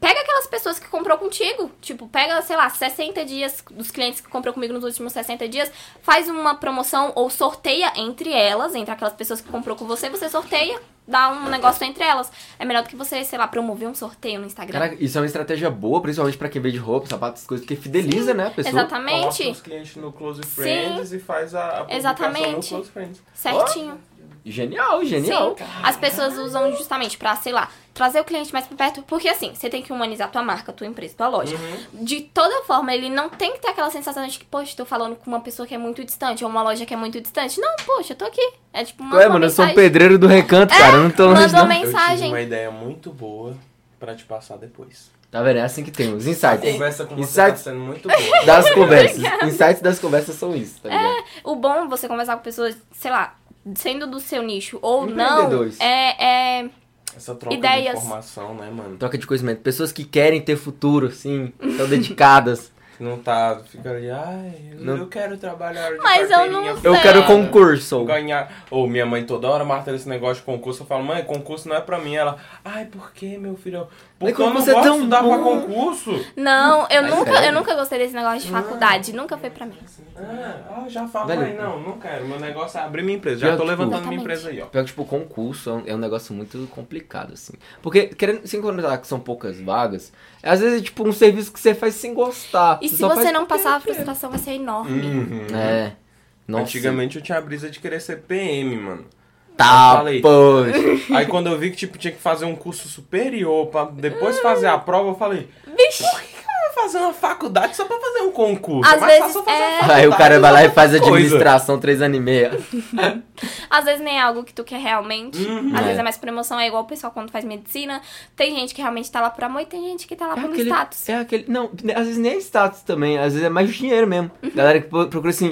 Pega aquelas pessoas que comprou contigo. Tipo, pega, sei lá, 60 dias dos clientes que comprou comigo nos últimos 60 dias. Faz uma promoção ou sorteia entre elas, entre aquelas pessoas que comprou com você. Você sorteia, dá um negócio entre elas. É melhor do que você, sei lá, promover um sorteio no Instagram. Caraca, isso é uma estratégia boa, principalmente pra quem vende roupa, sapatos, coisas, porque fideliza, né, a pessoa. um Exatamente. Coloca os clientes no Close Friends e faz a, a publicação no Exatamente. Close Friends. Certinho. Genial, genial. Sim. As pessoas usam justamente pra, sei lá, trazer o cliente mais pra perto. Porque assim, você tem que humanizar tua marca, tua empresa, tua loja. Uhum. De toda forma, ele não tem que ter aquela sensação de que, poxa, tô falando com uma pessoa que é muito distante, ou uma loja que é muito distante. Não, poxa, eu tô aqui. É tipo uma. Qual é, mano? Eu sou um pedreiro do recanto, cara. Eu não tô longe, Mandou não. Eu tive mensagem. uma ideia muito boa pra te passar depois. Tá vendo? É assim que tem. Os A insights. conversa com você tá Insights sendo muito boa. das conversas. insights das conversas são isso, tá ligado? O bom é você conversar com pessoas, sei lá, sendo do seu nicho ou não. Empreendedores. É, é. Essa troca Ideias. de informação, né, mano? Troca de conhecimento. Pessoas que querem ter futuro, sim. Estão dedicadas. Não tá ficando ali, ai, eu- Não. eu quero trabalhar de Mas eu carteirinha não Eu Sei. quero concurso. ganhar. Ou minha mãe toda hora martela esse negócio de concurso. Eu falo, mãe, concurso não é pra mim. Ela, ai, por que, meu filho? Mas Porque eu não concurso é gosto de tão estudar pra bom." concurso. Não, eu nunca, eu sério? nunca gostei desse negócio Ah. de faculdade. Nunca foi pra mim. Ah, ah, já falo, Velho. mãe, não, não quero. Meu negócio é abrir minha empresa. Pior Já tô que- levantando minha Exatamente. empresa aí, ó. Pior que, tipo, concurso é um- é um negócio muito complicado, assim. Porque, querendo, sem contar que são poucas vagas, às vezes é tipo um serviço que você faz sem gostar. E se só você faz não passar, a frustração vai ser enorme. É. Nossa. Uhum. Antigamente eu tinha a brisa de querer ser PM, mano. eu Tá, falei. poxa. Aí quando eu vi que tipo, tinha que fazer um curso superior pra depois fazer a prova, eu falei, Vixe. por que que eu vou fazer uma faculdade só pra fazer um concurso? Às É mais vezes fácil eu fazer é- uma Aí o cara faculdade vai lá e outra faz coisa. administração três anos e meia. Às vezes nem é algo que tu quer realmente. Uhum. Às É. vezes é mais por emoção, é igual o pessoal quando faz medicina. Tem gente que realmente tá lá por amor e tem gente que tá lá pelo status. é aquele. Não, né, às vezes nem é status também, às vezes é mais dinheiro mesmo. Uhum. Galera que pro- procura assim.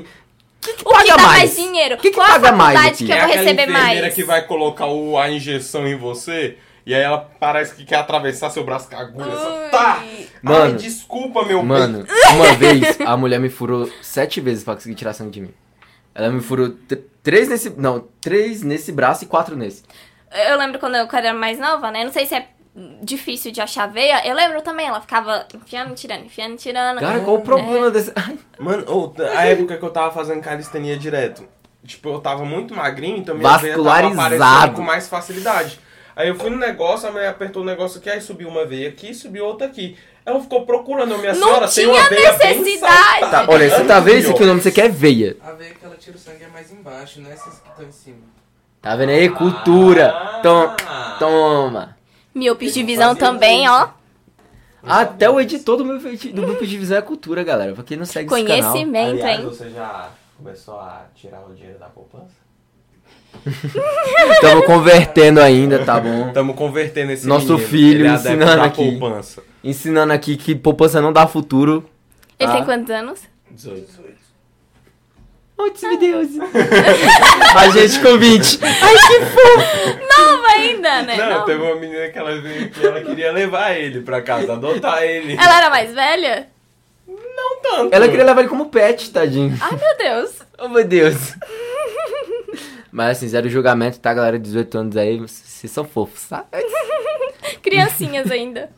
O que paga dá mais, mais? dinheiro? O que que Qual a paga mais faculdade aqui? que eu É vou aquela receber enfermeira mais? que vai colocar o- a injeção em você e aí ela parece que quer atravessar seu braço com a agulha. Só, Ui. tá! Ai, Mano. desculpa, meu Mano, uma vez a mulher me furou sete vezes pra conseguir tirar sangue de mim. Ela me furou tr- três nesse. Não, três nesse braço e quatro nesse. Eu lembro quando eu quando eu era mais nova, né? Não sei se é difícil de achar veia. Eu lembro também, ela ficava enfiando, tirando, enfiando, tirando. Uhum. Cara, qual o problema desse. Ai, Mano, ô, t- é a época que eu tava fazendo calistenia direto. Tipo, eu tava muito magrinho, então minha veia tava Vascularizado. aparecendo com mais facilidade. Aí eu fui no negócio, a mulher apertou o negócio aqui, aí subiu uma veia aqui, subiu outra aqui. Ela ficou procurando, eu, minha senhora, Não tem tinha uma veia bem necessidade. saltada. tá, olha, você tá vendo isso aqui? O Aqui, nome que você quer é veia. A veia que ela tira o sangue é mais embaixo, não é essas que estão em cima. Tá vendo aí? Cultura. Tom- Toma. Miopes de Não visão fazia também, isso. ó. Até o editor do meu do grupo de visão é cultura, galera. Pra quem não segue esse canal. ó. Conhecimento, Aliás, hein? você já começou a tirar o dinheiro da poupança? Tamo convertendo ainda, tá bom? Estamos convertendo esse Nosso menino. filho Ele é adepto ensinando da aqui. poupança. Ensinando aqui que poupança não dá futuro. Ele Ah. tem quantos anos? 18. Onde se me deu? A gente com 20. Nova ainda, né? Não, Nova. teve uma menina que ela veio que ela queria levar ele pra casa, adotar ele. Ela era mais velha? não tanto. Ela queria levar ele como pet, tadinho. Ai, meu Deus. Oh, meu Deus. Mas assim, zero julgamento, tá, galera? 18 anos aí, vocês são fofos, tá? sabe? Criancinhas ainda.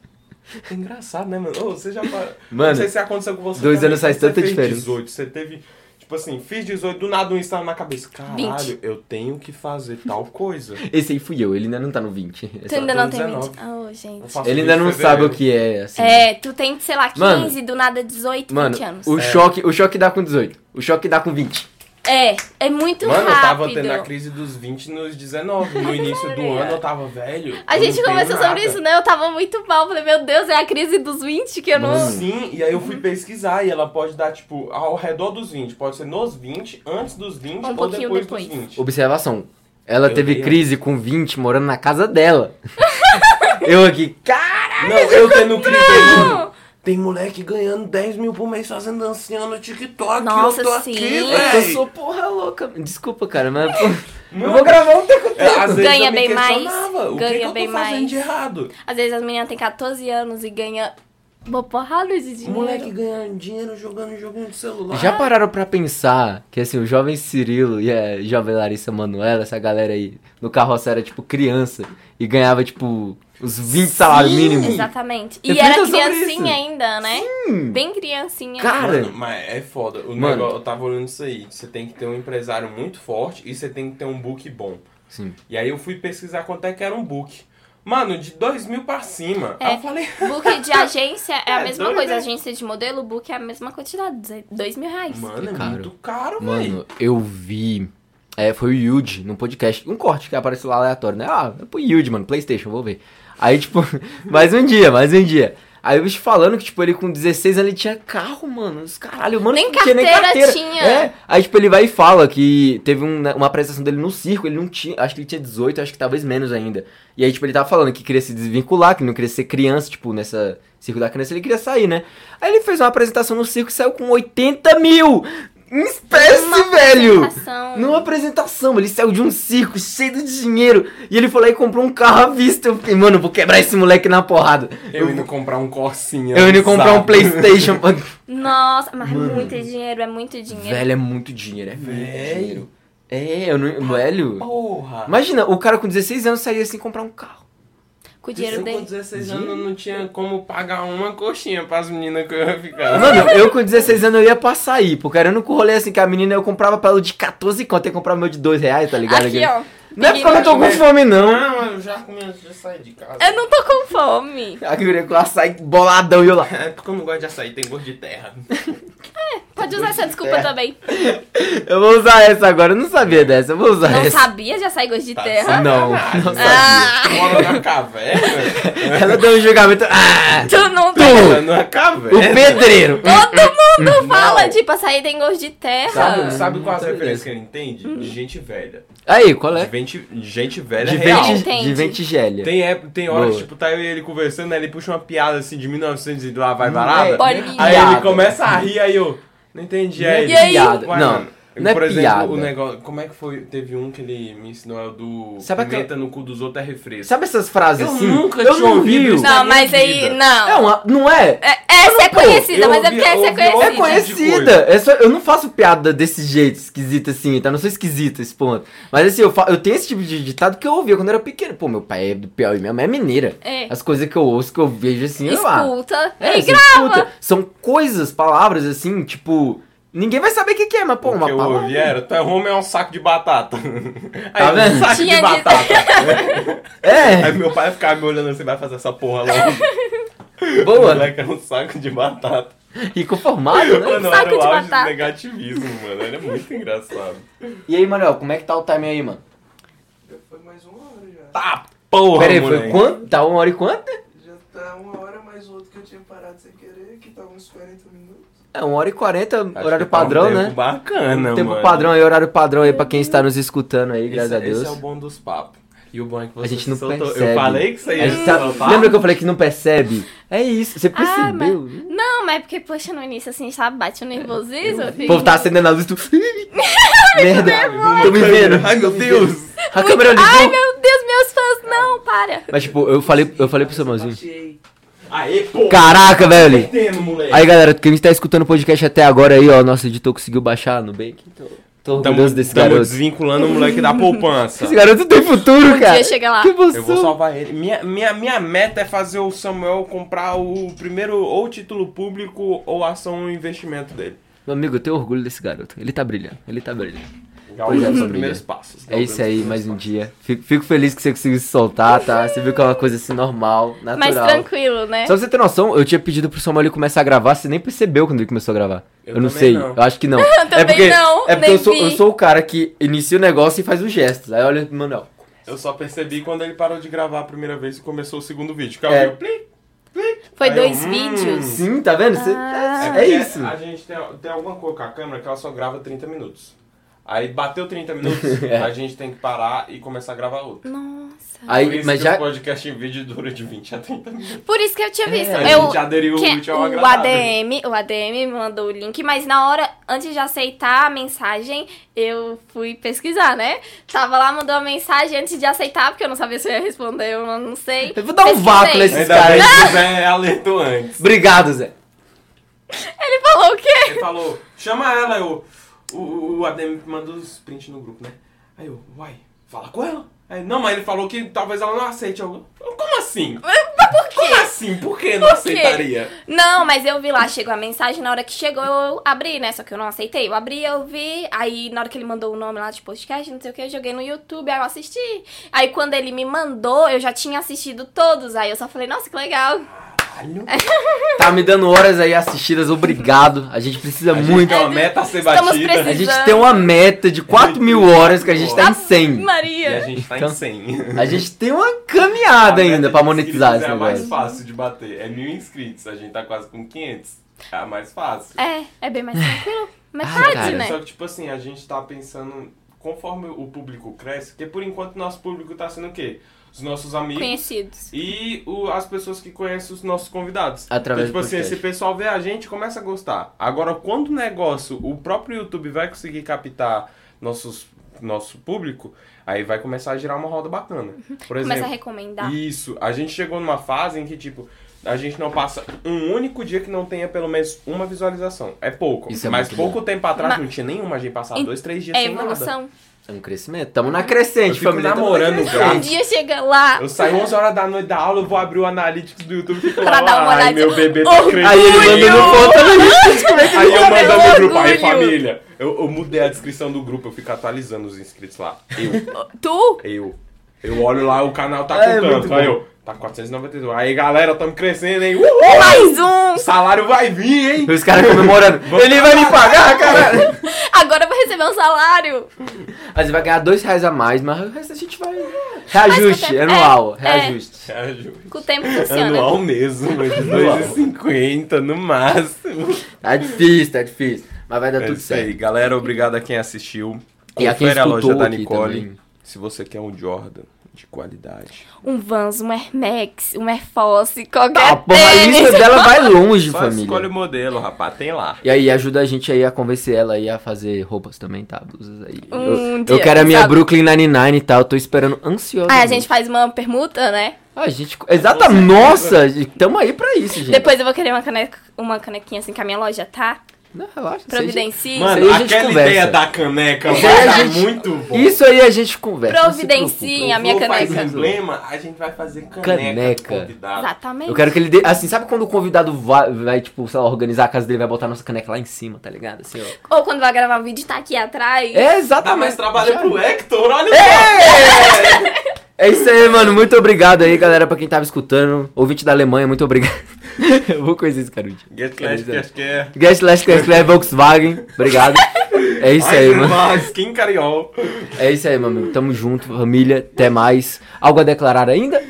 Engraçado, né, mano? Ô, você já parou. Mano, não sei se aconteceu com você. dois também, anos faz quando tanta você fez diferença. 18, você teve. tipo, Tipo assim, fiz 18, do nada um estalo na cabeça. Caralho, 20. eu tenho que fazer tal coisa. Esse aí fui eu, ele ainda não tá no 20. Tu ainda tô não no tem 20. 19. Ah, ô, Eu gente. faço Ele isso ainda em não fevereiro. sabe o que é, assim. É, tu tem, sei lá, 15, Mano. do nada 18, Mano, 20 anos. É. o choque, o choque dá com 18. O choque dá com 20. É, é muito Mano, eu rápido. tava tendo a crise dos 20 nos 19. No início do Sério? ano eu tava velho. A eu gente não tenho conversou nada. sobre isso, né? Eu tava muito mal. Falei, meu Deus, é a crise dos 20 que eu não. Mano. Sim, e aí eu fui pesquisar e ela pode dar, tipo, ao redor dos 20. Pode ser nos 20, antes dos 20 Um ou pouquinho depois, dos depois. 20. Observação. Ela Eu teve dei, ó. crise com 20 morando na casa dela. eu aqui, cara! Não, eu tendo crise aí. Tem moleque ganhando 10 mil por mês fazendo dancinha no TikTok. Nossa, eu tô aqui, sim. Eu velho. sou porra louca. Desculpa, cara, mas. pô, Não, eu vou gravar um teco É, às vezes Ganha eu me bem mais, questionava, O que ganha que, bem eu tô fazendo mais. de errado? Às vezes as meninas têm 14 anos e ganham uma porrada de dinheiro. Moleque ganhando dinheiro jogando joguinho de celular. Já pararam pra pensar que assim, o jovem Cirilo e a jovem Larissa Manoela, essa galera aí, no carroça era tipo criança e ganhava tipo os 20 salários mínimos? Exatamente. Eu E era penso sobre criancinha isso. ainda, né? Bem criancinha. Cara, Mano, mas é foda. O Mano. negócio, eu tava olhando isso aí. Você tem que ter um empresário muito forte e você tem que ter um book bom. Sim. E aí eu fui pesquisar quanto é que era um book. Mano, de 2 mil pra cima. Ah, É. Aí eu falei, Book de agência é a É, mesma doido, coisa. né? Agência de modelo, book é a mesma quantidade, 2 mil reais. mano, é caro. muito caro, velho. Mano, eu vi. É, foi o Yude num podcast. Um corte que apareceu lá aleatório, né? Ah, é pro Yude, mano, Playstation, vou ver. Aí, tipo, mais um dia, mais um dia. Aí o bicho falando que, tipo, ele com 16 anos ele tinha carro, mano. Os caralho, mano, Nem não tinha nem carteira carteira. tinha. É. Aí, tipo, ele vai e fala que teve um- né, uma apresentação dele no circo, ele não tinha. Acho que ele tinha 18, acho que talvez menos ainda. E aí, tipo, ele tava falando que queria se desvincular, que não queria ser criança, tipo, nessa circo da criança, ele queria sair, né? Aí ele fez uma apresentação no circo e saiu com 80 mil! Em espécie, Uma velho! apresentação. Numa apresentação, ele saiu de um circo cheio de dinheiro e ele foi lá e comprou um carro à vista. Eu fiquei, mano, eu vou quebrar esse moleque na porrada. Eu indo comprar um corsinha. Eu indo comprar um sabe? Playstation. pra- Nossa, mas Mano. é muito dinheiro, é muito dinheiro. velho, é muito dinheiro, é muito Velho. dinheiro. É, eu não. Velho. Porra. Imagina, o cara com 16 anos sairia assim comprar um carro. Com o dinheiro Dinheiro com dele. 16 anos eu não tinha como pagar uma coxinha pras meninas que eu ia ficar. Mano, eu com 16 anos eu ia pra sair, porque era no rolê assim que a menina eu comprava pra ela de 14 conto, eu comprava meu de 2 reais, tá ligado? Aqui, ó. Não é porque eu não tô com fome, não. Não, eu já comi antes de sair de casa. Eu não tô com fome. A guria com açaí boladão e eu lá. É porque eu não gosto de açaí, tem gosto de terra. Pode usar essa desculpa também. Eu vou usar essa agora, eu não sabia dessa, eu vou usar Não essa. sabia já sai gosto de Tá terra? Ah, Não, não sabia. Mora na caverna. Ela deu um julgamento. Ah! Tu não Tu, tem. Mora na o caverna. pedreiro! Todo mundo fala de açaí tem gosto de terra. Sabe, né? sabe qual as Hum. referências que ele entende? De gente velha. Aí, qual De é? gente, de gente velha De é real. vente, Entende. de ventigélia. Tem, época- tem horas, Boa. tipo, tá eu e ele conversando, aí ele puxa uma piada assim de 1900 e lá Hum, vai é, varada. Pode Aí piada. ele começa a rir, aí eu. Não entendi. Não é Aí, ele, piada. "Ué, Não, mano, não é Por exemplo, piada. o negócio. Como é que foi? Teve um que ele me ensinou, é o do. Sabe aquela- pimenta no cu dos outros é refresco. Sabe essas frases Eu assim? nunca eu tinha não ouvido rio. isso. Não, mas aí. vida. É Não. uma, não é? É- Essa é Pô, conhecida, eu mas é ouvi- porque essa ouvi é ontem. É Esse tipo conhecida. de conhecida. coisa. É só, eu não faço piada desse jeito, esquisita assim, tá? Não sou esquisita esse ponto. Mas assim, eu, fa- eu tenho esse tipo de ditado que eu ouvia quando eu era pequeno. Pô, meu pai é do Piauí, minha mãe é mineira. É. As coisas que eu ouço, que eu vejo assim, eu lá. Escuta. É, E você escuta, São coisas, palavras assim, tipo. Ninguém vai saber o que, que é, mas pô, o uma que eu palavra. ouvi era, tu é homem é um saco de batata. Aí Tá eu, vendo? um saco Tinha de dito. batata. Aí É, meu pai ficava me olhando assim, vai fazer essa porra logo. O boa. moleque era um saco de batata. E conformado, né? mano, saco era o de auge batata. do negativismo, mano. Era muito engraçado. E aí, Manuel, como é que tá o time aí, mano? Já foi mais uma hora já. Tá, porra, Pera aí, foi moleque. quanto? Tá uma hora e quanto? Já tá uma hora mais outro que eu tinha parado sem querer, que tá uns 40 minutos. É, uma hora e quarenta, Acho horário que tá um padrão, tempo né? Bacana, tempo mano. padrão aí, horário padrão aí pra quem está nos escutando aí, Esse- graças a Deus. Esse é o bom dos papos. E o bom é que você A gente não se soltou. percebe. Eu falei que isso aí A ia gente se tá- soltar. Lembra que eu falei que não percebe? É isso, você Ah, mas- percebeu? Não, mas é porque, poxa, no início assim, sabe, bate o nervosismo. assim. O filho. povo tá acendendo a luz, tu... Merda, tô me vendo. Ai, meu Deus. A câmera Ai, ligou. meu Deus, meus fãs, não, para. Mas tipo, eu falei, eu falei pro Samuelzinho. Achei. Aê, pô. Caraca, velho. Perdendo, moleque. Aí, galera, quem está escutando o podcast até agora aí, ó, nosso editor conseguiu baixar no Bake. Tô, tô orgulhoso desse tamo garoto. desvinculando o moleque da poupança. Esse garoto tem futuro, Um cara. dia chega lá. Que emoção. Eu vou salvar ele. Minha, minha, minha meta é fazer o Samuel comprar o primeiro ou título público ou ação ou investimento dele. Meu amigo, eu tenho orgulho desse garoto. Ele tá brilhando, ele tá brilhando. Galvão é, dando família. os primeiros passos. É isso aí, mais mais um dia. Fico, fico feliz que você conseguiu se soltar, tá? Você viu que é uma coisa assim normal, natural. Mais tranquilo, né? Só pra você ter noção, eu tinha pedido pro Samuel ele começar a gravar, você nem percebeu quando ele começou a gravar. Eu Eu, não também sei, não. eu acho que não. é também porque, não, é porque eu nem sou, vi. eu sou o cara que inicia o negócio e faz os gestos. Aí olha, Manuel. Eu só percebi quando ele parou de gravar a primeira vez e começou o segundo vídeo. Caiu É. o plim, plim. Foi Aí eu, dois hum. vídeos. Sim, tá vendo? Você- Ah. é, é porque isso. A gente tem, tem alguma coisa com a câmera que ela só grava 30 minutos. Aí bateu 30 minutos, É. a gente tem que parar e começar a gravar outro. Nossa. Por Aí, isso mas que já. o podcast em vídeo dura de 20 a 30 minutos. Por isso que eu tinha visto. a eu, gente aderiu que- É o é útil ao o agradável. ADM, o ADM me mandou o link, mas na hora, antes de aceitar a mensagem, eu fui pesquisar, né? Tava lá, mandou a mensagem antes de aceitar, porque eu não sabia se eu ia responder, eu não sei. Eu vou dar um Pesquisei. vácuo nesse- Ainda caras- bem que o Zé alertou antes. Obrigado, Zé. Ele falou o quê? Ele falou, chama ela, eu. O, o ADM mandou os prints no grupo, né? Aí eu, uai, fala com ela. Aí, não, mas ele falou que talvez ela não aceite. Eu, como assim? Mas por quê? Como assim? Por que não Por quê? aceitaria? Não, mas eu vi lá, chegou a mensagem, na hora que chegou eu abri, né? Só que eu não aceitei. Eu abri, eu vi, aí na hora que ele mandou o nome lá de podcast, não sei o que, eu joguei no YouTube, aí eu assisti. Aí quando ele me mandou, eu já tinha assistido todos, aí eu só falei, nossa, que legal. Caralho. Tá me dando horas aí assistidas, obrigado. A gente precisa A gente tá muito. tem uma meta a ser É, Estamos A batida. precisando. gente tem uma meta de 4 mil horas que a gente tá em 100. Hum. E a Maria. gente tá Então, em 100. A gente tem uma A caminhada meta ainda de pra monetizar inscritos esse É a mais negócio. fácil de bater. É mil inscritos. A gente tá quase com 500. É a mais fácil. É, é bem mais Ai, tranquilo. Metade, Ah, cara. né? Só que, tipo assim, a gente tá pensando conforme o público cresce, porque por enquanto nosso público tá sendo o quê? Os nossos amigos. Conhecidos. e o- as pessoas que conhecem os nossos convidados. Através então, do tipo assim, podcast. esse pessoal vê a gente e começa a gostar. Agora, quando o negócio, o próprio YouTube vai conseguir captar nossos, nosso público, aí vai começar a girar uma roda bacana. Por Uhum. Começa a exemplo, recomendar. isso. A gente chegou numa fase em que, tipo, a gente não passa um único dia que não tenha pelo menos uma visualização. É pouco. Isso é mas muito pouco tempo atrás Mas- não tinha nenhuma, a gente passava Em- dois, três dias É sem nada. evolução. É um crescimento. Tamo na crescente, Eu fico família. tamo na namorando o crescente. gato. Um dia chega lá. Tá. Eu saio 11 horas da noite da aula, eu vou abrir o Analytics do YouTube e fico lá, Pra dar uma ai, olhadinha." meu bebê tá Oh, crescendo. Aí ele manda no ponto Como é que Aí eu Meu mando no grupo, aí orgulho. família. Eu, eu mudei a descrição do grupo, eu fico atualizando os inscritos lá. Eu, Tu? eu. Eu olho lá, o canal tá É, com muito tanto. Aí bom. eu, tá 492. Aí galera, tamo crescendo, hein? Uhul! Mais um! O salário vai vir, hein? Os caras comemorando. Ele vai me pagar, cara. Agora vai receber um salário. Aí você vai ganhar dois reais a mais, mas o resto a gente vai. Mas com Reajuste o tempo- anual. é, é. Reajuste. Com o tempo funciona. Anual mesmo, mas de 2,50 no máximo. é. Tá difícil, tá difícil. Mas vai dar É tudo isso certo. aí, galera. Obrigado a quem assistiu. E a quem Confere a loja escutou da aqui Nicole. também. Se você quer um Jordan de qualidade. Um Vans, um Air Max, um Air Force, qualquer Ah, pô, a lista tênis. dela vai longe, Só escolhe família. o modelo, rapaz. Tem lá. E aí, ajuda a gente aí a convencer ela aí a fazer roupas também, tá? Blusas aí. Um eu, dia, eu quero a minha sabe? Brooklyn 99 e tal, eu tô esperando ansiosa. Aí a gente faz uma permuta, né? A gente. Exata, nossa! Tamo aí pra isso, gente. Depois eu vou querer uma, caneca, uma canequinha assim com a minha loja, tá? Não, relaxa. isso aí a gente- Providencie. aí Mano, a gente aquela conversa. ideia da caneca Isso aí a vai dar gente- muito bom. Isso aí a gente conversa. não se Providencie preocupa. a minha Vou fazer caneca. emblema, a gente vai fazer caneca. Caneca. pro convidado. Exatamente. Eu quero que ele dê. Assim, sabe quando o convidado vai, vai, tipo, sei lá, organizar a casa dele, vai botar a nossa caneca lá em cima, tá ligado? Assim, ó. Ou quando vai gravar um vídeo, tá aqui atrás. É, Dá mais exatamente. trabalho Já- Ah, pro Hector, olha só. É isso aí, mano. Muito obrigado aí, galera, pra quem tava escutando. Ouvinte da Alemanha, muito obrigado. Eu vou conhecer esse cara. um dia. Get Clash, Cash Care. Guest Last Class Club, Volkswagen. Obrigado. É isso aí, mano. Mas, Kim Cariol. É isso aí, meu amigo. Tamo junto, família. Até mais. Algo a declarar ainda?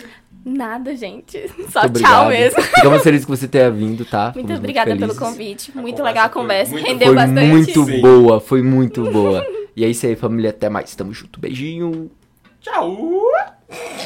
Nada, gente. Só Muito tchau obrigado. mesmo. Ficamos felizes que você tenha vindo, tá? Ficamos Muito obrigada pelo felizes. convite. muito conversa legal a foi conversa. muito Rendeu Foi bastante. muito Sim. boa, foi muito boa. E é isso aí, família. Até mais. Tamo junto. Beijinho. Tchau.